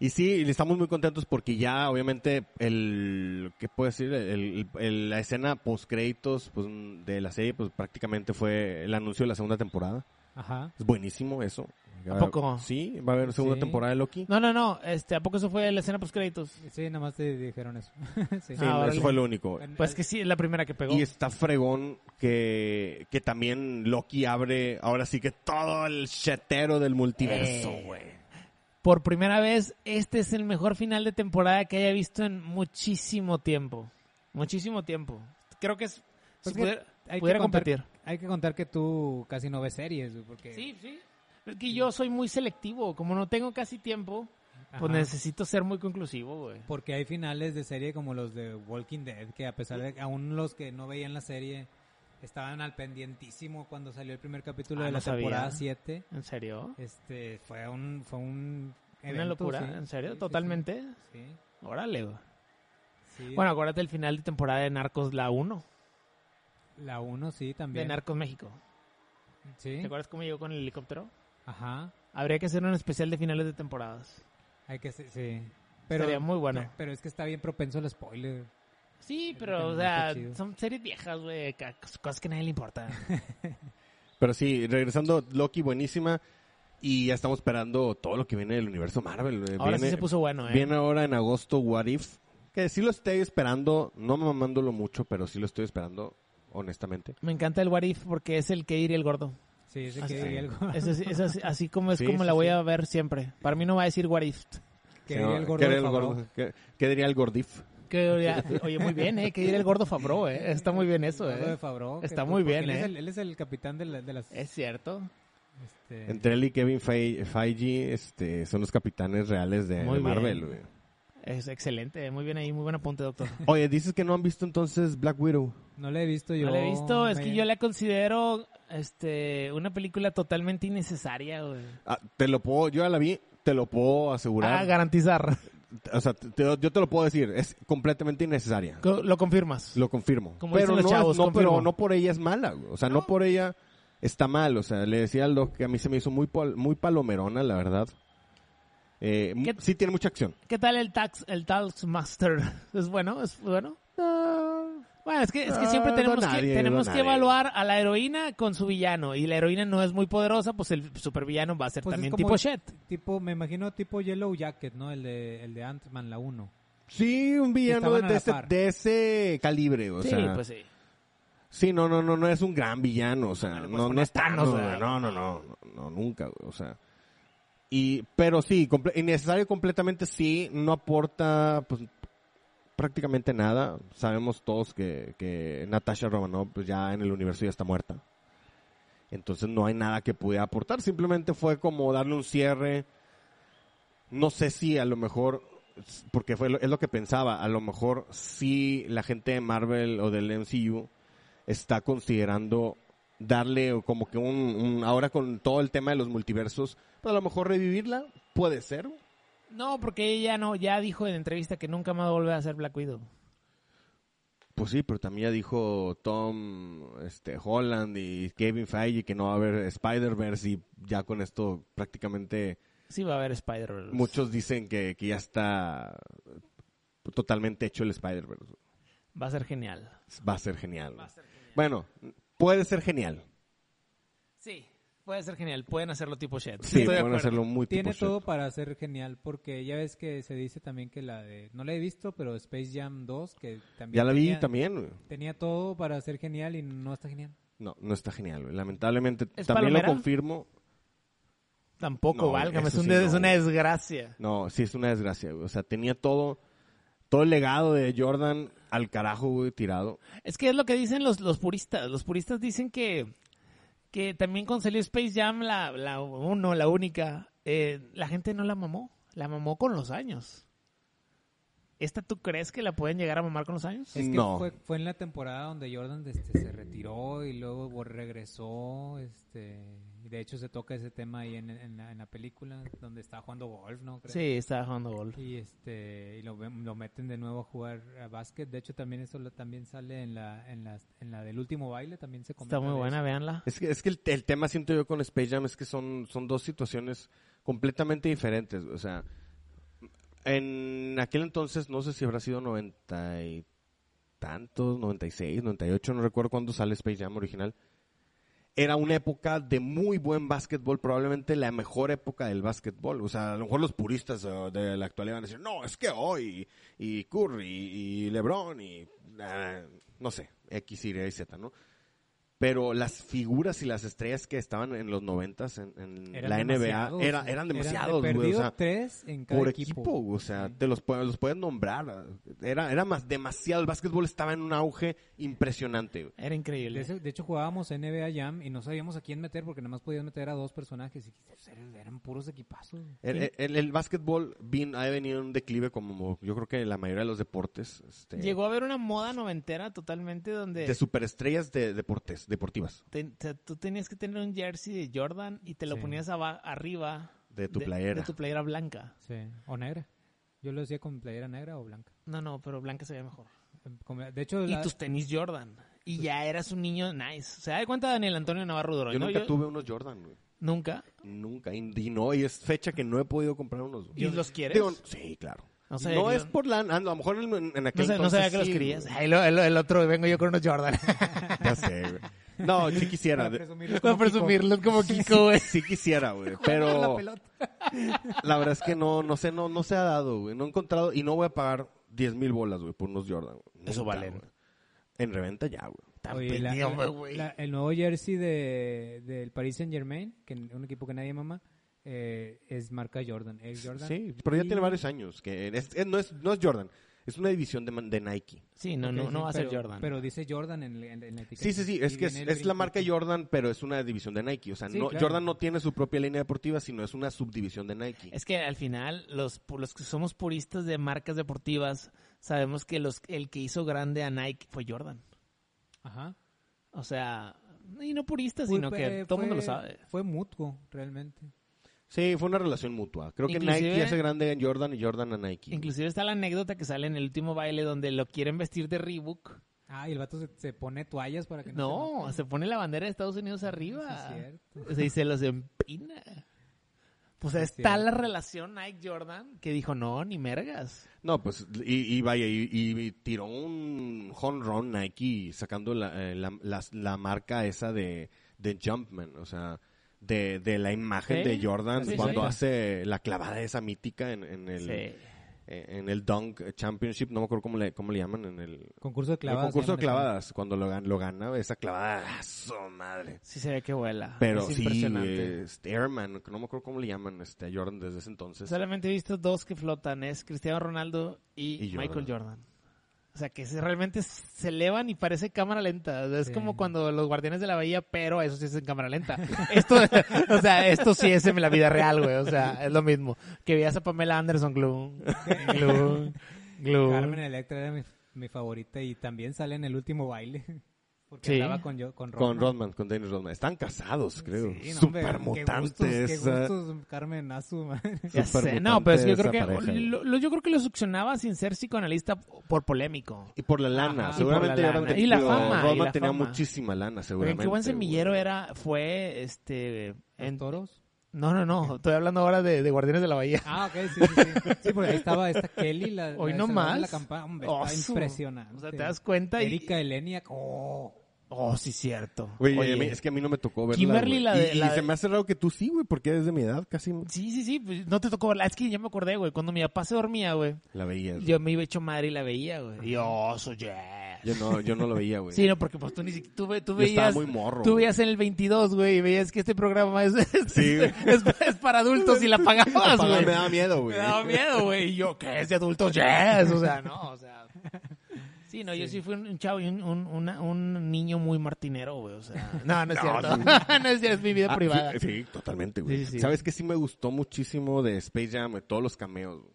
Speaker 3: Y sí, y estamos muy contentos porque ya, obviamente, el, ¿qué puedo decir? El- el- la escena post créditos pues, de la serie, pues prácticamente fue el anuncio de la segunda temporada.
Speaker 5: Ajá.
Speaker 3: Es buenísimo eso.
Speaker 4: ¿A poco?
Speaker 3: Sí, va a haber segunda
Speaker 5: Sí.
Speaker 3: temporada de Loki.
Speaker 4: No, no, no. Este, ¿A poco eso fue la escena post créditos?
Speaker 5: Sí, nada más te dijeron eso. sí.
Speaker 3: Sí, eso
Speaker 4: Ah, órale.
Speaker 3: fue lo único.
Speaker 4: Pues que sí, es la primera que pegó.
Speaker 3: Y está fregón que, que también Loki abre ahora sí que todo el chetero del multiverso,
Speaker 4: Eh.
Speaker 3: güey.
Speaker 4: Por primera vez, este es el mejor final de temporada que haya visto en muchísimo tiempo. Muchísimo tiempo. Creo que es... si
Speaker 5: Pues que
Speaker 4: pudiera,
Speaker 5: hay que
Speaker 4: pudiera
Speaker 5: contar-
Speaker 4: competir.
Speaker 5: Hay que contar que tú casi no ves series, güey, porque...
Speaker 4: Sí, sí. Es que yo soy muy selectivo. Como no tengo casi tiempo, pues
Speaker 5: Ajá.
Speaker 4: necesito ser muy conclusivo, güey.
Speaker 5: Porque hay finales de serie como los de Walking Dead, que a pesar de que aún los que no veían la serie estaban al pendientísimo cuando salió el primer capítulo
Speaker 4: Ah,
Speaker 5: de
Speaker 4: no
Speaker 5: la
Speaker 4: sabía.
Speaker 5: temporada 7.
Speaker 4: ¿En serio?
Speaker 5: Este, fue un, fue un
Speaker 4: Una
Speaker 5: evento,
Speaker 4: locura,
Speaker 5: sí.
Speaker 4: ¿en serio?
Speaker 5: Sí, sí,
Speaker 4: ¿Totalmente?
Speaker 5: Sí,
Speaker 4: Órale, güey.
Speaker 5: sí.
Speaker 4: Bueno, acuérdate el final de temporada de Narcos, la 1,
Speaker 5: la 1 sí
Speaker 4: de
Speaker 5: también.
Speaker 4: Narcos México.
Speaker 5: sí.
Speaker 4: ¿Te acuerdas cómo llegó con el helicóptero?
Speaker 5: Ajá.
Speaker 4: Habría que hacer un especial de finales de temporadas.
Speaker 5: Hay que se- sí.
Speaker 4: Estaría muy bueno.
Speaker 5: pe- Pero es que está bien propenso al spoiler.
Speaker 4: Sí,
Speaker 5: que
Speaker 4: pero, o
Speaker 5: no
Speaker 4: sea,
Speaker 5: está chido.
Speaker 4: son series viejas, güey, ca- cosas que a nadie le importa.
Speaker 3: Pero sí, regresando, Loki buenísima. Y ya estamos esperando todo lo que viene del universo Marvel. eh.
Speaker 4: Ahora sí
Speaker 3: Viene-
Speaker 4: se puso bueno, ¿eh?
Speaker 3: Viene ahora en agosto What If. Que sí lo estoy esperando, no mamándolo mucho, pero sí lo estoy esperando, honestamente.
Speaker 4: Me encanta el What If porque es el que iría el gordo.
Speaker 5: Sí, ese
Speaker 4: Ah,
Speaker 5: que
Speaker 4: sí.
Speaker 5: diría el, go-
Speaker 4: Es así, es así- así como es
Speaker 3: Sí,
Speaker 4: como
Speaker 3: sí,
Speaker 4: la voy
Speaker 3: sí.
Speaker 4: a ver siempre. Para mí no va a decir What If.
Speaker 3: Sí,
Speaker 5: que diría
Speaker 3: no,
Speaker 5: el gordo.
Speaker 3: ¿qué
Speaker 5: de
Speaker 3: diría el
Speaker 5: Favreau.
Speaker 3: gordo? ¿Qué- qué diría el gordif?
Speaker 4: Que, oye, oye, muy bien, ¿eh? Que iría el gordo Fabro, ¿eh? Está muy bien eso,
Speaker 5: El gordo de
Speaker 4: ¿eh?
Speaker 5: Favreau, que
Speaker 4: Está
Speaker 5: fue-
Speaker 4: muy
Speaker 5: porque
Speaker 4: bien,
Speaker 5: él
Speaker 4: ¿eh?
Speaker 5: Es el, él es el capitán de, la- de las...
Speaker 4: Es cierto.
Speaker 5: este,
Speaker 3: Entre él y Kevin Fe- Feige este, son los capitanes reales de,
Speaker 4: Muy
Speaker 3: de Marvel.
Speaker 4: bien.
Speaker 3: güey.
Speaker 4: Es excelente, muy bien ahí, muy buen apunte, doctor.
Speaker 3: Oye, dices que no han visto entonces Black Widow.
Speaker 5: No la he visto yo.
Speaker 4: No la he visto, es que
Speaker 5: me-
Speaker 4: yo la considero este, una película totalmente innecesaria, güey.
Speaker 3: Ah, te lo puedo, yo ya la vi, te lo puedo
Speaker 4: Ah,
Speaker 3: asegurar.
Speaker 4: garantizar.
Speaker 3: o sea, te- te- yo te lo puedo decir, es completamente innecesaria.
Speaker 4: Co- Lo confirmas.
Speaker 3: Lo confirmo.
Speaker 4: Como
Speaker 3: pero
Speaker 4: dicen los
Speaker 3: no,
Speaker 4: chavos,
Speaker 3: no,
Speaker 4: confirmo.
Speaker 3: pero no por ella es mala, güey. o sea, no. por ella está mal, o sea, le decía al Doc que a mí se me hizo muy pal- muy palomerona, la verdad. Eh, mu-
Speaker 4: ¿Qué-
Speaker 3: sí tiene mucha acción.
Speaker 4: ¿Qué tal el tax, el tax master? ¿Es bueno? ¿Es bueno? Bueno, es que, es que
Speaker 3: Ah,
Speaker 4: siempre
Speaker 3: no
Speaker 4: tenemos,
Speaker 3: nadie,
Speaker 4: que,
Speaker 3: no
Speaker 4: tenemos que
Speaker 3: nadie.
Speaker 4: evaluar a la heroína con su villano. Y la heroína no es muy poderosa, pues el supervillano va a ser
Speaker 5: Pues es
Speaker 4: también
Speaker 5: como-
Speaker 4: tipo Shed.
Speaker 5: Tipo, me imagino tipo Yellow Jacket, ¿no? El de, el de Ant-Man, la 1.
Speaker 3: Sí, un villano
Speaker 5: Estaban a
Speaker 3: de,
Speaker 5: la
Speaker 3: ese,
Speaker 5: par.
Speaker 3: de ese calibre, o
Speaker 4: Sí,
Speaker 3: sea.
Speaker 4: pues sí.
Speaker 3: Sí, no, no, no, no es un gran villano, o sea,
Speaker 4: le puedes
Speaker 3: no, no
Speaker 4: poner
Speaker 3: es Thanos,
Speaker 4: Thanos,
Speaker 3: güey,
Speaker 4: ¿verdad?
Speaker 3: no, no, no, no, nunca, güey, o sea. Y, pero sí, comple- innecesario completamente sí, no aporta, pues, prácticamente nada. Sabemos todos que, que Natasha Romanoff pues, ya en el universo ya está muerta. Entonces no hay nada que pudiera aportar, simplemente fue como darle un cierre. No sé si a lo mejor, porque fue lo- es lo que pensaba, a lo mejor si la gente de Marvel o del MCU está considerando darle como que un, un- ahora con todo el tema de los multiversos, pues a lo mejor revivirla, puede ser.
Speaker 4: No, porque ella no, ya dijo en entrevista que nunca más vuelve a ser Black Widow.
Speaker 3: Pues sí, pero también ya dijo Tom este, Holland y Kevin Feige que no va a haber Spider-Verse y ya con esto prácticamente
Speaker 4: Sí va a haber Spider-Verse.
Speaker 3: muchos dicen que, que ya está totalmente hecho el Spider-Verse.
Speaker 4: Va a ser genial.
Speaker 3: Va a ser genial. Bueno, puede ser genial.
Speaker 4: Sí, puede ser genial. Pueden hacerlo tipo Shed.
Speaker 3: Sí,
Speaker 4: Estoy de
Speaker 3: pueden
Speaker 4: acuerdo.
Speaker 3: hacerlo muy
Speaker 5: Tiene
Speaker 3: tipo
Speaker 5: todo para ser genial, porque ya ves que se dice también que la de... No la he visto, pero Space Jam 2, que
Speaker 3: shit.
Speaker 5: también...
Speaker 3: Ya la vi
Speaker 5: tenía-
Speaker 3: también. güey.
Speaker 5: Tenía todo para ser genial y no está genial.
Speaker 3: No, no está genial. güey. Lamentablemente,
Speaker 4: ¿Es
Speaker 3: también
Speaker 4: palomera?
Speaker 3: lo confirmo.
Speaker 4: Tampoco,
Speaker 3: No,
Speaker 4: válgame. Es,
Speaker 3: eso
Speaker 4: un
Speaker 3: sí,
Speaker 4: des-
Speaker 3: no.
Speaker 4: es una desgracia.
Speaker 3: No, sí es una desgracia, güey. O sea, tenía todo, todo el legado de Jordan al carajo, güey, tirado.
Speaker 4: Es que es lo que dicen los, los puristas. Los puristas dicen que, que también con salió Space Jam, la, la uno, la única, eh, la gente no la mamó. La mamó con los años. ¿Esta tú crees que la pueden llegar a mamar con los años?
Speaker 5: Es que
Speaker 3: No.
Speaker 5: fue, fue en la temporada donde Jordan este, se retiró y luego vol- regresó. Este, y de hecho, se toca ese tema ahí en, en la, en la película, donde está jugando golf, ¿no? Creo.
Speaker 4: Sí, estaba jugando gol.
Speaker 5: Y, este, y lo, ven- lo meten de nuevo a jugar a básquet. De hecho, también eso lo- también sale en la, en, la, en la del último baile. También se comenta
Speaker 4: Está muy
Speaker 5: de
Speaker 4: buena,
Speaker 5: eso.
Speaker 4: véanla.
Speaker 3: Es que, es que el, el tema siento yo con Space Jam es que son, son dos situaciones completamente diferentes. O sea, en aquel entonces, no sé si habrá sido 90 y tantos, 96, 98, no recuerdo cuándo sale Space Jam original. Era una época de muy buen básquetbol, probablemente la mejor época del básquetbol. O sea, a lo mejor los puristas eh, de la actualidad van a decir, no, es que hoy, y Curry, y LeBron, y ah, no sé, X, Y, Z, ¿no? Pero las figuras y las estrellas que estaban en los noventas en, en
Speaker 5: Eran
Speaker 3: la
Speaker 5: demasiados,
Speaker 3: NBA era-
Speaker 5: güey.
Speaker 3: eran demasiados, güey.
Speaker 5: de
Speaker 3: O
Speaker 5: perdido
Speaker 3: sea,
Speaker 5: tres en cada
Speaker 3: por
Speaker 5: equipo.
Speaker 3: equipo, güey, o sea, te los, pue- los puedes nombrar. Era, era más demasiado. El básquetbol estaba en un auge impresionante. güey.
Speaker 4: Era
Speaker 5: De,
Speaker 4: increíble.
Speaker 5: ese- de hecho, jugábamos NBA Jam y no sabíamos a quién meter porque nada más podías meter a dos personajes y pues, eran- eran puros equipazos.
Speaker 3: El, el- el básquetbol vin- ha venido en un declive como yo creo que la mayoría de los deportes. este,
Speaker 4: Llegó a haber una moda noventera totalmente donde
Speaker 3: de superestrellas de deportes, deportivas,
Speaker 4: te- te- tú tenías que tener un jersey de Jordan y te lo
Speaker 5: Sí.
Speaker 4: ponías aba- arriba
Speaker 3: de tu
Speaker 4: de
Speaker 3: playera.
Speaker 4: tu playera blanca.
Speaker 5: Sí, o negra. Yo lo decía con playera negra o blanca. Em,
Speaker 4: No, no, pero blanca se ve mejor.
Speaker 5: Como- De hecho,
Speaker 4: Y
Speaker 5: la-
Speaker 4: tus tenis Jordan.
Speaker 5: Pues
Speaker 4: Y ya eras un niño nice. ¿Se da cuenta Daniel Antonio Navarro Doroy?
Speaker 3: Yo
Speaker 4: no?
Speaker 3: nunca tuve unos Jordan, güey.
Speaker 4: ¿Nunca?
Speaker 3: Nunca. Y, y no, y es fecha que no he podido comprar unos. güey.
Speaker 4: ¿Y los quieres?
Speaker 3: Digo, sí, claro.
Speaker 4: No
Speaker 3: No,
Speaker 4: sé, yo-
Speaker 3: es por la... A lo mejor en, en
Speaker 4: No,
Speaker 3: aquel
Speaker 4: sé, no
Speaker 3: entonces
Speaker 4: sabía que los
Speaker 3: sí,
Speaker 4: querías.
Speaker 3: güey.
Speaker 4: Ay, lo- el, el otro vengo yo con unos Jordan.
Speaker 3: Ya sé, güey. No, sí quisiera.
Speaker 5: para
Speaker 3: de-
Speaker 5: presumirlo
Speaker 4: Para
Speaker 5: como Kiko.
Speaker 4: presumirlos como Kiko, güey.
Speaker 3: Sí quisiera, güey,
Speaker 5: Jugando a
Speaker 3: pero
Speaker 5: la pelota.
Speaker 3: la verdad es que no, no sé, no, no se ha dado, güey. No he encontrado y no voy a pagar 10 mil bolas, güey, por unos Jordan. güey.
Speaker 4: Eso
Speaker 3: Nunca,
Speaker 4: valen.
Speaker 3: güey. En reventa ya, güey.
Speaker 4: Tan
Speaker 5: Oye, la-
Speaker 4: pendejo,
Speaker 5: la-
Speaker 4: güey.
Speaker 5: la- el nuevo jersey de, del Paris Saint Germain, que n- un equipo que nadie mama, eh, es marca Jordan. Air Jordan.
Speaker 3: Sí, pero ya
Speaker 5: Y-
Speaker 3: tiene varios años que es- es- no es no es Jordan. es una división de, man- de Nike.
Speaker 4: Sí, no, no,
Speaker 5: Ok,
Speaker 4: no
Speaker 5: sí,
Speaker 4: va a ser
Speaker 5: pero-
Speaker 4: Jordan.
Speaker 5: Pero dice Jordan en, la- en la- en la etiqueta.
Speaker 3: Sí, sí, sí, es
Speaker 5: Y
Speaker 3: que es,
Speaker 5: viene el
Speaker 3: es la
Speaker 5: brinco.
Speaker 3: marca Jordan, pero es una división de Nike. O sea,
Speaker 5: Sí,
Speaker 3: no,
Speaker 5: claro.
Speaker 3: Jordan no tiene su propia línea deportiva, sino es una subdivisión de Nike.
Speaker 4: Es que al final, los, pu- los que somos puristas de marcas deportivas, sabemos que los, el que hizo grande a Nike fue Jordan.
Speaker 5: Ajá.
Speaker 4: O sea, y no puristas,
Speaker 5: Fue-
Speaker 4: sino que
Speaker 5: fue-
Speaker 4: todo el mundo lo
Speaker 5: fue-
Speaker 4: sabe.
Speaker 5: Fue mutuo, realmente.
Speaker 3: Sí, fue una relación mutua. Creo que
Speaker 4: Inclusive-
Speaker 3: Nike hace grande a Jordan y Jordan a Nike.
Speaker 4: Inclusive está la anécdota que sale en el último baile donde lo quieren vestir de Reebok.
Speaker 5: Ah, y el vato se, se pone toallas para que no,
Speaker 4: No, se pone la bandera de Estados Unidos
Speaker 5: se note.
Speaker 4: arriba.
Speaker 5: Sí, es cierto.
Speaker 4: O sea, y se los empina. Pues
Speaker 5: Sí, es
Speaker 4: está la
Speaker 5: cierto.
Speaker 4: relación Nike Jordan que dijo, no, ni mergas.
Speaker 3: No, pues, y, y vaya, y, y tiró un home run Nike sacando la, eh, la, las- la marca esa de, de Jumpman, o sea, de, de la imagen
Speaker 4: Sí,
Speaker 3: de Jordan
Speaker 4: sí,
Speaker 3: cuando
Speaker 4: sí.
Speaker 3: hace la clavada esa mítica en, en el, eh, en el Dunk Championship, no me acuerdo cómo le, cómo le llaman, en el,
Speaker 5: Concurso de
Speaker 3: el
Speaker 5: clavadas.
Speaker 3: concurso de
Speaker 5: llaman eso.
Speaker 3: clavadas, cuando lo, gan- lo gana, esa clavada, ¡ah, su madre!
Speaker 4: Sí se ve que vuela.
Speaker 3: Pero
Speaker 4: Ah, Es
Speaker 3: sí,
Speaker 4: impresionante.
Speaker 3: eh, este, Airman, que no me acuerdo cómo le llaman este, a Jordan desde ese entonces.
Speaker 4: Solamente he visto dos que flotan, es Cristiano Ronaldo y,
Speaker 3: Y Jordan.
Speaker 4: Michael Jordan. O sea, que se- realmente se elevan y parece cámara lenta. O sea, Es
Speaker 5: Sí.
Speaker 4: como cuando los Guardianes de la Bahía, pero eso sí es en cámara lenta. Esto, o sea, esto sí es en la vida real, güey. O sea, es lo mismo. Que veías a Pamela Anderson, glum, glum, glum.
Speaker 5: Carmen Electra era mi, mi favorita y también sale en el último baile. Porque
Speaker 4: Sí.
Speaker 5: estaba con, yo, con
Speaker 3: Con
Speaker 5: Rodman.
Speaker 3: Rodman, con Dennis Rodman. Están casados, creo. eh,
Speaker 5: Sí, no, hombre,
Speaker 3: Super
Speaker 5: Qué
Speaker 3: mutantes.
Speaker 5: gustos, qué gustos, Carmen Azu, madre.
Speaker 4: Ya
Speaker 3: Súper
Speaker 4: sé, No, pero
Speaker 3: mutante
Speaker 4: yo creo, que,
Speaker 3: esa pareja.
Speaker 4: lo, lo- yo creo que lo succionaba sin ser psicoanalista por polémico.
Speaker 3: Y por la lana,
Speaker 5: Ajá.
Speaker 3: seguramente.
Speaker 4: Y por la
Speaker 3: Jordan
Speaker 4: lana.
Speaker 3: te-
Speaker 4: Y la
Speaker 3: digo,
Speaker 4: fama,
Speaker 3: Rodman
Speaker 4: y la
Speaker 3: tenía
Speaker 4: fama.
Speaker 3: muchísima lana,
Speaker 4: Pero en
Speaker 3: seguramente.
Speaker 4: qué buen
Speaker 3: güey.
Speaker 4: semillero era, fue este... En,
Speaker 5: toros?
Speaker 4: no, no, no, estoy hablando ahora de, de Guardianes de la Bahía.
Speaker 5: Ah, ok, sí, sí, sí. Sí, porque ahí estaba esta Kelly, la,
Speaker 4: Hoy
Speaker 5: la
Speaker 4: no
Speaker 5: senadora
Speaker 4: más.
Speaker 5: Ah, de la campaña. Hombre,
Speaker 4: Oh,
Speaker 5: estaba
Speaker 4: su-
Speaker 5: impresionante.
Speaker 4: O sea, te das cuenta y...
Speaker 5: Erika Eleniak, oh.
Speaker 4: Oh, sí, cierto.
Speaker 3: Güey,
Speaker 4: Oye,
Speaker 3: a mí- es que a mí no me tocó verla.
Speaker 4: Kimberly,
Speaker 3: güey.
Speaker 4: la de-
Speaker 3: Y- y
Speaker 4: la
Speaker 3: se
Speaker 4: de-
Speaker 3: me hace raro que tú sí, güey, porque desde mi edad casi
Speaker 4: Sí, sí, sí, pues, no te tocó verla. Es que ya me acordé, güey. Cuando mi papá se dormía, güey,
Speaker 3: la veías. Yo,
Speaker 4: yo me iba hecho madre y la veía, güey. Y yo, soy yes.
Speaker 3: no, yo no lo veía, güey.
Speaker 4: Sí, no, porque pues tú ni siquiera... Tú, ve- tú
Speaker 3: Yo estaba
Speaker 4: veías...
Speaker 3: muy morro.
Speaker 4: Tú
Speaker 3: güey.
Speaker 4: veías en el 22, güey, y veías que este programa es, es-
Speaker 3: Sí, güey.
Speaker 4: es- es para adultos y la pagabas,
Speaker 3: Apagaba-
Speaker 4: güey.
Speaker 3: me daba miedo,
Speaker 4: Me
Speaker 3: güey.
Speaker 4: daba miedo, güey. Y yo, ¿qué es de adultos? Yes. O sea, no, o sea. Sí, no, yo sí fui un chavo, y un, un, una- un niño muy martinero, güey. O sea, no, no es cierto. no es cierto, es mi vida
Speaker 3: Ah,
Speaker 4: privada.
Speaker 3: sí, sí, totalmente, güey.
Speaker 4: Sí, sí, sí.
Speaker 3: ¿Sabes qué sí me gustó muchísimo de Space Jam? güey? Todos los cameos. güey.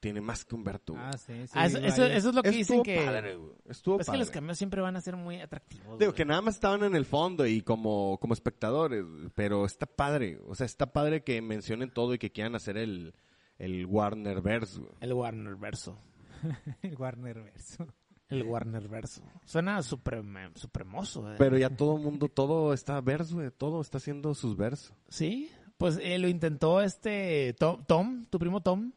Speaker 3: Tiene más que Humberto. güey.
Speaker 5: Ah, sí, sí.
Speaker 4: Ah, eso,
Speaker 5: vi
Speaker 4: eso-
Speaker 5: varios.
Speaker 4: eso es lo que
Speaker 3: Estuvo
Speaker 4: dicen que. pues
Speaker 3: padre, güey. Estuvo
Speaker 4: es que
Speaker 3: padre.
Speaker 4: los cameos siempre van a ser muy atractivos.
Speaker 3: Digo,
Speaker 4: güey.
Speaker 3: que nada más estaban en el fondo y como, como espectadores, pero está padre, o sea, está padre que mencionen todo y que quieran hacer el, el Warner Verse.
Speaker 4: El Warner verso.
Speaker 5: El Warner Verso.
Speaker 4: El Warner verso. Suena suprem- supremoso, eh.
Speaker 3: Pero ya todo mundo, todo está verso, güey, todo está haciendo sus versos.
Speaker 4: Sí, pues eh, lo intentó este Tom, Tom, tu primo Tom,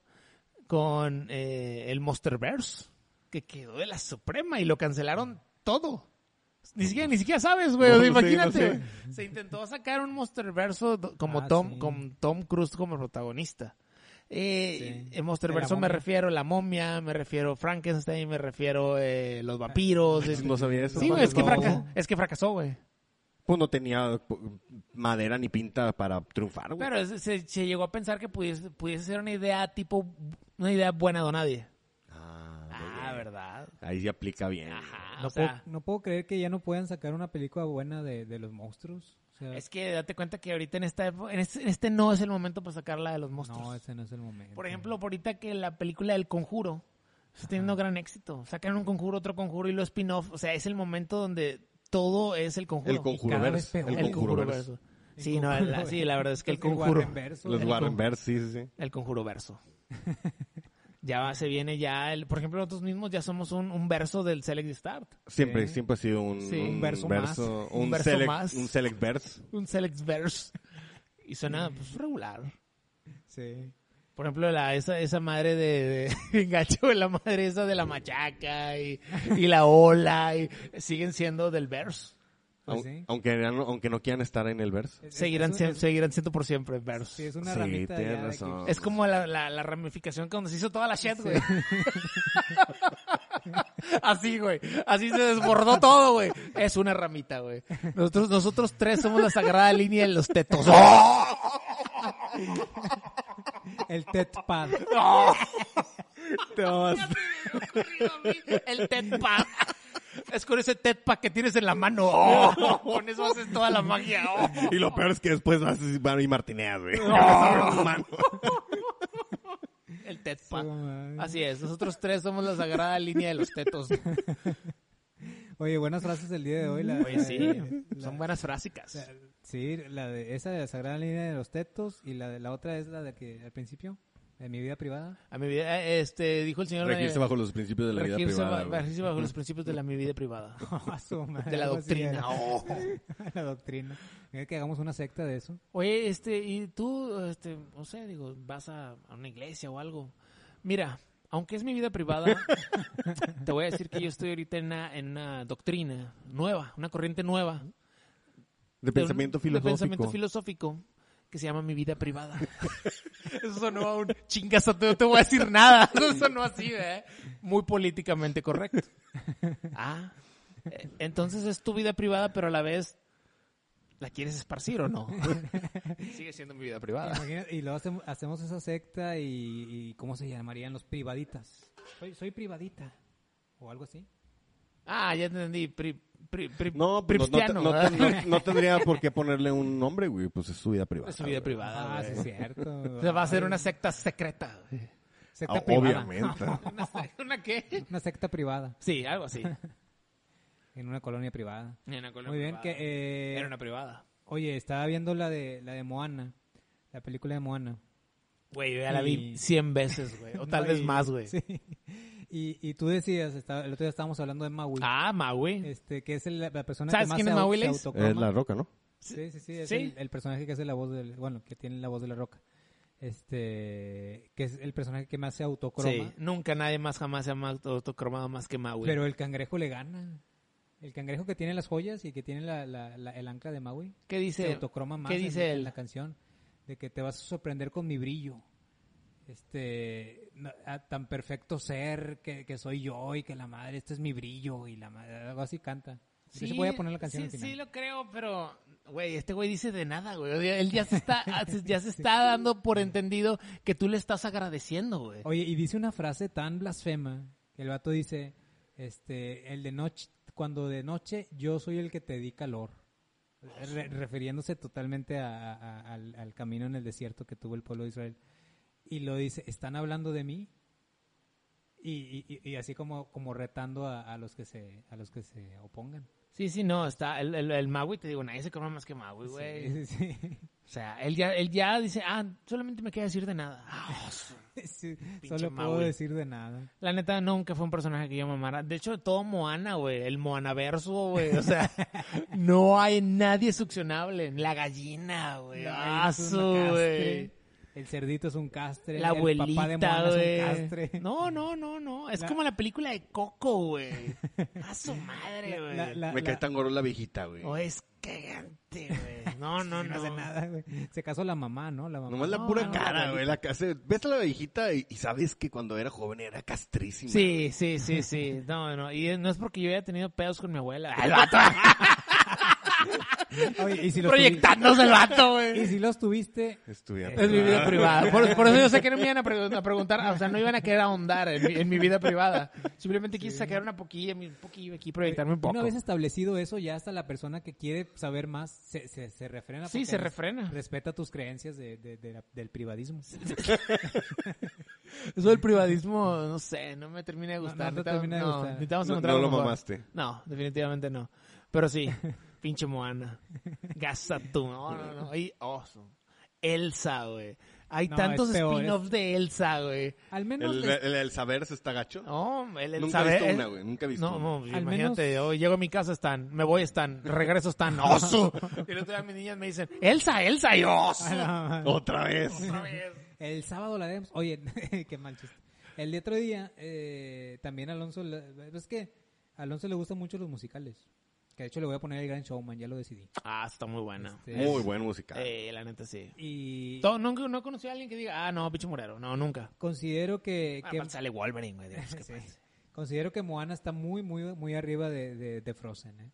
Speaker 4: con eh, el Monsterverse, que quedó de la Suprema y lo cancelaron todo. Ni siquiera, ni siquiera sabes, güey.
Speaker 3: No,
Speaker 4: o sea,
Speaker 3: no sé,
Speaker 4: imagínate.
Speaker 3: no sé.
Speaker 4: güey. Se intentó sacar un Monsterverse do- como
Speaker 5: Ah,
Speaker 4: Tom,
Speaker 5: sí.
Speaker 4: con Tom Cruise como protagonista. Eh,
Speaker 5: Sí.
Speaker 4: En Monsterverse
Speaker 5: De la
Speaker 4: me
Speaker 5: momia.
Speaker 4: refiero la momia, me refiero Frankenstein, me refiero eh, los vampiros. este-
Speaker 3: No sabía eso.
Speaker 4: Sí, güey, es que,
Speaker 5: Ah. No.
Speaker 4: fraca- es que fracasó, güey.
Speaker 3: Pues no tenía pu- madera ni pinta para triunfar, güey.
Speaker 4: Pero es- se, se llegó a pensar que pudiese, pudiese ser una idea tipo, una idea buena de nadie.
Speaker 3: Ah, muy
Speaker 4: Ah,
Speaker 3: bien.
Speaker 4: ¿verdad?
Speaker 3: Ahí se aplica bien.
Speaker 4: Ajá,
Speaker 5: No,
Speaker 4: o sea,
Speaker 5: puedo, no puedo creer que ya no puedan sacar una película buena de, de los monstruos. O sea,
Speaker 4: es que date cuenta que ahorita en esta epo- en este, en este no es el momento para sacar la de los monstruos.
Speaker 5: no, ese no es el momento.
Speaker 4: Por ejemplo, por ahorita que la película del conjuro está teniendo gran éxito. Sacan un conjuro, otro conjuro y los spin-off. O sea, es el momento donde todo es el conjuro.
Speaker 3: El conjuro
Speaker 5: vez
Speaker 3: verse.
Speaker 5: peor.
Speaker 3: El
Speaker 5: El
Speaker 3: conjuro verse.
Speaker 4: verso. Sí, no, la, sí, la verdad es que el
Speaker 5: Entonces,
Speaker 4: conjuro.
Speaker 5: Warnerverso.
Speaker 3: Los
Speaker 5: El
Speaker 3: Warner Verse, sí, sí, sí.
Speaker 4: El conjuro verso. ya va- se viene ya, el, por ejemplo, nosotros mismos ya somos un, un verso del Select Start.
Speaker 3: Siempre,
Speaker 5: Sí.
Speaker 3: siempre ha sido un,
Speaker 4: Sí.
Speaker 3: un
Speaker 4: Un
Speaker 5: verso
Speaker 3: verso- un,
Speaker 4: Un verso
Speaker 3: select,
Speaker 4: más.
Speaker 3: un select verse.
Speaker 4: Un Select Verse. Y suena pues, regular.
Speaker 5: Sí.
Speaker 4: Por ejemplo, la, esa, esa madre de, de engacho, la madre esa de la machaca y, y la ola, y, siguen siendo del verse.
Speaker 5: Pues
Speaker 3: Au-
Speaker 5: sí.
Speaker 3: aunque, no- aunque no quieran estar en el verse.
Speaker 5: Es-
Speaker 4: Seguirán,
Speaker 5: es-
Speaker 4: sien-
Speaker 5: es-
Speaker 4: seguirán siendo por siempre
Speaker 5: Sí,
Speaker 4: verse.
Speaker 5: es una
Speaker 3: Sí,
Speaker 5: ramita
Speaker 3: tienes
Speaker 5: ya de que-
Speaker 3: razón.
Speaker 4: Es como la, la, la ramificación cuando se hizo toda la shit, güey. Así, güey. Así se desbordó todo, güey. Es una ramita, güey. Nosotros, nosotros tres somos la sagrada línea de los tetos.
Speaker 3: ¡Oh!
Speaker 5: El Ted Pad.
Speaker 3: Te vas-
Speaker 4: ocurrido a mí? El Ted Pack. Es con ese Ted Pack que tienes en la mano. ¡Oh! Con eso haces toda la magia. ¡Oh!
Speaker 3: Y lo peor es que después vas a y martineas, güey.
Speaker 4: El Ted Pack.
Speaker 5: Sí, mamá.
Speaker 4: Así es, nosotros tres somos la sagrada línea de los tetos.
Speaker 5: Oye, buenas frases del día de hoy. La,
Speaker 4: Oye,
Speaker 5: la-
Speaker 4: sí,
Speaker 5: la-
Speaker 4: son buenas frásicas.
Speaker 5: Sí, la de esa de la Sagrada Línea de los Tetos y la de la otra es la de que al principio, de mi vida privada.
Speaker 4: A mi vida, eh, este, dijo el señor...
Speaker 3: Regirse
Speaker 4: eh,
Speaker 3: bajo los principios de la vida
Speaker 4: regirse
Speaker 3: privada,
Speaker 4: ba-
Speaker 3: güey.
Speaker 4: regirse bajo los principios de la mi vida privada.
Speaker 5: A su madre,
Speaker 4: De la
Speaker 5: algo así
Speaker 4: doctrina.
Speaker 5: era.
Speaker 4: ¡Oh!
Speaker 5: la doctrina. Mira que hagamos una secta de eso.
Speaker 4: Oye, este, y tú, este, no sé, digo, vas a, a una iglesia o algo. Mira, aunque es mi vida privada, te voy a decir que yo estoy ahorita en una, en una doctrina nueva, una corriente nueva.
Speaker 3: De pensamiento
Speaker 4: un- de
Speaker 3: filosófico.
Speaker 4: pensamiento filosófico que se llama mi vida privada. Eso sonó a un chingazo, no te voy a decir nada. Eso sonó así, ¿eh? Muy políticamente correcto. Ah, eh, entonces es tu vida privada, pero a la vez la quieres esparcir o no. Sigue siendo mi vida privada.
Speaker 5: Imagina- y luego hacemos, hacemos esa secta y, y ¿cómo se llamarían los privaditas? Soy, soy privadita. O algo así.
Speaker 4: Ah, ya entendí. Pri, pri- pri-
Speaker 3: No, pues, no, te-
Speaker 4: pripstiano,
Speaker 3: no te-
Speaker 4: ¿verdad?
Speaker 3: no- no tendría por qué ponerle un nombre, güey. Pues es su vida privada.
Speaker 4: Es su vida
Speaker 3: güey.
Speaker 4: privada.
Speaker 5: Ah, sí,
Speaker 4: güey.
Speaker 5: es cierto.
Speaker 4: O sea, va a ser una secta secreta. güey.
Speaker 5: secta
Speaker 3: Ah,
Speaker 5: privada.
Speaker 3: obviamente.
Speaker 4: ¿Una, se- una qué?
Speaker 5: Una secta privada
Speaker 4: Sí, algo así.
Speaker 5: en una colonia privada.
Speaker 4: Una colonia
Speaker 5: Muy bien,
Speaker 4: privada.
Speaker 5: que eh,
Speaker 4: Era una privada.
Speaker 5: Oye, estaba viendo la de la de Moana, la película de Moana.
Speaker 4: Güey, yo ya la vi
Speaker 5: Y-
Speaker 4: 100 veces, güey. O tal
Speaker 5: No,
Speaker 4: vez
Speaker 5: y-
Speaker 4: más, güey.
Speaker 5: Sí. Y, y tú decías, está- el otro día estábamos hablando de Maui,
Speaker 4: Ah, Maui.
Speaker 5: este, que es el- la persona
Speaker 4: ¿Sabes
Speaker 5: que más
Speaker 4: quién
Speaker 5: se,
Speaker 4: es
Speaker 5: au-
Speaker 4: Maui,
Speaker 5: se
Speaker 4: Leis?
Speaker 5: autoclama.
Speaker 3: Es la roca, ¿no?
Speaker 5: Sí, sí, sí, es
Speaker 4: Sí.
Speaker 5: El, el personaje que hace la voz del, bueno, que tiene la voz de la roca. Este, que es el personaje que más se autocroma,
Speaker 4: Sí, nunca nadie más jamás se ha más- autocromado más que Maui.
Speaker 5: pero el cangrejo le gana. El cangrejo que tiene las joyas y que tiene la- la- la- el ancla de Maui.
Speaker 4: ¿Qué
Speaker 5: se
Speaker 4: dice?
Speaker 5: autocroma más
Speaker 4: ¿Qué
Speaker 5: en-
Speaker 4: dice
Speaker 5: en,
Speaker 4: él?
Speaker 5: la canción de que te vas a sorprender con mi brillo este na- a- tan perfecto ser que, que soy yo y que la madre este es mi brillo y la madre algo así canta sí, se voy a poner la canción al
Speaker 4: sí,
Speaker 5: final
Speaker 4: sí lo creo, pero güey, este güey dice de nada, güey. O sea, Él ya se está ya se está dando por entendido que tú le estás agradeciendo, güey.
Speaker 5: oye y dice una frase tan blasfema que el vato dice este el de noche cuando de noche yo soy el que te di calor Re- refiriéndose totalmente a- a- a- al, al camino en el desierto que tuvo el pueblo de Israel. Y lo dice, ¿están hablando de mí? Y, y- y- y así como, como retando a, a los que se, a los que se opongan.
Speaker 4: Sí, sí, no, está el, el, el Maui, te digo, nadie se croma más que Maui, güey.
Speaker 5: Sí, sí, sí.
Speaker 4: O sea, él ya él ya dice, "Ah, solamente me queda decir de nada." Ah, su-
Speaker 5: Sí,
Speaker 4: Pinche
Speaker 5: solo puedo
Speaker 4: Maui.
Speaker 5: decir de nada.
Speaker 4: La neta, nunca fue un personaje que yo mamara. De hecho, todo Moana, güey. El Moanaverso, güey. O sea, no hay nadie succionable. La gallina, güey.
Speaker 5: Ay,
Speaker 4: Ah,
Speaker 5: es un
Speaker 4: su,
Speaker 5: castre.
Speaker 4: güey.
Speaker 5: El cerdito es un castre.
Speaker 4: La
Speaker 5: el papá de
Speaker 4: abuelita,
Speaker 5: Moana es un
Speaker 4: güey.
Speaker 5: castre.
Speaker 4: No, no, no, no. Es
Speaker 5: La-
Speaker 4: como la película de Coco, güey. A su madre, güey.
Speaker 5: La- la-
Speaker 3: Me cae
Speaker 5: la-
Speaker 3: tan gordo la viejita, güey.
Speaker 4: O es cagante, güey. No, no,
Speaker 5: no
Speaker 4: no.
Speaker 5: hace nada, güey. Se casó la mamá, ¿no? La mamá.
Speaker 3: Nomás la
Speaker 4: No,
Speaker 3: pura
Speaker 4: no,
Speaker 3: cara,
Speaker 4: no,
Speaker 3: güey. La casa. Ves a la viejita y, y sabes que cuando era joven era castrísima.
Speaker 4: Sí, sí, sí, sí. No, no. Y no es porque yo haya tenido pedos con mi abuela. El vato.
Speaker 5: Oye, y si los
Speaker 4: Proyectándose el vato,
Speaker 5: tuvi-
Speaker 4: güey.
Speaker 5: Y si los tuviste,
Speaker 3: Estudia.
Speaker 4: Es mi vida privada. Por, por eso yo sé que no me iban a, pre- a preguntar, o sea, no iban a querer ahondar en mi, en mi vida privada. Simplemente quise sacar una poquilla, mi- un poquillo aquí, proyectarme un poco.
Speaker 5: Una vez establecido eso, ya hasta la persona que quiere saber más se, se, se refrena.
Speaker 4: Sí,
Speaker 5: porque
Speaker 4: se
Speaker 5: res-
Speaker 4: refrena.
Speaker 5: Respeta tus creencias de, de- de la- del privadismo.
Speaker 4: Eso del privadismo, no sé, no me termina de
Speaker 5: No,
Speaker 4: gustar.
Speaker 5: no te termina de gustar.
Speaker 4: necesitamos
Speaker 3: No-
Speaker 4: encontrar
Speaker 3: no
Speaker 4: algo
Speaker 3: lo
Speaker 4: mejor.
Speaker 3: mamaste.
Speaker 4: No, definitivamente no. Pero sí, pinche Moana. Gasta tú. No, no, no. Y, oh, su- Elsa, güey. Hay
Speaker 5: No,
Speaker 4: tantos
Speaker 5: es peor,
Speaker 4: spin-offs de Elsa, güey.
Speaker 5: Al menos,
Speaker 3: El,
Speaker 4: pues-
Speaker 5: les-
Speaker 3: el- el saber se está gacho.
Speaker 4: No, el Elsa.
Speaker 3: Nunca he visto
Speaker 4: el-
Speaker 3: una, güey. Nunca he visto
Speaker 4: No,
Speaker 3: una.
Speaker 4: no, pues,
Speaker 5: Al
Speaker 4: imagínate,
Speaker 5: menos-
Speaker 4: hoy llego a mi casa, están, me voy, están, regreso, están, oso. Y el otro día mis niñas me dicen, Elsa, Elsa, y oso.
Speaker 5: Ah, no,
Speaker 3: Otra vez.
Speaker 4: Otra vez.
Speaker 5: el sábado la vemos. Oye, qué mal chiste. El de otro día, eh, también Alonso, le- es que a Alonso le gustan mucho los musicales. Que de hecho le voy a poner el Gran Showman, ya lo decidí.
Speaker 4: Ah, está muy buena.
Speaker 5: Este,
Speaker 3: Muy buen musical.
Speaker 4: Eh, la neta sí.
Speaker 5: Y
Speaker 4: To- nunca, no he conocido a alguien que diga, ah, no, pinche murero. No, nunca.
Speaker 5: considero que...
Speaker 4: Ah,
Speaker 5: que-
Speaker 4: aparte sale Wolverine, güey. Dios, qué
Speaker 5: Sí.
Speaker 4: pasa.
Speaker 5: Considero que Moana está muy, muy, muy arriba de, de, de Frozen, ¿eh?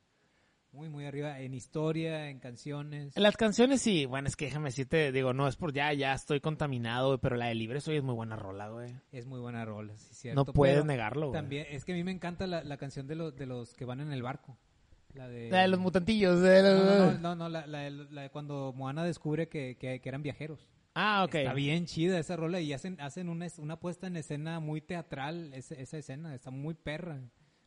Speaker 5: Muy, muy arriba en historia, en canciones.
Speaker 4: Las canciones sí, bueno, es que déjame decirte, digo, no es por ya, ya estoy contaminado, güey, pero la de Libre Soy es muy buena rola, güey.
Speaker 5: Es muy buena rola, sí, cierto.
Speaker 4: No puedes
Speaker 5: pero
Speaker 4: negarlo, güey.
Speaker 5: También, es que a mí me encanta la, la canción de, los de los que van en el barco. La de...
Speaker 4: La de los mutantillos. de
Speaker 5: eh, No,
Speaker 4: los-
Speaker 5: no, no, no, no, la, la de- la de cuando Moana descubre que, que- que eran viajeros.
Speaker 4: Ah, ok.
Speaker 5: Está bien chida esa rola y hacen, hacen una, es- una puesta en escena muy teatral, ese- esa escena, está muy perra.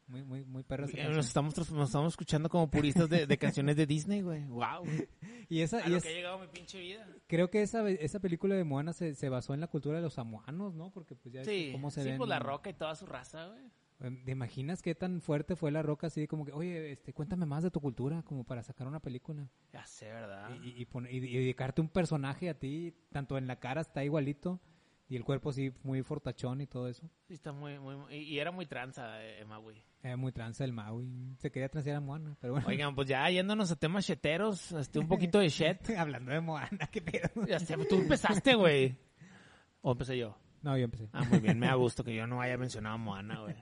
Speaker 5: Muy, muy, muy perra esa
Speaker 4: Eh,
Speaker 5: canción.
Speaker 4: Nos estamos, tras- nos estamos escuchando como puristas de, de canciones de Disney, güey. Wow.
Speaker 5: Y esa, y es-
Speaker 4: llegado mi pinche vida.
Speaker 5: creo que esa, esa película de Moana se, se basó en la cultura de los samoanos, ¿no? Porque pues ya ves
Speaker 4: Sí,
Speaker 5: cómo se
Speaker 4: sí,
Speaker 5: ven.
Speaker 4: pues la roca y toda su raza, güey.
Speaker 5: Em, ¿Te imaginas qué tan fuerte fue la roca así como que, oye, este, cuéntame más de tu cultura como para sacar una película?
Speaker 4: Ya sé, ¿verdad?
Speaker 5: Y, y- y pon- y- y dedicarte un personaje a ti, tanto en la cara está igualito y el cuerpo así muy fortachón y todo eso.
Speaker 4: Sí, está muy, muy, muy- y era muy tranza, eh, Emma, güey.
Speaker 5: Era muy tranza el Maui. Se quería transear a Moana, pero bueno.
Speaker 4: Oigan, pues ya yéndonos a temas cheteros, este, un poquito de shet.
Speaker 5: Hablando de Moana, qué pedo.
Speaker 4: Ya sé, pues, tú empezaste, güey. O empecé yo.
Speaker 5: No, yo empecé.
Speaker 4: Ah, muy bien, me da gusto que yo no haya mencionado a Moana, güey.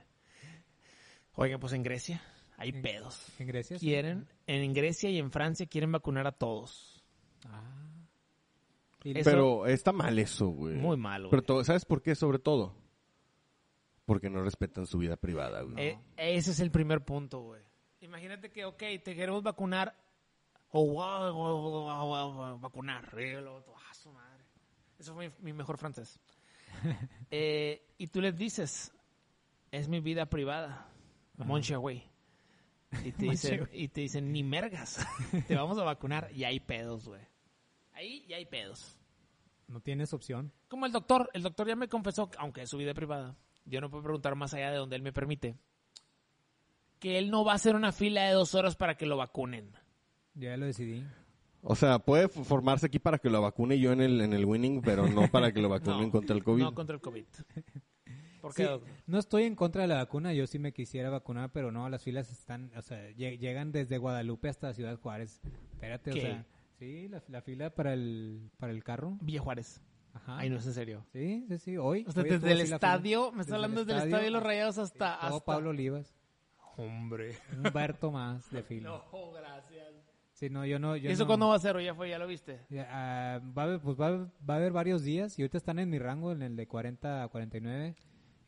Speaker 4: Oigan, pues en Grecia hay pedos.
Speaker 5: ¿En Grecia? sí?
Speaker 4: Quieren, en Grecia y en Francia quieren vacunar a todos.
Speaker 5: Ah. Y-
Speaker 4: Es- Eso-
Speaker 3: Pero está mal eso, güey.
Speaker 4: Muy mal, güey.
Speaker 3: Pero to- ¿sabes por qué? Sobre todo. Porque no respetan su vida privada, güey.
Speaker 4: Eh, ese es el primer punto, güey. Imagínate que, ok, te queremos vacunar. O wow, wow, wow, wow, wow, wow, vacunar. eh, lo otro, ah, su madre. Eso fue mi, mi mejor francés. Eh, y tú les dices, es mi vida privada. Moncha, güey. Y te dicen, y te dicen, ni mergas. te vamos a vacunar. Y hay pedos, güey. Ahí ya hay pedos.
Speaker 5: No tienes opción.
Speaker 4: Como el doctor, el doctor ya me confesó, aunque es su vida privada, yo no puedo preguntar más allá de donde él me permite, que él no va a hacer una fila de dos horas para que lo vacunen.
Speaker 5: Yo ya lo decidí.
Speaker 3: O sea, puede f- formarse aquí para que lo vacune yo en el, en el winning, pero no para que lo vacunen
Speaker 4: No,
Speaker 3: contra el COVID.
Speaker 4: No, contra el COVID. ¿Por qué,
Speaker 5: Sí,
Speaker 4: doctor?
Speaker 5: no estoy en contra de la vacuna, yo sí me quisiera vacunar, pero no, las filas están, o sea, lle- llegan desde Guadalupe hasta Ciudad Juárez. Espérate,
Speaker 4: ¿Qué?
Speaker 5: o sea, sí, la, la fila para el para el carro.
Speaker 4: Villa Juárez.
Speaker 5: Ajá.
Speaker 4: Ay, no es en serio.
Speaker 5: Sí, sí, sí, hoy.
Speaker 4: O sea,
Speaker 5: hoy
Speaker 4: desde
Speaker 5: estuvo
Speaker 4: el
Speaker 5: así la fila.
Speaker 4: estadio, me está hablando desde el estadio de los Rayados hasta...
Speaker 5: todo
Speaker 4: hasta-
Speaker 5: Pablo Olivas,
Speaker 4: Hombre.
Speaker 5: Humberto más de fila.
Speaker 4: No, gracias.
Speaker 5: Sí, no, yo no,
Speaker 4: ¿Y
Speaker 5: yo
Speaker 4: eso
Speaker 5: no-
Speaker 4: cuándo va a ser? ¿O ya fue? ¿Ya lo viste?
Speaker 5: Ya, ah, va a haber, pues va, a haber- va a haber varios días y ahorita están en mi rango, en el de 40 a 49.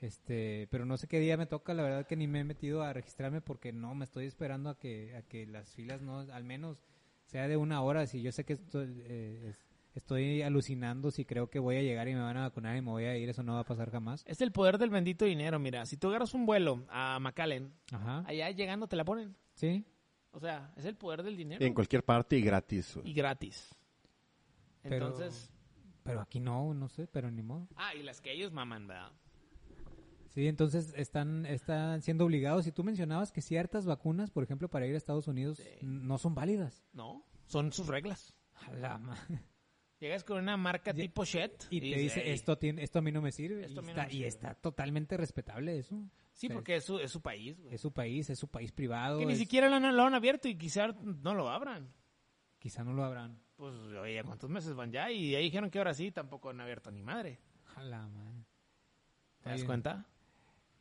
Speaker 5: Este, pero no sé qué día me toca, la verdad que ni me he metido a registrarme porque no, me estoy esperando a que, a que las filas no, al menos sea de una hora. Si yo sé que estoy, eh, es- estoy alucinando, si creo que voy a llegar y me van a vacunar y me voy a ir, eso no va a pasar jamás.
Speaker 4: Es el poder del bendito dinero, mira. Si tú agarras un vuelo a McAllen,
Speaker 5: Ajá,
Speaker 4: allá llegando te la ponen.
Speaker 5: sí.
Speaker 4: O sea, es el poder del dinero.
Speaker 3: Y en cualquier parte y gratis, güey.
Speaker 4: y gratis.
Speaker 5: Pero-
Speaker 4: Entonces,
Speaker 5: Pero aquí no, no sé, pero ni modo.
Speaker 4: ah, y las que ellos maman, ¿verdad?
Speaker 5: Sí, entonces están, están siendo obligados. Y tú mencionabas que ciertas vacunas, por ejemplo, para ir a Estados Unidos,
Speaker 4: Sí.
Speaker 5: n- no son válidas.
Speaker 4: No, son sus reglas.
Speaker 5: A la ma-
Speaker 4: Llegas con una marca
Speaker 5: Ye-
Speaker 4: tipo Shed
Speaker 5: Y te dice,
Speaker 4: "Ey".
Speaker 5: esto, tiene, esto a mí no me sirve.
Speaker 4: Esto a
Speaker 5: y,
Speaker 4: mí no
Speaker 5: está,
Speaker 4: me
Speaker 5: y
Speaker 4: sirve.
Speaker 5: está totalmente respetable eso.
Speaker 4: Sí,
Speaker 5: O sea,
Speaker 4: porque es su, es su país, güey.
Speaker 5: Es su país, es su país privado.
Speaker 4: que ni
Speaker 5: es-
Speaker 4: siquiera lo han, lo han abierto y quizá no lo abran.
Speaker 5: Quizá no lo habrán.
Speaker 4: Pues, oye, ¿cuántos meses van ya? Y ahí dijeron que ahora sí tampoco han abierto ni madre.
Speaker 5: A la madre.
Speaker 4: ¿Te das
Speaker 5: Oye,
Speaker 4: cuenta?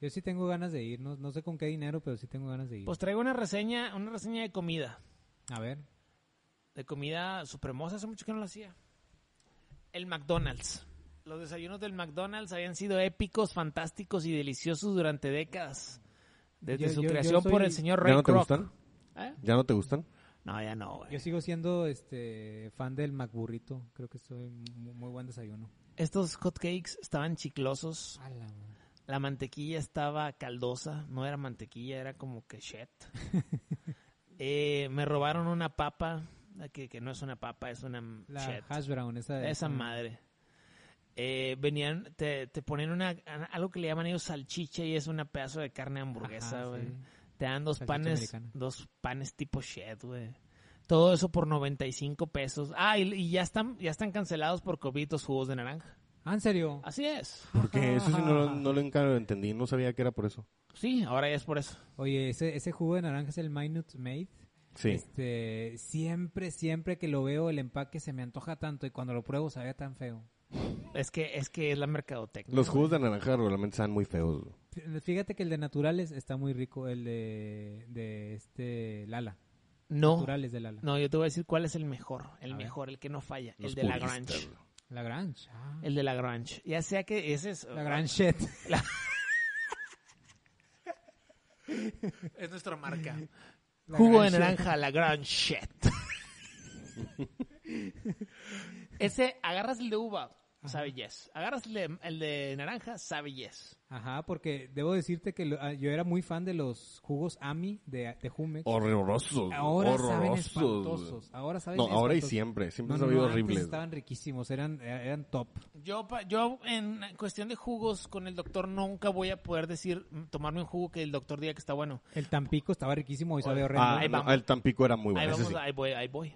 Speaker 5: Yo sí tengo ganas de ir. No, no sé con qué dinero, pero sí tengo ganas de ir.
Speaker 4: Pues traigo una reseña, una reseña de comida.
Speaker 5: a ver.
Speaker 4: de comida super hermosa, hace mucho que no lo hacía. El McDonald's. Los desayunos del McDonald's habían sido épicos, fantásticos y deliciosos durante décadas. Desde
Speaker 5: Yo-
Speaker 4: su
Speaker 5: yo- yo
Speaker 4: creación por
Speaker 5: soy-
Speaker 4: el señor Ray
Speaker 3: ¿Ya no te
Speaker 4: Kroc.
Speaker 3: gustan?
Speaker 4: ¿Eh?
Speaker 3: ¿Ya no te gustan?
Speaker 4: No, ya no, güey.
Speaker 5: Yo sigo siendo este fan del McBurrito. Creo que soy muy, muy buen desayuno.
Speaker 4: Estos hotcakes estaban chiclosos,
Speaker 5: A la madre.
Speaker 4: la mantequilla estaba caldosa, no era mantequilla, era como que shit. Eh, me robaron una papa, que, que no es una papa, es una
Speaker 5: La
Speaker 4: shit.
Speaker 5: hash brown, esa.
Speaker 4: Esa madre. Eh, venían, te, te ponen una, algo que le llaman ellos salchicha y es una pedazo de carne de hamburguesa,
Speaker 5: Ajá,
Speaker 4: güey.
Speaker 5: sí.
Speaker 4: Te dan dos
Speaker 5: Salchicha
Speaker 4: panes,
Speaker 5: americana.
Speaker 4: dos panes tipo shed, güey. Todo eso por 95 pesos. Ah, y, y ya están, ya están cancelados por COVID los jugos de naranja.
Speaker 5: Ah, ¿en serio?
Speaker 4: Así es.
Speaker 3: Porque eso sí no, lo- no lo enca- entendí, no sabía que era por eso.
Speaker 4: Sí, ahora ya es por eso.
Speaker 5: Oye, ese, ese jugo de naranja es el Minute Maid.
Speaker 3: Sí.
Speaker 5: Este, siempre, siempre que lo veo, el empaque se me antoja tanto y cuando lo pruebo sabía tan feo.
Speaker 4: Es que, es que es la mercadotecnia.
Speaker 3: Los jugos de naranja regularmente están muy feos. güey.
Speaker 5: Fí- Fíjate que el de naturales está muy rico, el de, de este Lala.
Speaker 4: No,
Speaker 5: naturales del ala.
Speaker 4: Oh. no, yo te voy a decir cuál es el mejor, el
Speaker 5: A ver.
Speaker 4: mejor, el que no falla,
Speaker 3: Los
Speaker 4: el de la
Speaker 3: puristas,
Speaker 4: Grange.
Speaker 3: güey.
Speaker 5: La Grange. ah.
Speaker 4: El de la Grange. Ya sea que ese es...
Speaker 5: La Grange.
Speaker 4: Es nuestra marca.
Speaker 5: La
Speaker 4: Jugo de
Speaker 5: Grange.
Speaker 4: naranja, la gran shit. Ese, agarras el de uva, sabe yes. Agarras el de, el de naranja, sabe yes.
Speaker 5: Ajá, porque debo decirte que lo- ah, yo era muy fan de los jugos AMI de, de Jumex.
Speaker 3: Horrorosos.
Speaker 5: ahora saben
Speaker 3: horrorosos.
Speaker 5: espantosos. Ahora saben
Speaker 3: No, ahora y
Speaker 5: espantosos.
Speaker 3: siempre. Siempre
Speaker 5: No,
Speaker 3: han
Speaker 5: no,
Speaker 3: sabido
Speaker 5: no, antes
Speaker 3: horribles.
Speaker 5: Estaban riquísimos, eran, eran top.
Speaker 4: Yo, pa- yo, en cuestión de jugos, con el doctor nunca voy a poder decir, mm, tomarme un jugo que el doctor diga que está bueno.
Speaker 5: El Tampico estaba riquísimo y sabe horrible.
Speaker 3: Ah,
Speaker 4: Ahí
Speaker 3: no,
Speaker 4: vamos.
Speaker 3: el Tampico era muy
Speaker 4: ahí
Speaker 3: bueno. ese
Speaker 4: vamos,
Speaker 3: sí.
Speaker 4: ahí voy, ahí voy.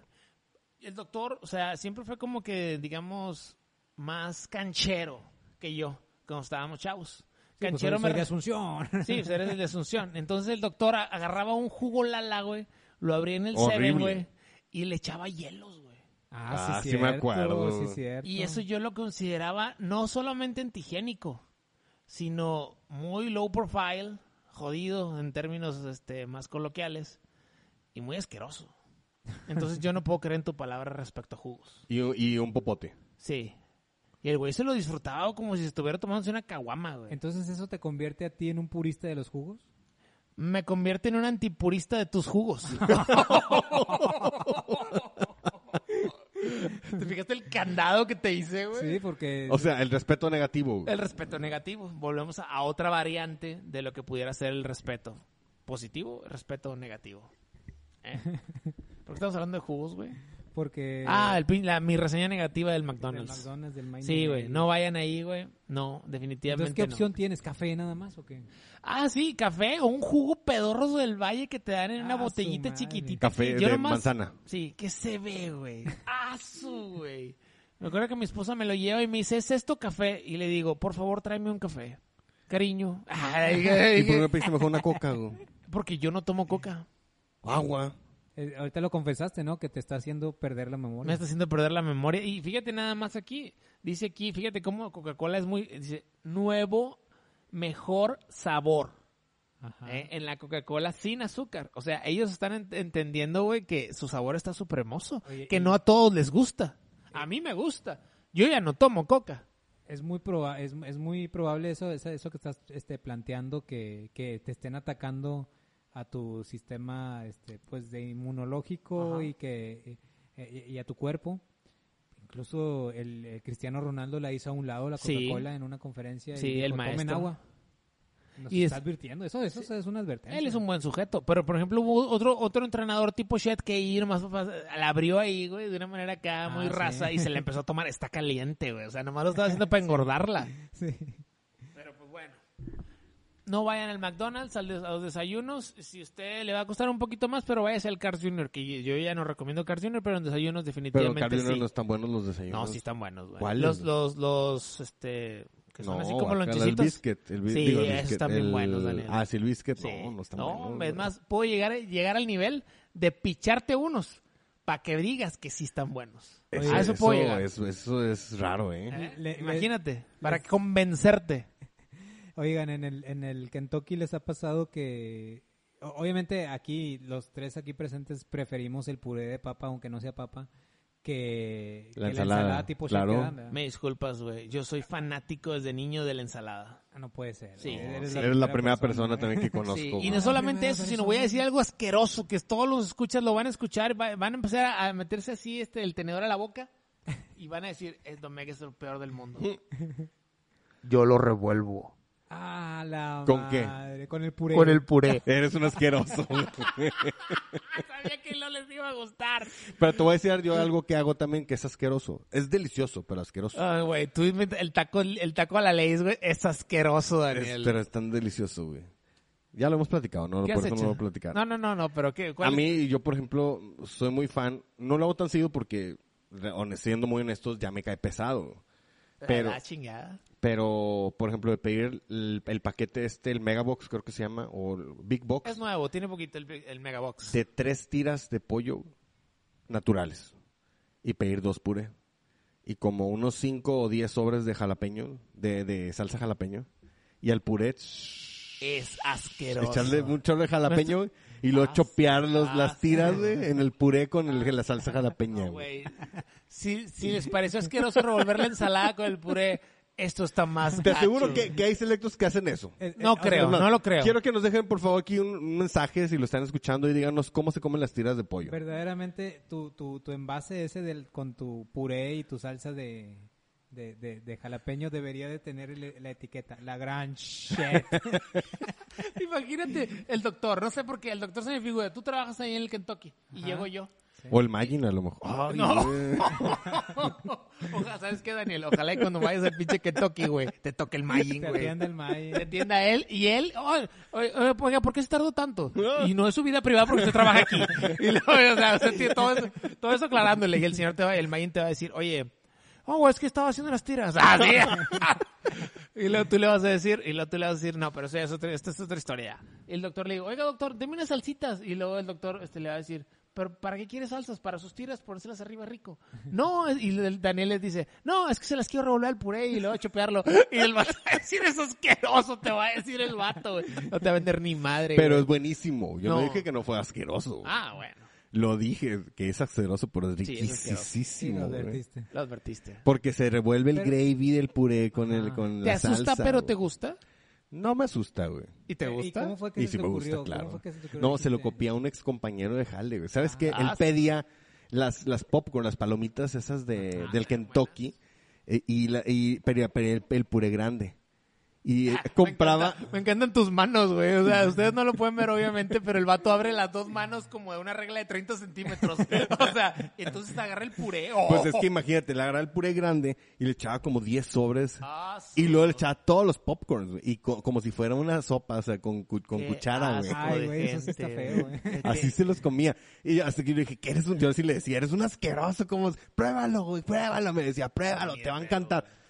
Speaker 4: El doctor, o sea, siempre fue como que, digamos, más canchero que yo, cuando estábamos chavos.
Speaker 5: Sí, pues,
Speaker 4: Canchero me
Speaker 5: soy- soy de
Speaker 4: re-
Speaker 5: Asunción.
Speaker 4: Sí, pues eres el de Asunción. Entonces el doctor a- agarraba un jugo lala, güey, lo abría en el
Speaker 3: Horrible.
Speaker 4: Seven, güey, y le echaba hielos, güey.
Speaker 5: Ah,
Speaker 3: Ah,
Speaker 5: sí,
Speaker 3: sí me
Speaker 5: cierto,
Speaker 3: acuerdo.
Speaker 5: sí, cierto.
Speaker 4: Y eso yo lo consideraba no solamente antihigiénico, sino muy low profile, jodido en términos este, más coloquiales, y muy asqueroso. Entonces yo no puedo creer en tu palabra respecto a jugos.
Speaker 3: Y, un- y un popote.
Speaker 4: Sí. Y el güey se lo disfrutaba como si estuviera tomándose una caguama, güey.
Speaker 5: Entonces, ¿eso te convierte a ti en un purista de los jugos?
Speaker 4: Me convierte en un antipurista de tus jugos. ¿Te fijaste el candado que te hice, güey?
Speaker 5: Sí, porque
Speaker 3: Pues, O sea, el respeto negativo. güey.
Speaker 4: El respeto negativo. Volvemos a, a otra variante de lo que pudiera ser el respeto. Positivo, respeto negativo. ¿Eh? ¿Por qué estamos hablando de jugos, güey?
Speaker 5: porque
Speaker 4: ah, el pin- la- mi reseña negativa del
Speaker 5: Eh, del
Speaker 4: McDonald's.
Speaker 5: McDonald's del Mind
Speaker 4: Sí, güey.
Speaker 5: Valley.
Speaker 4: No vayan ahí, güey. No,
Speaker 5: Entonces,
Speaker 4: definitivamente
Speaker 5: ¿qué
Speaker 4: no.
Speaker 5: opción tienes? ¿Café nada más o qué?
Speaker 4: Ah, sí, café o un jugo pedorroso del valle que te dan en una
Speaker 5: Ah, su
Speaker 4: botellita
Speaker 5: madre.
Speaker 4: chiquitita.
Speaker 3: Café
Speaker 4: que
Speaker 3: de
Speaker 4: nomás-
Speaker 3: manzana.
Speaker 4: Sí, que se ve, güey. Ah, su, güey. Me acuerdo que mi esposa me lo lleva y me dice, ¿es esto café? Y le digo, por favor, tráeme un café. Cariño. Ay,
Speaker 3: ¿Y por qué
Speaker 4: güey.
Speaker 3: me pediste mejor una coca, güey?
Speaker 4: Porque yo no tomo coca.
Speaker 3: Agua.
Speaker 5: Eh, ahorita lo confesaste, ¿no? Que te está haciendo perder la
Speaker 4: Me
Speaker 5: memoria.
Speaker 4: está haciendo perder la memoria. Y fíjate nada más aquí. Dice aquí, fíjate cómo Coca-Cola es muy... Dice, nuevo, mejor sabor.
Speaker 5: Ajá.
Speaker 4: ¿eh? en la Coca-Cola sin azúcar. O sea, ellos están ent- entendiendo, güey, que su sabor está súper hermoso.
Speaker 5: Oye,
Speaker 4: que
Speaker 5: y-
Speaker 4: no a todos les gusta. A mí me gusta. Yo ya no tomo coca.
Speaker 5: Es muy, proba es, es muy probable eso, esa- eso que estás este, planteando, que, que te estén atacando a tu sistema este, pues de inmunológico
Speaker 4: Ajá.
Speaker 5: y, que, eh, y, y a tu cuerpo. Incluso el, eh, Cristiano Ronaldo la hizo a un lado la
Speaker 4: Sí.
Speaker 5: Coca-Cola en una conferencia
Speaker 4: Sí,
Speaker 5: y dijo,
Speaker 4: el
Speaker 5: tomen
Speaker 4: maestro".
Speaker 5: agua. Nos
Speaker 4: Y
Speaker 5: está
Speaker 4: es-
Speaker 5: advirtiendo. Eso, eso es una advertencia.
Speaker 4: Él es un buen sujeto. Pero, por ejemplo, hubo otro, otro entrenador tipo Shed que ahí nomás pa- la abrió ahí, güey, de una manera acá muy
Speaker 5: Ah, sí.
Speaker 4: rasa y se la empezó a tomar. Está caliente, güey. O sea, nomás lo estaba haciendo para engordarla.
Speaker 5: Sí.
Speaker 4: Pero pues bueno. No vayan al McDonald's, al des- a los desayunos. Si usted le va a costar un poquito más, pero váyase al Carl Jr., que yo ya no recomiendo Carl Jr., pero en desayunos
Speaker 3: Pero
Speaker 4: definitivamente
Speaker 3: Carl Jr.
Speaker 4: sí.
Speaker 3: no están buenos los
Speaker 4: No,
Speaker 3: desayunos.
Speaker 4: sí están buenos, güey.
Speaker 3: ¿Cuáles,
Speaker 4: Los,
Speaker 3: güey?
Speaker 4: los, los, este, que son
Speaker 3: No,
Speaker 4: así como
Speaker 3: acá El
Speaker 4: lonchecitos.
Speaker 3: biscuit. El bi-
Speaker 4: Sí,
Speaker 3: digo, el
Speaker 4: esos
Speaker 3: biscuit,
Speaker 4: están bien
Speaker 3: el-
Speaker 4: buenos, Daniel.
Speaker 3: Ah, sí, el biscuit.
Speaker 4: Sí.
Speaker 3: No, no están
Speaker 4: No,
Speaker 3: buenos.
Speaker 4: hombre, es más, puedo llegar, llegar al nivel de picharte unos para que digas que sí están buenos.
Speaker 3: Eso,
Speaker 4: a eso, puedo
Speaker 3: eso
Speaker 4: llegar.
Speaker 3: es- eso es raro, ¿eh?
Speaker 4: ¿Eh?
Speaker 5: Le- le-
Speaker 4: Imagínate, para convencerte.
Speaker 5: Oigan, en el, en el Kentucky les ha pasado que... o- Obviamente aquí, los tres aquí presentes preferimos el puré de papa, aunque no sea papa, que que
Speaker 3: La ensalada,
Speaker 5: tipo
Speaker 3: claro.
Speaker 5: shakedown, ¿verdad?
Speaker 4: Me disculpas, güey. Yo soy fanático desde niño de la ensalada.
Speaker 5: Ah, No puede ser.
Speaker 4: Sí.
Speaker 3: Eres, la primera persona, también que conozco.
Speaker 4: Sí,
Speaker 3: güey.
Speaker 4: y no solamente
Speaker 5: primera
Speaker 4: eso, sino
Speaker 5: persona.
Speaker 4: voy a decir algo asqueroso que todos los escuchas lo van a escuchar, va- van a empezar a- a meterse así este el tenedor a la boca y van a decir, es Don Mega es el peor del mundo. Yo lo revuelvo
Speaker 5: Ah, la
Speaker 3: ¿Con qué?
Speaker 5: madre, Con el puré. Eh,
Speaker 4: puré.
Speaker 3: Eres un asqueroso. güey.
Speaker 4: Ah, Sabía que no les iba a gustar.
Speaker 3: pero te voy a decir yo algo que hago también que es asqueroso. Es delicioso, pero asqueroso.
Speaker 4: Ay, güey, tú inventa- el taco el taco a la ley, güey, es asqueroso,
Speaker 3: Es-
Speaker 4: Daniel.
Speaker 3: pero es tan delicioso, güey. Ya lo hemos platicado, ¿no?
Speaker 4: ¿Qué
Speaker 3: Por
Speaker 4: has
Speaker 3: eso no
Speaker 4: hecho?
Speaker 3: lo voy a platicar.
Speaker 4: No, no, no, no, pero qué
Speaker 3: a
Speaker 4: ¿Cuál es?
Speaker 3: mí, yo, por ejemplo, soy muy fan. No lo hago tan seguido porque, re- honest- siendo muy honestos, ya me cae pesado.
Speaker 4: Ah,
Speaker 3: pero-
Speaker 4: la chingada.
Speaker 3: Pero, por ejemplo, de pedir el, el paquete este, el Megabox, creo que se llama, o el Big Box,
Speaker 4: Es nuevo, tiene poquito el, el Megabox.
Speaker 3: de tres tiras de pollo naturales y pedir dos puré. Y como unos cinco o diez sobres de jalapeño, de, de salsa jalapeño. Y al puré, shh,
Speaker 4: es asqueroso.
Speaker 3: Echarle un chorro de jalapeño güey, y luego
Speaker 4: Ah,
Speaker 3: chopear los-
Speaker 4: ah,
Speaker 3: las tiras, güey, en el puré con el- la salsa jalapeña,
Speaker 4: No,
Speaker 3: güey.
Speaker 4: güey. Si, si les pareció asqueroso revolver la ensalada con el puré, esto está más
Speaker 3: Te
Speaker 4: gacho,
Speaker 3: aseguro
Speaker 4: güey.
Speaker 3: que, que hay selectos que hacen eso.
Speaker 5: Eh, eh,
Speaker 4: No
Speaker 5: o sea,
Speaker 4: creo,
Speaker 3: Es más,
Speaker 4: no lo creo.
Speaker 3: Quiero que nos dejen, por favor, aquí un, un mensaje si lo están escuchando y díganos cómo se comen las tiras de pollo.
Speaker 5: Verdaderamente, tu, tu, tu envase ese del, con tu puré y tu salsa de, de, de- de jalapeño debería de tener el- la etiqueta, la gran chef.
Speaker 4: Imagínate el doctor, no sé por qué, el doctor se me figura, tú trabajas ahí en el Kentucky y llego yo.
Speaker 3: O el Magin, a lo mejor. Ay,
Speaker 4: No.
Speaker 3: güey.
Speaker 4: Ojalá, ¿sabes qué, Daniel? Ojalá y cuando vayas al pinche Kentucky, güey, te toque el Mayín,
Speaker 5: Te
Speaker 4: güey.
Speaker 5: atiende el maíz.
Speaker 4: Te atienda él y él, "Oye, oye, oye, oiga, ¿por qué se tardó tanto? Y no es su vida privada porque usted trabaja aquí. Y luego, o sea, usted tiene todo eso, todo eso aclarándole y el señor te va, el Mayín te va a decir, oye, oh, güey, es que estaba haciendo las tiras. Ah, sí. y luego tú le vas a decir, y luego tú le vas a decir, no, pero eso ya es otra, esta es otra historia. Y el doctor le digo, oiga, doctor, deme unas salsitas. Y luego el doctor este, le va a decir, pero ¿para qué quiere salsas? Para sus tiras, ponérselas arriba rico. No, es- y el Daniel les dice, no, es que se las quiero revolver al puré y luego chopearlo. Y el vato va a decir, es asqueroso, te va a decir el vato, güey. No te va a vender ni madre,
Speaker 3: Pero
Speaker 4: güey.
Speaker 3: es buenísimo. Yo no.
Speaker 4: No.
Speaker 3: dije que no fue asqueroso. güey.
Speaker 4: Ah, bueno,
Speaker 3: Lo dije, que es asqueroso, pero es
Speaker 4: Sí, es asqueroso.
Speaker 5: Sí,
Speaker 3: riquísimo.
Speaker 5: lo
Speaker 3: güey.
Speaker 5: advertiste.
Speaker 4: lo advertiste.
Speaker 3: Porque se revuelve el
Speaker 5: Pero- Ah.
Speaker 3: gravy del puré con, el, con
Speaker 4: Te
Speaker 3: la
Speaker 4: asusta,
Speaker 3: salsa,
Speaker 4: pero
Speaker 3: güey.
Speaker 4: te gusta.
Speaker 3: No me asusta, güey.
Speaker 4: ¿Y te
Speaker 5: ¿Y
Speaker 4: gusta?
Speaker 5: cómo fue que
Speaker 3: Y
Speaker 5: se
Speaker 3: sí
Speaker 5: te
Speaker 3: me
Speaker 5: ocurrió?
Speaker 3: gusta,
Speaker 5: ¿Cómo
Speaker 3: claro.
Speaker 5: fue que se te ocurrió
Speaker 3: no,
Speaker 5: el
Speaker 3: se lo
Speaker 5: chiste?
Speaker 3: copié a un ex compañero de Halle, güey. ¿Sabes qué? Él
Speaker 4: Ah, sí. Ah,
Speaker 3: pedía las, las popcorn, las palomitas esas de, del Kentucky eh, y, la- y pedía, pedía el, el puré grande. Y eh,
Speaker 4: Ah, Me,
Speaker 3: compraba...
Speaker 4: encanta- me encantan tus manos, güey. O sea, ustedes no lo pueden ver, obviamente, pero el vato abre las dos manos como de una regla de 30 centímetros. O sea, entonces agarra el puré. ¡oh!
Speaker 3: Pues es que imagínate, le agarraba el puré grande y le echaba como 10 sobres.
Speaker 4: Ah, sí.
Speaker 3: Y luego le echaba todos los popcorns, güey. Y co- como si fuera una sopa, o sea, con, cu- con
Speaker 4: Qué
Speaker 3: cuchara, güey.
Speaker 4: asco
Speaker 5: Ay,
Speaker 4: de
Speaker 5: güey, eso sí está
Speaker 4: gente,
Speaker 5: feo, güey.
Speaker 3: Así se los comía. Y hasta que yo dije, que eres un? Yo sí le decía, eres un asqueroso, como, pruébalo, güey, pruébalo. Me decía, pruébalo, te va a encantar.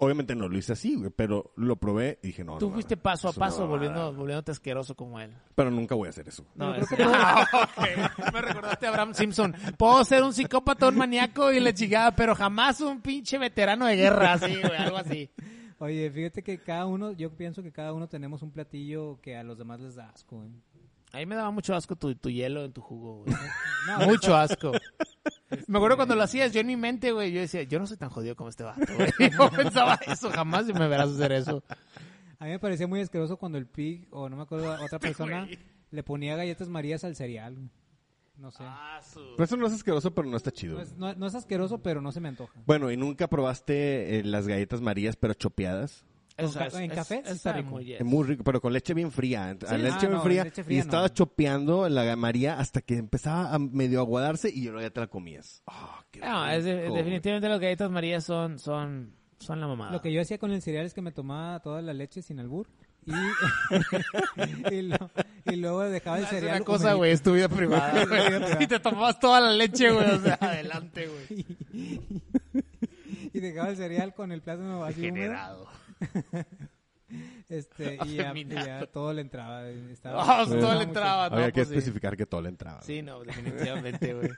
Speaker 3: Obviamente no lo hice así, güey, pero lo probé y dije, no.
Speaker 4: Tú
Speaker 3: no,
Speaker 4: fuiste
Speaker 3: no,
Speaker 4: paso a
Speaker 3: es una
Speaker 4: paso
Speaker 3: mamada.
Speaker 4: volviendo, volviéndote asqueroso como él.
Speaker 3: Pero nunca voy a hacer eso.
Speaker 4: No, es- Ok, Me recordaste a Abraham Simpson. Puedo ser un psicópata, un maníaco y la chingada, pero jamás un pinche veterano de guerra, así, güey, algo así.
Speaker 5: Oye, fíjate que cada uno, yo pienso que cada uno tenemos un platillo que a los demás les da asco, güey.
Speaker 4: A mí me daba mucho asco tu, tu hielo en tu jugo, güey.
Speaker 5: No,
Speaker 4: Mucho asco. Me acuerdo cuando lo hacías, yo en mi mente, güey, yo decía, yo no soy tan jodido como este vato, güey. Yo pensaba eso, jamás me verás hacer eso.
Speaker 5: A mí me parecía muy asqueroso cuando el pig, o no me acuerdo, otra persona
Speaker 4: Este güey.
Speaker 5: le ponía galletas marías al cereal. güey. No sé.
Speaker 4: Ah.
Speaker 3: Pero eso no es asqueroso, pero no está chido.
Speaker 5: No es, no- no es asqueroso, pero no se me antoja.
Speaker 3: Bueno, ¿y nunca probaste eh, las galletas marías, pero chopeadas?
Speaker 5: ca- en café sí está rico.
Speaker 4: muy-
Speaker 3: Es Muy rico, pero con leche bien fría. A leche,
Speaker 5: Ah,
Speaker 3: bien
Speaker 5: no,
Speaker 3: fría
Speaker 5: leche
Speaker 3: Y
Speaker 5: fría no.
Speaker 3: estaba chopeando la María hasta que empezaba a medio aguadarse y luego ya te la comías. Ah, qué
Speaker 4: No, es de-
Speaker 3: rico, güey.
Speaker 4: definitivamente las galletas María son, son, son la mamada.
Speaker 5: Lo que yo hacía con el cereal es que me tomaba toda la leche sin albur y, y, lo- y luego dejaba el
Speaker 4: es
Speaker 5: cereal.
Speaker 4: una cosa,
Speaker 5: humedito.
Speaker 4: güey, es tu vida privada.
Speaker 5: vida
Speaker 4: güey.
Speaker 5: privada.
Speaker 4: Si te tomabas toda la leche, güey, o sea, adelante, güey.
Speaker 5: Y dejaba el cereal con el plátano así húmedo.
Speaker 4: Generado.
Speaker 5: Este, y, ya, y ya
Speaker 4: Afeminado.
Speaker 5: todo le entraba. Estaba,
Speaker 4: Ah,
Speaker 5: me
Speaker 4: todo
Speaker 5: gustaba
Speaker 4: le
Speaker 5: mucho.
Speaker 4: entraba,
Speaker 3: Había
Speaker 4: no,
Speaker 3: que
Speaker 4: pues, sí.
Speaker 3: especificar que todo le entraba.
Speaker 4: Sí, no, definitivamente, güey.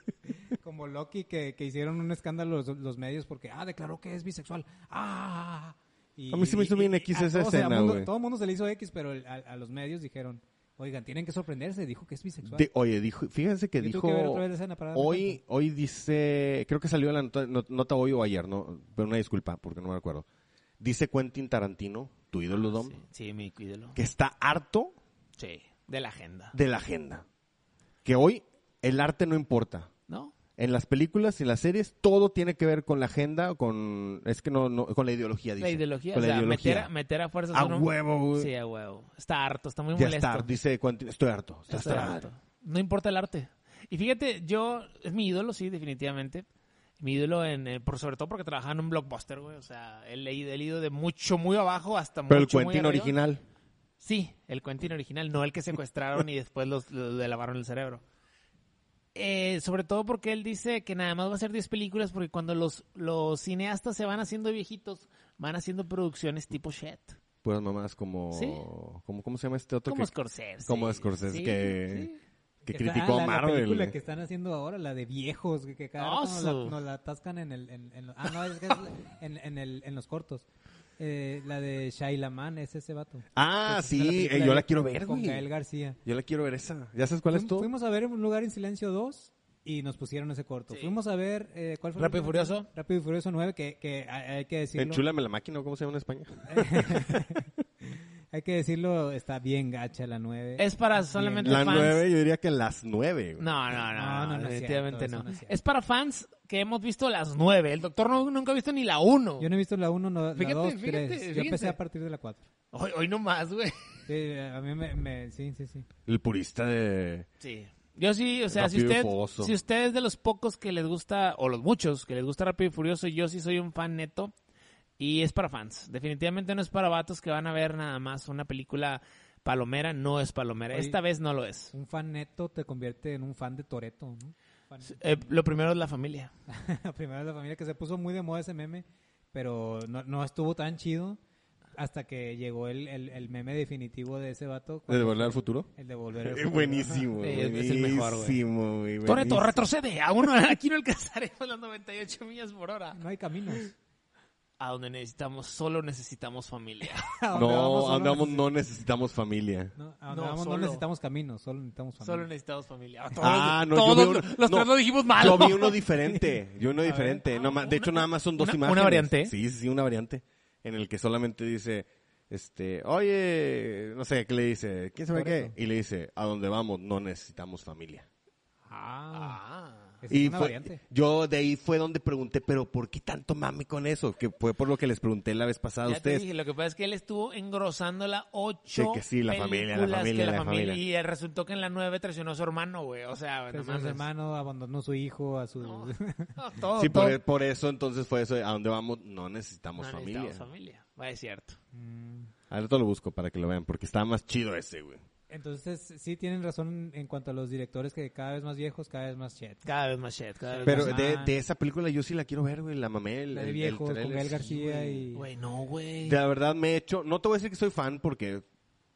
Speaker 5: Como Loki que, que hicieron un escándalo los, los medios porque, ah, declaró que es bisexual. Ah. Y-
Speaker 3: A mí se me hizo
Speaker 5: y-
Speaker 3: bien
Speaker 5: y-
Speaker 3: X
Speaker 5: a
Speaker 3: esa
Speaker 5: todos- a
Speaker 3: escena,
Speaker 5: mundo-
Speaker 3: güey.
Speaker 5: Todo el mundo se le hizo X, pero el- a, a los medios dijeron, oigan, tienen que sorprenderse, dijo que es bisexual.
Speaker 3: Di- oye, dijo, fíjense que
Speaker 5: Yo tuve
Speaker 3: dijo
Speaker 5: que ver otra vez la escena para darme
Speaker 3: hoy, hoy dice, creo que salió la nota, no- nota hoy o ayer, no, pero una disculpa porque no me acuerdo. Dice Quentin Tarantino, tu ídolo
Speaker 5: Ah,
Speaker 3: Dom,
Speaker 4: Sí, sí, mi cuídelo.
Speaker 3: que está harto
Speaker 4: Sí, de la agenda.
Speaker 3: de la agenda, que hoy el arte no importa.
Speaker 4: ¿No?
Speaker 3: En las películas y en las series todo tiene que ver con la agenda, con es que no, no con la ideología.
Speaker 4: La
Speaker 3: dice.
Speaker 4: ideología,
Speaker 3: Con
Speaker 4: o
Speaker 3: la
Speaker 4: sea,
Speaker 3: ideología.
Speaker 4: Meter, a, meter a fuerzas
Speaker 3: A
Speaker 4: uno-
Speaker 3: huevo, güey.
Speaker 4: Sí, a huevo. Está harto, está muy
Speaker 3: ya
Speaker 4: molesto.
Speaker 3: está, dice Quentin, estoy harto. Ya
Speaker 4: Está
Speaker 3: está
Speaker 4: harto. No importa el arte. Y fíjate, yo, es mi ídolo, sí, definitivamente. Mi ídolo, en, eh, por sobre todo porque trabajaba en un blockbuster, güey. O sea, él he ido- he ido de mucho, muy abajo hasta
Speaker 3: Pero el
Speaker 4: mucho, muy
Speaker 3: Quentin
Speaker 4: arriba.
Speaker 3: original.
Speaker 4: Sí, el Quentin original, no el que secuestraron y después los, los- le lavaron el cerebro. Eh, sobre todo porque él dice que nada más va a hacer 10 películas porque cuando los, los cineastas se van haciendo viejitos, van haciendo producciones tipo shit.
Speaker 3: Puras mamadas pues como,
Speaker 4: Sí.
Speaker 3: como ¿cómo se llama este otro
Speaker 4: Como
Speaker 3: que,
Speaker 4: Scorsese.
Speaker 3: como Scorsese
Speaker 4: Sí,
Speaker 3: que,
Speaker 4: sí.
Speaker 3: que
Speaker 5: Que está-
Speaker 3: criticó
Speaker 5: ah,
Speaker 3: a
Speaker 5: la- La
Speaker 3: Marvel.
Speaker 5: película que están haciendo ahora, la de viejos, que, que cada rato nos la,
Speaker 4: Oso.
Speaker 5: nos la atascan en el... En, en- ah, no, es que es en, en el, en los cortos. eh, la de Shailaman, es ese vato.
Speaker 3: Ah,
Speaker 5: Esa es la
Speaker 3: sí,
Speaker 5: película
Speaker 3: eh, yo
Speaker 5: de-
Speaker 3: la quiero ver,
Speaker 5: Con
Speaker 3: güey.
Speaker 5: Gael García.
Speaker 3: Yo la quiero ver esa. ¿Ya sabes cuál es
Speaker 5: Fuim-
Speaker 3: tú?
Speaker 5: Fuimos a ver Un Lugar en Silencio 2 y nos pusieron ese corto.
Speaker 4: Sí.
Speaker 5: Fuimos a ver, eh, ¿cuál fue?
Speaker 4: ¿Rápido y Furioso?
Speaker 5: Rápido y Furioso 9, que, que hay hay que decirlo.
Speaker 3: Enchúlame la máquina, ¿o ¿cómo se llama en España?
Speaker 5: hay que decirlo, está bien gacha la 9.
Speaker 4: Es para solamente
Speaker 3: La
Speaker 4: fans.
Speaker 3: nueve, yo diría que las nueve. güey.
Speaker 4: No, no, no,
Speaker 5: No, no, no es
Speaker 4: definitivamente
Speaker 5: cierto, eso
Speaker 4: no.
Speaker 5: no es
Speaker 4: Es,
Speaker 5: cierto.
Speaker 4: para fans que hemos visto las nueve. El doctor no- nunca ha visto ni la uno.
Speaker 5: Yo no he visto la 1, no,
Speaker 4: Fíjate,
Speaker 5: la 2,
Speaker 4: fíjate,
Speaker 5: 3. Yo
Speaker 4: fíjate.
Speaker 5: empecé a partir de la 4.
Speaker 4: Hoy, hoy no más, güey.
Speaker 5: Sí, a mí me, me- Sí, sí, sí.
Speaker 3: El purista de...
Speaker 4: Sí. Yo sí, o sea, si
Speaker 3: Rápido y
Speaker 4: usted,
Speaker 3: Furioso.
Speaker 4: si usted es de los pocos que les gusta, o los muchos que les gusta Rápido y Furioso, yo sí soy un fan neto. Y es para fans. Definitivamente no es para vatos que van a ver nada más una película palomera. No es palomera.
Speaker 5: Oye.
Speaker 4: Esta vez no lo es.
Speaker 5: Un fan neto te convierte en un fan de Toreto, ¿no? Fan-
Speaker 4: Eh, lo primero es la familia.
Speaker 5: La primera vez la familia que se puso muy de moda ese meme, pero no, no estuvo tan chido hasta que llegó el, el, el meme definitivo de ese vato.
Speaker 3: ¿De
Speaker 5: cuando-
Speaker 3: Devolver al Futuro?
Speaker 5: El de volver al
Speaker 3: Eh,
Speaker 5: Futuro.
Speaker 3: buenísimo,
Speaker 4: Sí,
Speaker 3: güey.
Speaker 4: es el mejor, güey.
Speaker 3: buenísimo, güey.
Speaker 4: Toreto,
Speaker 3: buenísimo.
Speaker 4: retrocede. Aún no- aquí no alcanzaremos las 98 millas por hora.
Speaker 5: No hay caminos.
Speaker 4: A donde necesitamos, solo necesitamos familia.
Speaker 5: A donde vamos
Speaker 3: No,
Speaker 5: solo
Speaker 3: andamos,
Speaker 5: neces-
Speaker 3: no necesitamos familia.
Speaker 5: no, a
Speaker 4: no,
Speaker 5: donde vamos no
Speaker 4: solo.
Speaker 5: necesitamos caminos, solo necesitamos familia.
Speaker 4: Solo necesitamos familia. Todos,
Speaker 3: Ah, no, yo
Speaker 4: todos
Speaker 3: vi uno-
Speaker 4: los
Speaker 3: no,
Speaker 4: tres lo dijimos mal. Ah,
Speaker 3: Yo vi uno diferente, yo uno diferente. No, ma- de hecho, nada más son dos
Speaker 4: una- una
Speaker 3: imágenes.
Speaker 4: variante.
Speaker 3: Sí, sí, sí, una variante. En el que solamente dice, este, oye, no sé, ¿qué le dice? ¿Quién sabe qué?
Speaker 5: Correcto.
Speaker 3: Y le dice, a dónde vamos no necesitamos familia.
Speaker 5: Ah,
Speaker 4: Ah.
Speaker 5: esa es
Speaker 3: Y
Speaker 5: una
Speaker 3: fue-
Speaker 5: variante.
Speaker 3: yo de ahí fue donde pregunté, pero ¿por qué tanto mami con eso? Que fue por lo que les pregunté la vez pasada a
Speaker 4: Ya te
Speaker 3: ustedes.
Speaker 4: dije, lo que pasa es que él estuvo engrosándola ocho
Speaker 3: Sí, que sí, la familia, la
Speaker 4: películas que
Speaker 3: familia, la
Speaker 4: Y
Speaker 3: familia.
Speaker 4: eh, resultó que en la nueve traicionó a su hermano, güey. O sea, no
Speaker 5: Pero su
Speaker 4: mames.
Speaker 5: hermano abandonó a su hijo, a su...
Speaker 4: No, no, todo,
Speaker 3: Sí,
Speaker 4: todo.
Speaker 3: por, e, por eso entonces fue eso, de, a dónde vamos no
Speaker 4: No
Speaker 3: necesitamos familia.
Speaker 4: necesitamos familia. Va, es cierto.
Speaker 5: Mm.
Speaker 3: Ahorita lo busco para que lo vean, porque estaba más chido ese, güey.
Speaker 5: Entonces, sí tienen razón en cuanto a los directores que cada vez más viejos, cada vez más chet.
Speaker 4: Cada vez más shit.
Speaker 5: Pues
Speaker 4: Cada vez
Speaker 3: Pero eh,
Speaker 4: más
Speaker 3: de,
Speaker 5: Guzmán.
Speaker 3: de esa película yo sí la quiero ver, güey. La mamé. El,
Speaker 5: La de
Speaker 3: el-
Speaker 5: viejo,
Speaker 3: el
Speaker 5: con
Speaker 3: tráiler.
Speaker 5: Gael García y...
Speaker 4: Güey, no, güey.
Speaker 3: De la verdad me he hecho... No te voy a decir que soy fan porque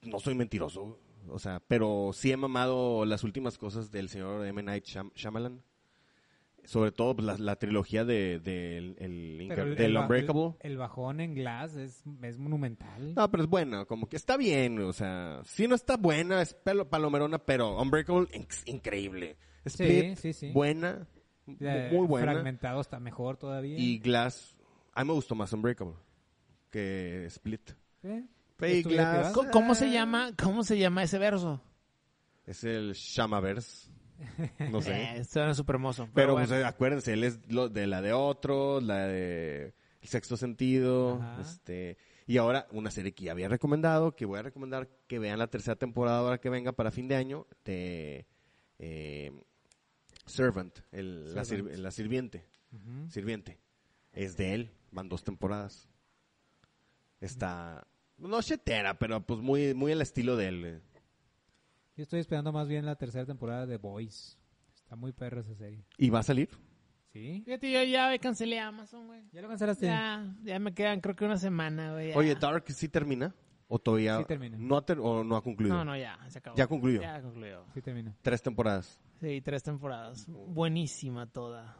Speaker 3: no soy mentiroso. güey. O sea, pero sí he mamado las últimas cosas del señor M. Night Shyam- Shyamalan. Sobre todo pues, la, la trilogía de, de- el, el Inca-
Speaker 5: Pero el-
Speaker 3: del
Speaker 5: el ba-
Speaker 3: Unbreakable.
Speaker 5: El, bajón en Glass es, es monumental.
Speaker 3: No, pero es bueno, como que está bien, o sea, sí no está buena, es pelo palomerona, pero Unbreakable, inc- increíble. Split,
Speaker 5: sí, sí.
Speaker 3: buena,
Speaker 5: La-
Speaker 3: muy buena.
Speaker 5: Fragmentado está mejor todavía.
Speaker 3: Y Glass, a mí me gustó más Unbreakable que Split.
Speaker 5: ¿Eh?
Speaker 3: Fake
Speaker 5: Estuviera
Speaker 3: Glass.
Speaker 5: privado.
Speaker 4: Co- ¿Cómo se llama? ¿Cómo se llama ese verso?
Speaker 3: Es el Shamaverse. No
Speaker 4: Eh,
Speaker 3: sé.
Speaker 4: suena súper hermoso.
Speaker 3: Pero
Speaker 4: bueno.
Speaker 3: pues, acuérdense, él es lo de la de otro, la de El Sexto Sentido,
Speaker 5: Ajá.
Speaker 3: este... Y ahora una serie que ya había recomendado, que voy a recomendar que vean la tercera temporada ahora que venga para fin de año, de eh, Servant, el- la
Speaker 5: Servant.
Speaker 3: sir- la sirviente.
Speaker 5: Ujú.
Speaker 3: sirviente. Es de él, van dos temporadas. Está, no chetera, pero pues muy, muy el estilo de él. eh.
Speaker 5: Yo estoy esperando más bien la tercera temporada de Boys. Está muy perro esa serie.
Speaker 3: ¿Y va a salir?
Speaker 5: ¿Sí?
Speaker 4: Fíjate, yo ya cancelé Amazon, güey.
Speaker 5: ¿Ya lo cancelaste?
Speaker 4: Ya, ya me quedan creo que una semana, güey. ya.
Speaker 3: Oye, Dark sí termina o todavía
Speaker 5: Sí termina.
Speaker 3: No ha ter- o no ha concluido.
Speaker 4: No, no, ya, se acabó.
Speaker 3: Ya concluyó.
Speaker 4: Ya concluyó.
Speaker 5: Sí, termina.
Speaker 3: Tres temporadas.
Speaker 4: Sí, tres temporadas. Buenísima toda.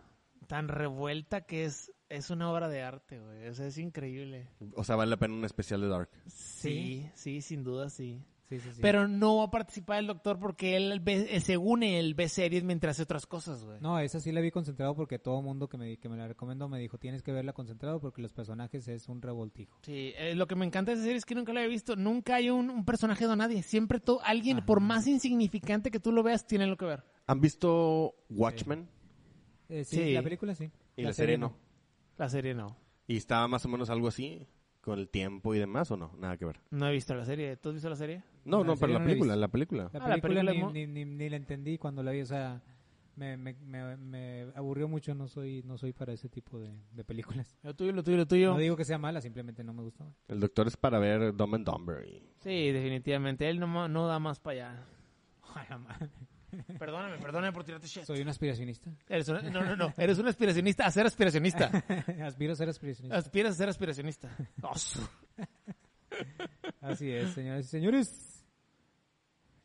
Speaker 4: Tan revuelta que es es una obra de arte, güey. O sea, es increíble.
Speaker 3: O sea, vale la pena un especial de Dark.
Speaker 4: Sí, sí, sin duda sí.
Speaker 5: Sí, sí, sí.
Speaker 4: Pero no va a participar el doctor porque él, ve- eh, según él, ve series mientras hace otras cosas, güey.
Speaker 5: No, esa sí la vi concentrado porque todo mundo que me, di- que me la recomendó me dijo tienes que verla concentrado porque los personajes es un revoltijo.
Speaker 4: Sí, eh, lo que me encanta de esa serie es que nunca la he visto. Nunca hay un, un personaje de nadie. Siempre to- alguien,
Speaker 5: Ajá.
Speaker 4: por más insignificante que tú lo veas, tiene lo que ver.
Speaker 3: ¿Han visto Watchmen?
Speaker 5: Eh, sí,
Speaker 4: Sí.
Speaker 5: la película sí.
Speaker 3: Y la serie no.
Speaker 4: La serie no.
Speaker 3: ¿Y estaba más o menos algo así? ¿Con el tiempo y demás o no? Nada que ver.
Speaker 4: No he visto la serie. ¿Tú has visto la serie?
Speaker 3: No,
Speaker 5: La
Speaker 3: no, pero
Speaker 5: serie
Speaker 3: la
Speaker 5: Ah, no la he
Speaker 3: película,
Speaker 5: visto.
Speaker 3: la película.
Speaker 5: La
Speaker 4: Ah, la
Speaker 5: película,
Speaker 4: película
Speaker 5: ni-
Speaker 4: es mo-
Speaker 5: ni, ni, ni la entendí cuando la vi, o sea, me, me, me, me aburrió mucho, no soy no soy para ese tipo de, de películas.
Speaker 4: Lo tuyo, lo tuyo, lo tuyo.
Speaker 5: No digo que sea mala, simplemente no me gustó.
Speaker 3: El doctor es para ver Dumb and Dumber. y-
Speaker 4: Sí, definitivamente. Él no, ma- no da más para allá. Perdóname, perdóname por tirarte shit.
Speaker 5: Soy un aspiracionista.
Speaker 4: Eres un- no, no, no. Eres un aspiracionista a ser aspiracionista.
Speaker 5: Aspiro a ser aspiracionista.
Speaker 4: Aspiras a ser aspiracionista. Oh, su-
Speaker 5: Así es, señores y señores.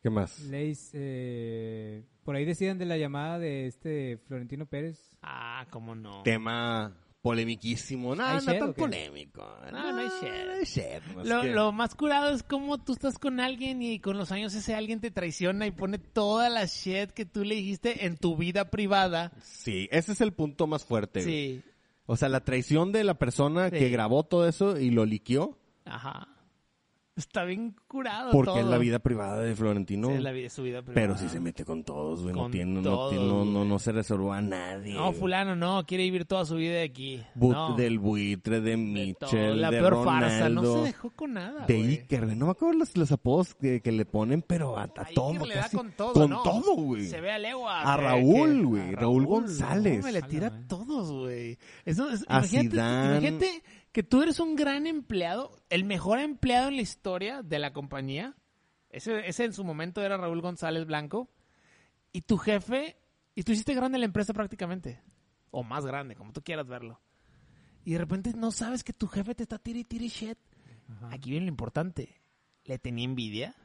Speaker 3: ¿Qué más?
Speaker 5: Leis, eh, por ahí deciden de la llamada de este Florentino Pérez.
Speaker 4: ah, cómo no.
Speaker 3: Tema polemiquísimo. No,
Speaker 5: ¿Hay
Speaker 3: no
Speaker 5: shit
Speaker 3: tan
Speaker 5: o qué?
Speaker 3: polémico.
Speaker 4: No, no hay shit.
Speaker 3: no hay shit, más
Speaker 4: Lo,
Speaker 3: que-
Speaker 4: lo más curado es cómo tú estás con alguien y con los años ese alguien te traiciona y pone toda la shit que tú le dijiste en tu vida privada.
Speaker 3: Sí, ese es el punto más fuerte. güey.
Speaker 4: Sí.
Speaker 3: O sea, la traición de la persona
Speaker 4: Sí.
Speaker 3: que grabó todo eso y lo liqueó
Speaker 4: Ajá. Está bien curado
Speaker 3: porque
Speaker 4: todo.
Speaker 3: es la vida privada de Florentino.
Speaker 4: Sí, es la vida- es su vida privada.
Speaker 3: Pero si se mete con todos, güey. No,
Speaker 4: Con
Speaker 3: tiene, no
Speaker 4: todos,
Speaker 3: tiene- no, no,
Speaker 4: güey.
Speaker 3: no se resolvió a nadie.
Speaker 4: No,
Speaker 3: güey.
Speaker 4: fulano no, quiere vivir toda su vida de aquí.
Speaker 3: Bu-
Speaker 4: No,
Speaker 3: Del buitre, de
Speaker 4: de
Speaker 3: Mitchell,
Speaker 4: todo. La
Speaker 3: de
Speaker 4: peor
Speaker 3: Ronaldo,
Speaker 4: farsa, no se dejó con nada.
Speaker 3: de
Speaker 4: güey.
Speaker 3: Iker, güey. No me acuerdo los, los apodos que, que le ponen, pero a, a
Speaker 4: A Iker
Speaker 3: todo,
Speaker 4: le da
Speaker 3: casi-
Speaker 4: con todo,
Speaker 3: Con
Speaker 4: ¿no?
Speaker 3: todo, güey.
Speaker 4: Se ve a Legua.
Speaker 3: A
Speaker 4: que-
Speaker 3: Raúl,
Speaker 4: que-
Speaker 3: güey,
Speaker 4: a
Speaker 3: Raúl González.
Speaker 4: no, me le tira
Speaker 5: Ala, güey.
Speaker 4: a todos, güey. Eso es-
Speaker 3: A
Speaker 4: imagínate,
Speaker 3: Zidane.
Speaker 4: imagínate que tú eres un gran empleado, el mejor empleado en la historia de la compañía. Ese, ese en su momento era Raúl González Blanco. Y tu jefe, y tú hiciste grande la empresa prácticamente. O más grande, como tú quieras verlo. Y de repente no sabes que tu jefe te está tiri tiri shit. Aquí viene lo importante. ¿Le tenía envidia?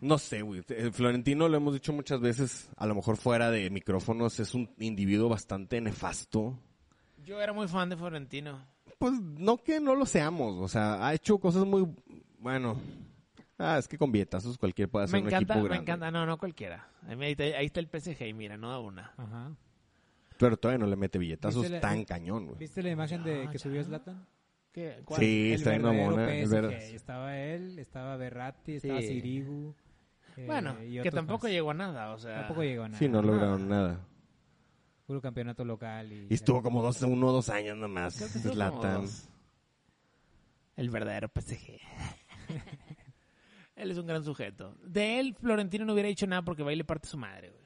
Speaker 3: No sé, güey. El Florentino, lo hemos dicho muchas veces, a lo mejor fuera de micrófonos, es un individuo bastante nefasto.
Speaker 4: Yo era muy fan de Florentino.
Speaker 3: Pues no que no lo seamos, o sea, ha hecho cosas muy, bueno, ah, es que con billetazos cualquier puede hacer
Speaker 4: Me
Speaker 3: un
Speaker 4: encanta,
Speaker 3: equipo
Speaker 4: me
Speaker 3: grande.
Speaker 4: encanta. No, no cualquiera. Ahí, me- ahí está el PSG y mira, no da una.
Speaker 5: Ajá.
Speaker 3: Pero todavía no le mete billetazos
Speaker 5: ¿Viste la-
Speaker 3: tan cañón, güey.
Speaker 5: ¿Viste la imagen de
Speaker 4: pues. Ya,
Speaker 5: que
Speaker 4: ya.
Speaker 5: subió Zlatan?
Speaker 4: ¿Qué? ¿Cuál?
Speaker 3: Sí,
Speaker 5: El
Speaker 3: está bien
Speaker 5: verdadero
Speaker 3: mamona. el
Speaker 5: PSG.
Speaker 3: verdadero-
Speaker 5: Estaba él, estaba Berratti, estaba
Speaker 4: Sí.
Speaker 5: Sirigu. eh,
Speaker 4: Bueno,
Speaker 5: y
Speaker 4: que
Speaker 5: otros
Speaker 4: tampoco
Speaker 5: más.
Speaker 4: llegó a nada, o sea.
Speaker 5: Tampoco llegó a nada.
Speaker 3: Sí, no lograron nada.
Speaker 5: Puro campeonato local. Y,
Speaker 3: Y estuvo como dos, uno o dos años nomás.
Speaker 4: Creo que estuvo como
Speaker 3: Zlatan.
Speaker 4: dos. El verdadero PSG. él es un gran sujeto. De él, Florentino no hubiera dicho nada porque va y le parte su madre, güey.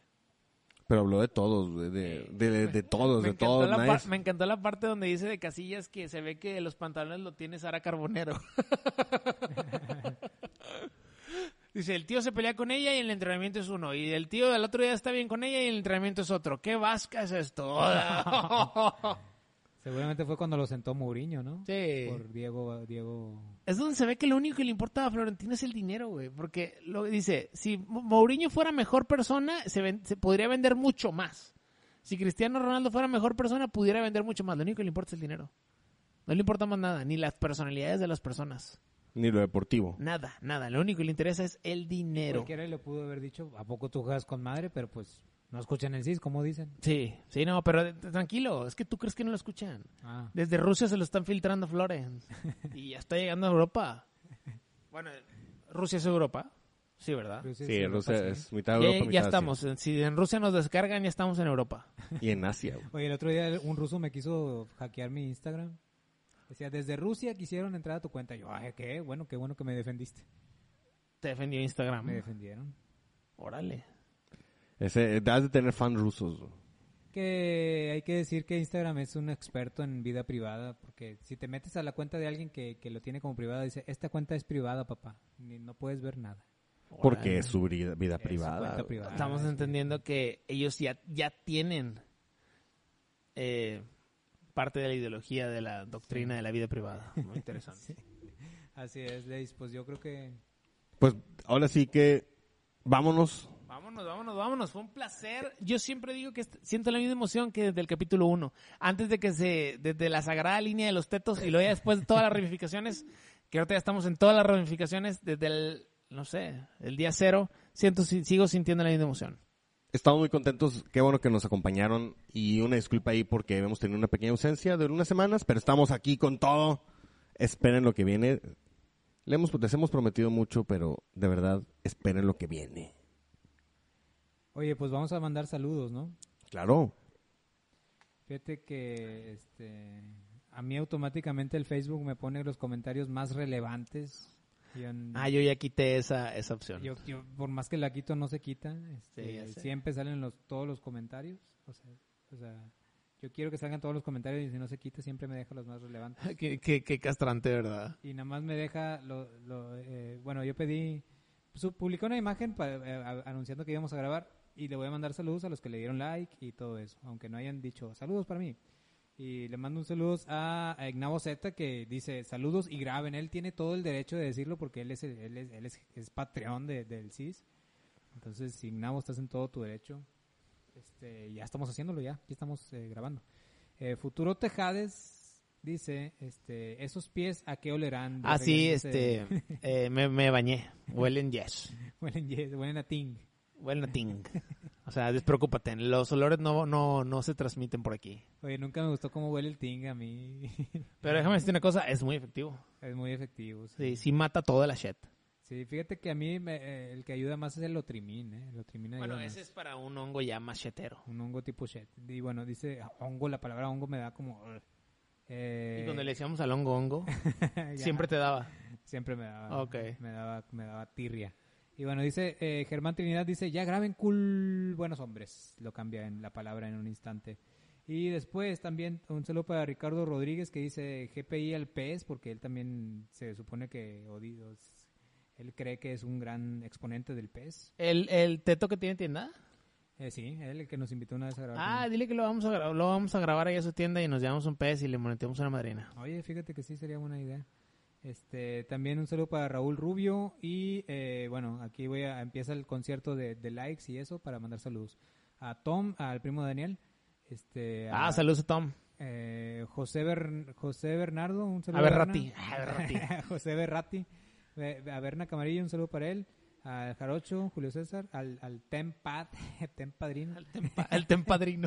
Speaker 3: Pero habló de todos, güey, de, de, de, de todos,
Speaker 4: Me
Speaker 3: de
Speaker 4: encantó,
Speaker 3: todos.
Speaker 4: la
Speaker 3: nadie-
Speaker 4: par- me encantó la parte donde dice de Casillas que se ve que los pantalones lo tiene Sara Carbonero. dice, el tío se pelea con ella y el entrenamiento es uno. Y el tío del otro día está bien con ella y el entrenamiento es otro. ¡Qué vasca es esto!
Speaker 5: Seguramente fue cuando lo sentó Mourinho, ¿no?
Speaker 4: Sí.
Speaker 5: Por Diego, Diego...
Speaker 4: Es donde se ve que lo único que le importa a Florentino es el dinero, güey. Porque lo dice, si Mo- Mourinho fuera mejor persona, se, ven- se podría vender mucho más. Si Cristiano Ronaldo fuera mejor persona, pudiera vender mucho más. Lo único que le importa es el dinero. No le importa más nada, ni las personalidades de las personas.
Speaker 3: Ni lo deportivo.
Speaker 4: Nada, nada. Lo único que le interesa es el dinero.
Speaker 5: Cualquiera le pudo haber dicho, ¿a poco tú juegas con madre? Pero pues no escuchan el CIS, como dicen.
Speaker 4: Sí, sí, no, pero eh, tranquilo, es que tú crees que no lo escuchan.
Speaker 5: Ah,
Speaker 4: Desde Rusia se lo están filtrando a Florence. Y ya está llegando a Europa. Bueno, Rusia es Europa. Sí, ¿verdad?
Speaker 5: pero
Speaker 3: Sí,
Speaker 5: es Europa,
Speaker 3: Rusia
Speaker 5: sí.
Speaker 3: es mitad
Speaker 4: Ya-
Speaker 3: Europa,
Speaker 4: ya
Speaker 3: mitad Asia.
Speaker 4: estamos. eh, Si en Rusia nos descargan, ya estamos en Europa.
Speaker 3: Y en Asia, güey.
Speaker 5: Oye, el otro día un ruso me quiso hackear mi Instagram. Decía, desde Rusia quisieron entrar a tu cuenta. Yo, ay, qué bueno, qué bueno que me defendiste.
Speaker 4: Te defendió
Speaker 5: Me
Speaker 4: Instagram.
Speaker 5: defendieron.
Speaker 4: Órale.
Speaker 3: Ese, eh, has de tener fans rusos. güey.
Speaker 5: Que hay que decir que Instagram es un experto en vida privada, porque si te metes a la cuenta de alguien que, que lo tiene como privada, dice, esta cuenta es privada, papá, ni, no puedes ver nada.
Speaker 3: Porque
Speaker 4: Órale.
Speaker 3: es su vida, vida
Speaker 5: Es su
Speaker 3: privada.
Speaker 5: cuenta
Speaker 3: güey.
Speaker 5: privada.
Speaker 4: Estamos
Speaker 5: Ah,
Speaker 4: entendiendo que ellos ya, ya tienen eh, parte de la ideología de la doctrina de la vida privada. Muy interesante.
Speaker 5: Así es, Leis, pues yo creo que...
Speaker 3: Pues ahora sí que vámonos.
Speaker 4: Vámonos, vámonos, vámonos. Fue un placer. Yo siempre digo que est- siento la misma emoción que desde el capítulo 1. Antes de que se, desde la sagrada línea de los tetos y luego ya después de todas las ramificaciones, que ahorita ya estamos en todas las ramificaciones, desde el, no sé, el día cero, siento, si- sigo sintiendo la misma emoción.
Speaker 3: Estamos muy contentos. Qué bueno que nos acompañaron. Y una disculpa ahí porque hemos tenido una pequeña ausencia de unas semanas, pero estamos aquí con todo. Esperen lo que viene. Le hemos, les hemos prometido mucho, pero de verdad, esperen lo que viene.
Speaker 5: Oye, pues vamos a mandar saludos, ¿no?
Speaker 3: Claro.
Speaker 5: Fíjate que este, a mí automáticamente el Facebook me pone los comentarios más relevantes. Yo, en-
Speaker 4: Ah, yo ya quité esa, esa opción.
Speaker 5: yo- yo, por más que la quito, no se quita. este,
Speaker 4: Sí, ya sé.
Speaker 5: siempre salen los, todos los comentarios. O sea, o sea, yo quiero que salgan todos los comentarios y si no se quita, siempre me deja los más relevantes.
Speaker 4: qué, qué- qué castrante, ¿verdad?
Speaker 5: Y nada más me deja, lo, lo, eh, bueno, yo pedí, su- publicó una imagen para- eh, a- anunciando que íbamos a grabar y le voy a mandar saludos a los que le dieron like y todo eso, aunque no hayan dicho saludos para mí. Y le mando un saludos a, a Ignavo Z que dice saludos y graben. Él tiene todo el derecho de decirlo porque él es, el- él es, él es, es Patreon de- del CIS. Entonces, Ignavo, estás en todo tu derecho. Este, ya estamos haciéndolo ya, ya estamos eh, grabando. Eh, Futuro Tejades dice, este, esos pies a qué olerán.
Speaker 4: Ah, sí,
Speaker 5: Refiriéndose-
Speaker 4: este, eh, me, me bañé. Huelen yes.
Speaker 5: Huelen, yes, huelen a ting.
Speaker 4: Huelen a ting. O sea, despreocúpate. Los olores no, no, no se transmiten por aquí.
Speaker 5: Oye, nunca me gustó cómo huele el ting a mí.
Speaker 4: Pero déjame decirte una cosa, es muy efectivo.
Speaker 5: es muy efectivo. Sí.
Speaker 4: Sí, sí mata toda la shit.
Speaker 5: Sí, fíjate que a mí me- eh, el que ayuda más es el Lotrimin, ¿eh? El Lotrimin ayuda
Speaker 4: Bueno,
Speaker 5: más.
Speaker 4: ese es para un hongo ya más chetero.
Speaker 5: Un hongo tipo shit. Y bueno, dice hongo, la palabra hongo me da como... eh,
Speaker 4: Y cuando le decíamos al hongo hongo,
Speaker 5: ya,
Speaker 4: siempre te daba.
Speaker 5: Siempre me daba,
Speaker 4: Ok.
Speaker 5: me daba, me daba tirria. Y bueno, dice eh, Germán Trinidad, dice, ya graben cool buenos hombres. Lo cambia en la palabra en un instante. Y después también un saludo para Ricardo Rodríguez que dice GPI al PES, porque él también se supone que odios, él cree que es un gran exponente del PES.
Speaker 4: ¿El, el teto que tiene tienda?
Speaker 5: Eh, sí, él el que nos invitó una vez a grabar.
Speaker 4: Ah,
Speaker 5: con-
Speaker 4: dile que lo vamos a, gra- lo vamos a grabar ahí a su tienda y nos llevamos un pez y le moneteamos una madrina.
Speaker 5: Oye, fíjate que sí sería buena idea. Este, también un saludo para Raúl Rubio y eh, bueno, aquí voy a empieza el concierto de, de likes y eso para mandar saludos a Tom, al primo Daniel, este, a,
Speaker 4: Ah, saludos a Tom.
Speaker 5: eh, José Bern- José Bernardo, un saludo
Speaker 4: A ver,
Speaker 5: Berna.
Speaker 4: Rati. A ver, Rati.
Speaker 5: a José Berrati, eh, a Berna Camarillo, un saludo para él, al Jarocho, Julio César, al, al Tempad, Tempadrino,
Speaker 4: El tempadrino.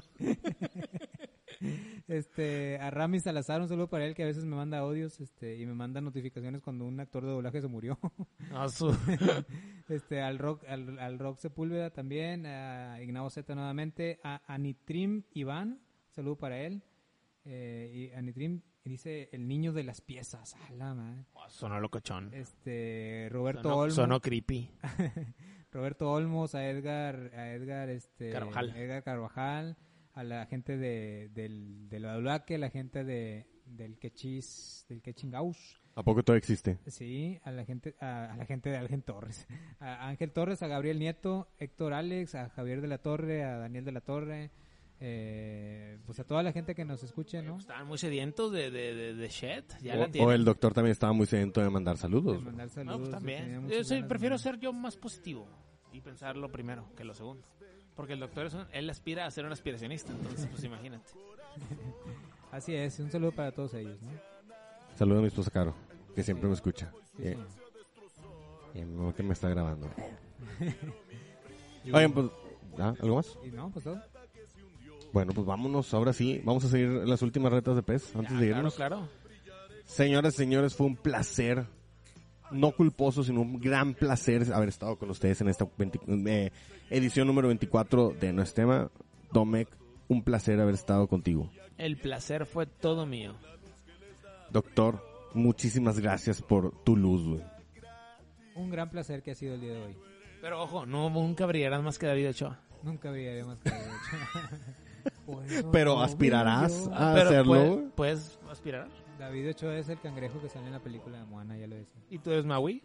Speaker 5: Este, a Rami Salazar, un saludo para él que a veces me manda odios, este, y me manda notificaciones cuando un actor de doblaje se murió.
Speaker 4: No, su-
Speaker 5: Este, al Rock, al, al Rock Sepúlveda también, a Ignao Z nuevamente, a Anitrim Iván, saludo para él. Eh, y Anitrim dice el niño de las piezas, a la madre.
Speaker 4: oh, Sonó locochón.
Speaker 5: Este, Roberto
Speaker 4: Sonó,
Speaker 5: Olmos,
Speaker 4: sonó creepy.
Speaker 5: Roberto Olmos, a Edgar, a Edgar, este,
Speaker 4: Carvajal.
Speaker 5: Edgar Carvajal, a la gente de, del, del Badulaque, la gente de, del Quechis, del Quechingaus.
Speaker 3: ¿A poco todo existe?
Speaker 5: Sí, a la gente, a, a la gente de Ángel Torres. A Ángel Torres, a Gabriel Nieto, Héctor Alex, a Javier de la Torre, a Daniel de la Torre, eh, pues a toda la gente que nos escuche, ¿no?
Speaker 4: Estaban muy sedientos de, de, de, de shit. Ya la
Speaker 3: O, o
Speaker 4: tienen.
Speaker 3: el doctor también estaba muy sediento de mandar
Speaker 5: De
Speaker 3: saludos. Ah,
Speaker 5: mandar
Speaker 4: No,
Speaker 5: saludos.
Speaker 4: pues
Speaker 5: tenía
Speaker 4: también.
Speaker 5: muchas
Speaker 4: Yo soy-
Speaker 5: ganas de
Speaker 4: prefiero
Speaker 5: mandar.
Speaker 4: ser yo más positivo y pensarlo primero que lo segundo. Porque el doctor, es un- él aspira a ser un aspiracionista. Entonces, pues imagínate.
Speaker 5: Así es, un saludo para todos ellos, ¿no?
Speaker 3: Saludos a mi esposa Caro, que siempre me escucha.
Speaker 5: Sí,
Speaker 3: Eh,
Speaker 5: sí.
Speaker 3: Y a mi mamá que me está grabando. Oigan, pues, ¿ah, ¿algo más?
Speaker 5: Y no, pues todo.
Speaker 3: Bueno, pues vámonos, ahora sí, vamos a seguir las últimas retas de pez antes
Speaker 4: Ah,
Speaker 3: de
Speaker 4: claro,
Speaker 3: irnos.
Speaker 4: claro.
Speaker 3: Señoras y señores, fue un placer, no culposo, sino un gran placer haber estado con ustedes en esta 20 eh, edición número 24 de nuestro tema. Tomek, un placer haber estado contigo.
Speaker 4: El placer fue todo mío.
Speaker 3: Doctor, muchísimas gracias por tu luz, güey.
Speaker 5: Un gran placer que ha sido el día de hoy.
Speaker 4: Pero ojo, no nunca brillarás más que David Ochoa.
Speaker 5: Nunca habría más que haber hecho. Por eso
Speaker 3: Pero
Speaker 5: no
Speaker 3: aspirarás
Speaker 5: brillo.
Speaker 3: a
Speaker 4: Pero
Speaker 3: hacerlo. güey.
Speaker 4: puedes, puedes aspirar.
Speaker 5: David Ochoa es el cangrejo que sale en la película de Moana, ya lo decía.
Speaker 4: ¿Y tú eres Maui?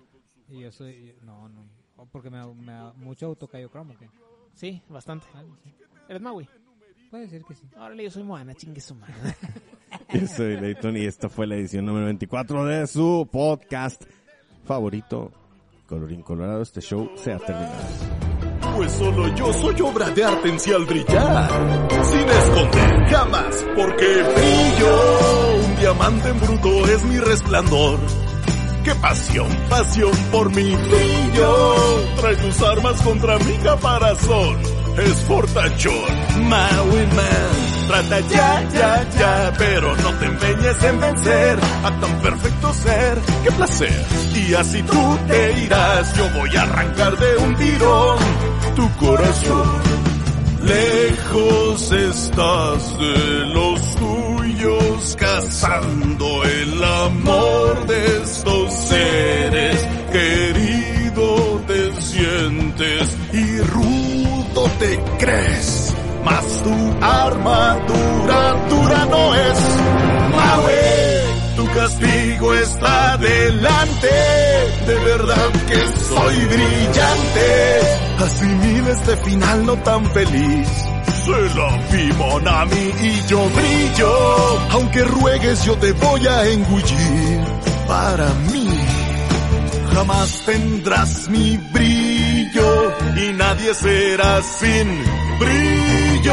Speaker 5: Y yo soy. yo- no, no. Oh, Porque me, me da mucho autocayocromo. ¿qué?
Speaker 4: Sí, bastante.
Speaker 5: Ah, no sé.
Speaker 4: ¿Eres Maui?
Speaker 5: Puede decir que sí.
Speaker 4: Órale, yo soy Moana, chingue su madre.
Speaker 3: Yo soy Leighton y esta fue la edición número 24 de su podcast favorito, Colorín Colorado. Este show se ha terminado.
Speaker 6: Pues solo yo soy obra de arte en sí al brillar, sin esconder jamás, porque brillo, un diamante en bruto es mi resplandor. ¡Qué pasión, pasión por mi brillo! Trae tus armas contra mi caparazón, es fortachón, Maui Man. Trata ya, ya, ya, pero no te empeñes en vencer a tan perfecto ser. ¡Qué placer! Y así tú te irás, yo voy a arrancar de un tirón tu corazón. Lejos estás de los suyos, cazando el amor de estos seres. Querido te sientes y rudo te crees, mas tu armadura dura no es. Maui, tu castigo está delante, de verdad que soy brillante. Asimila este final no tan feliz. Se la vi, Monami, y yo brillo. Aunque ruegues, yo te voy a engullir. Para mí, jamás tendrás mi brillo y nadie será sin brillo.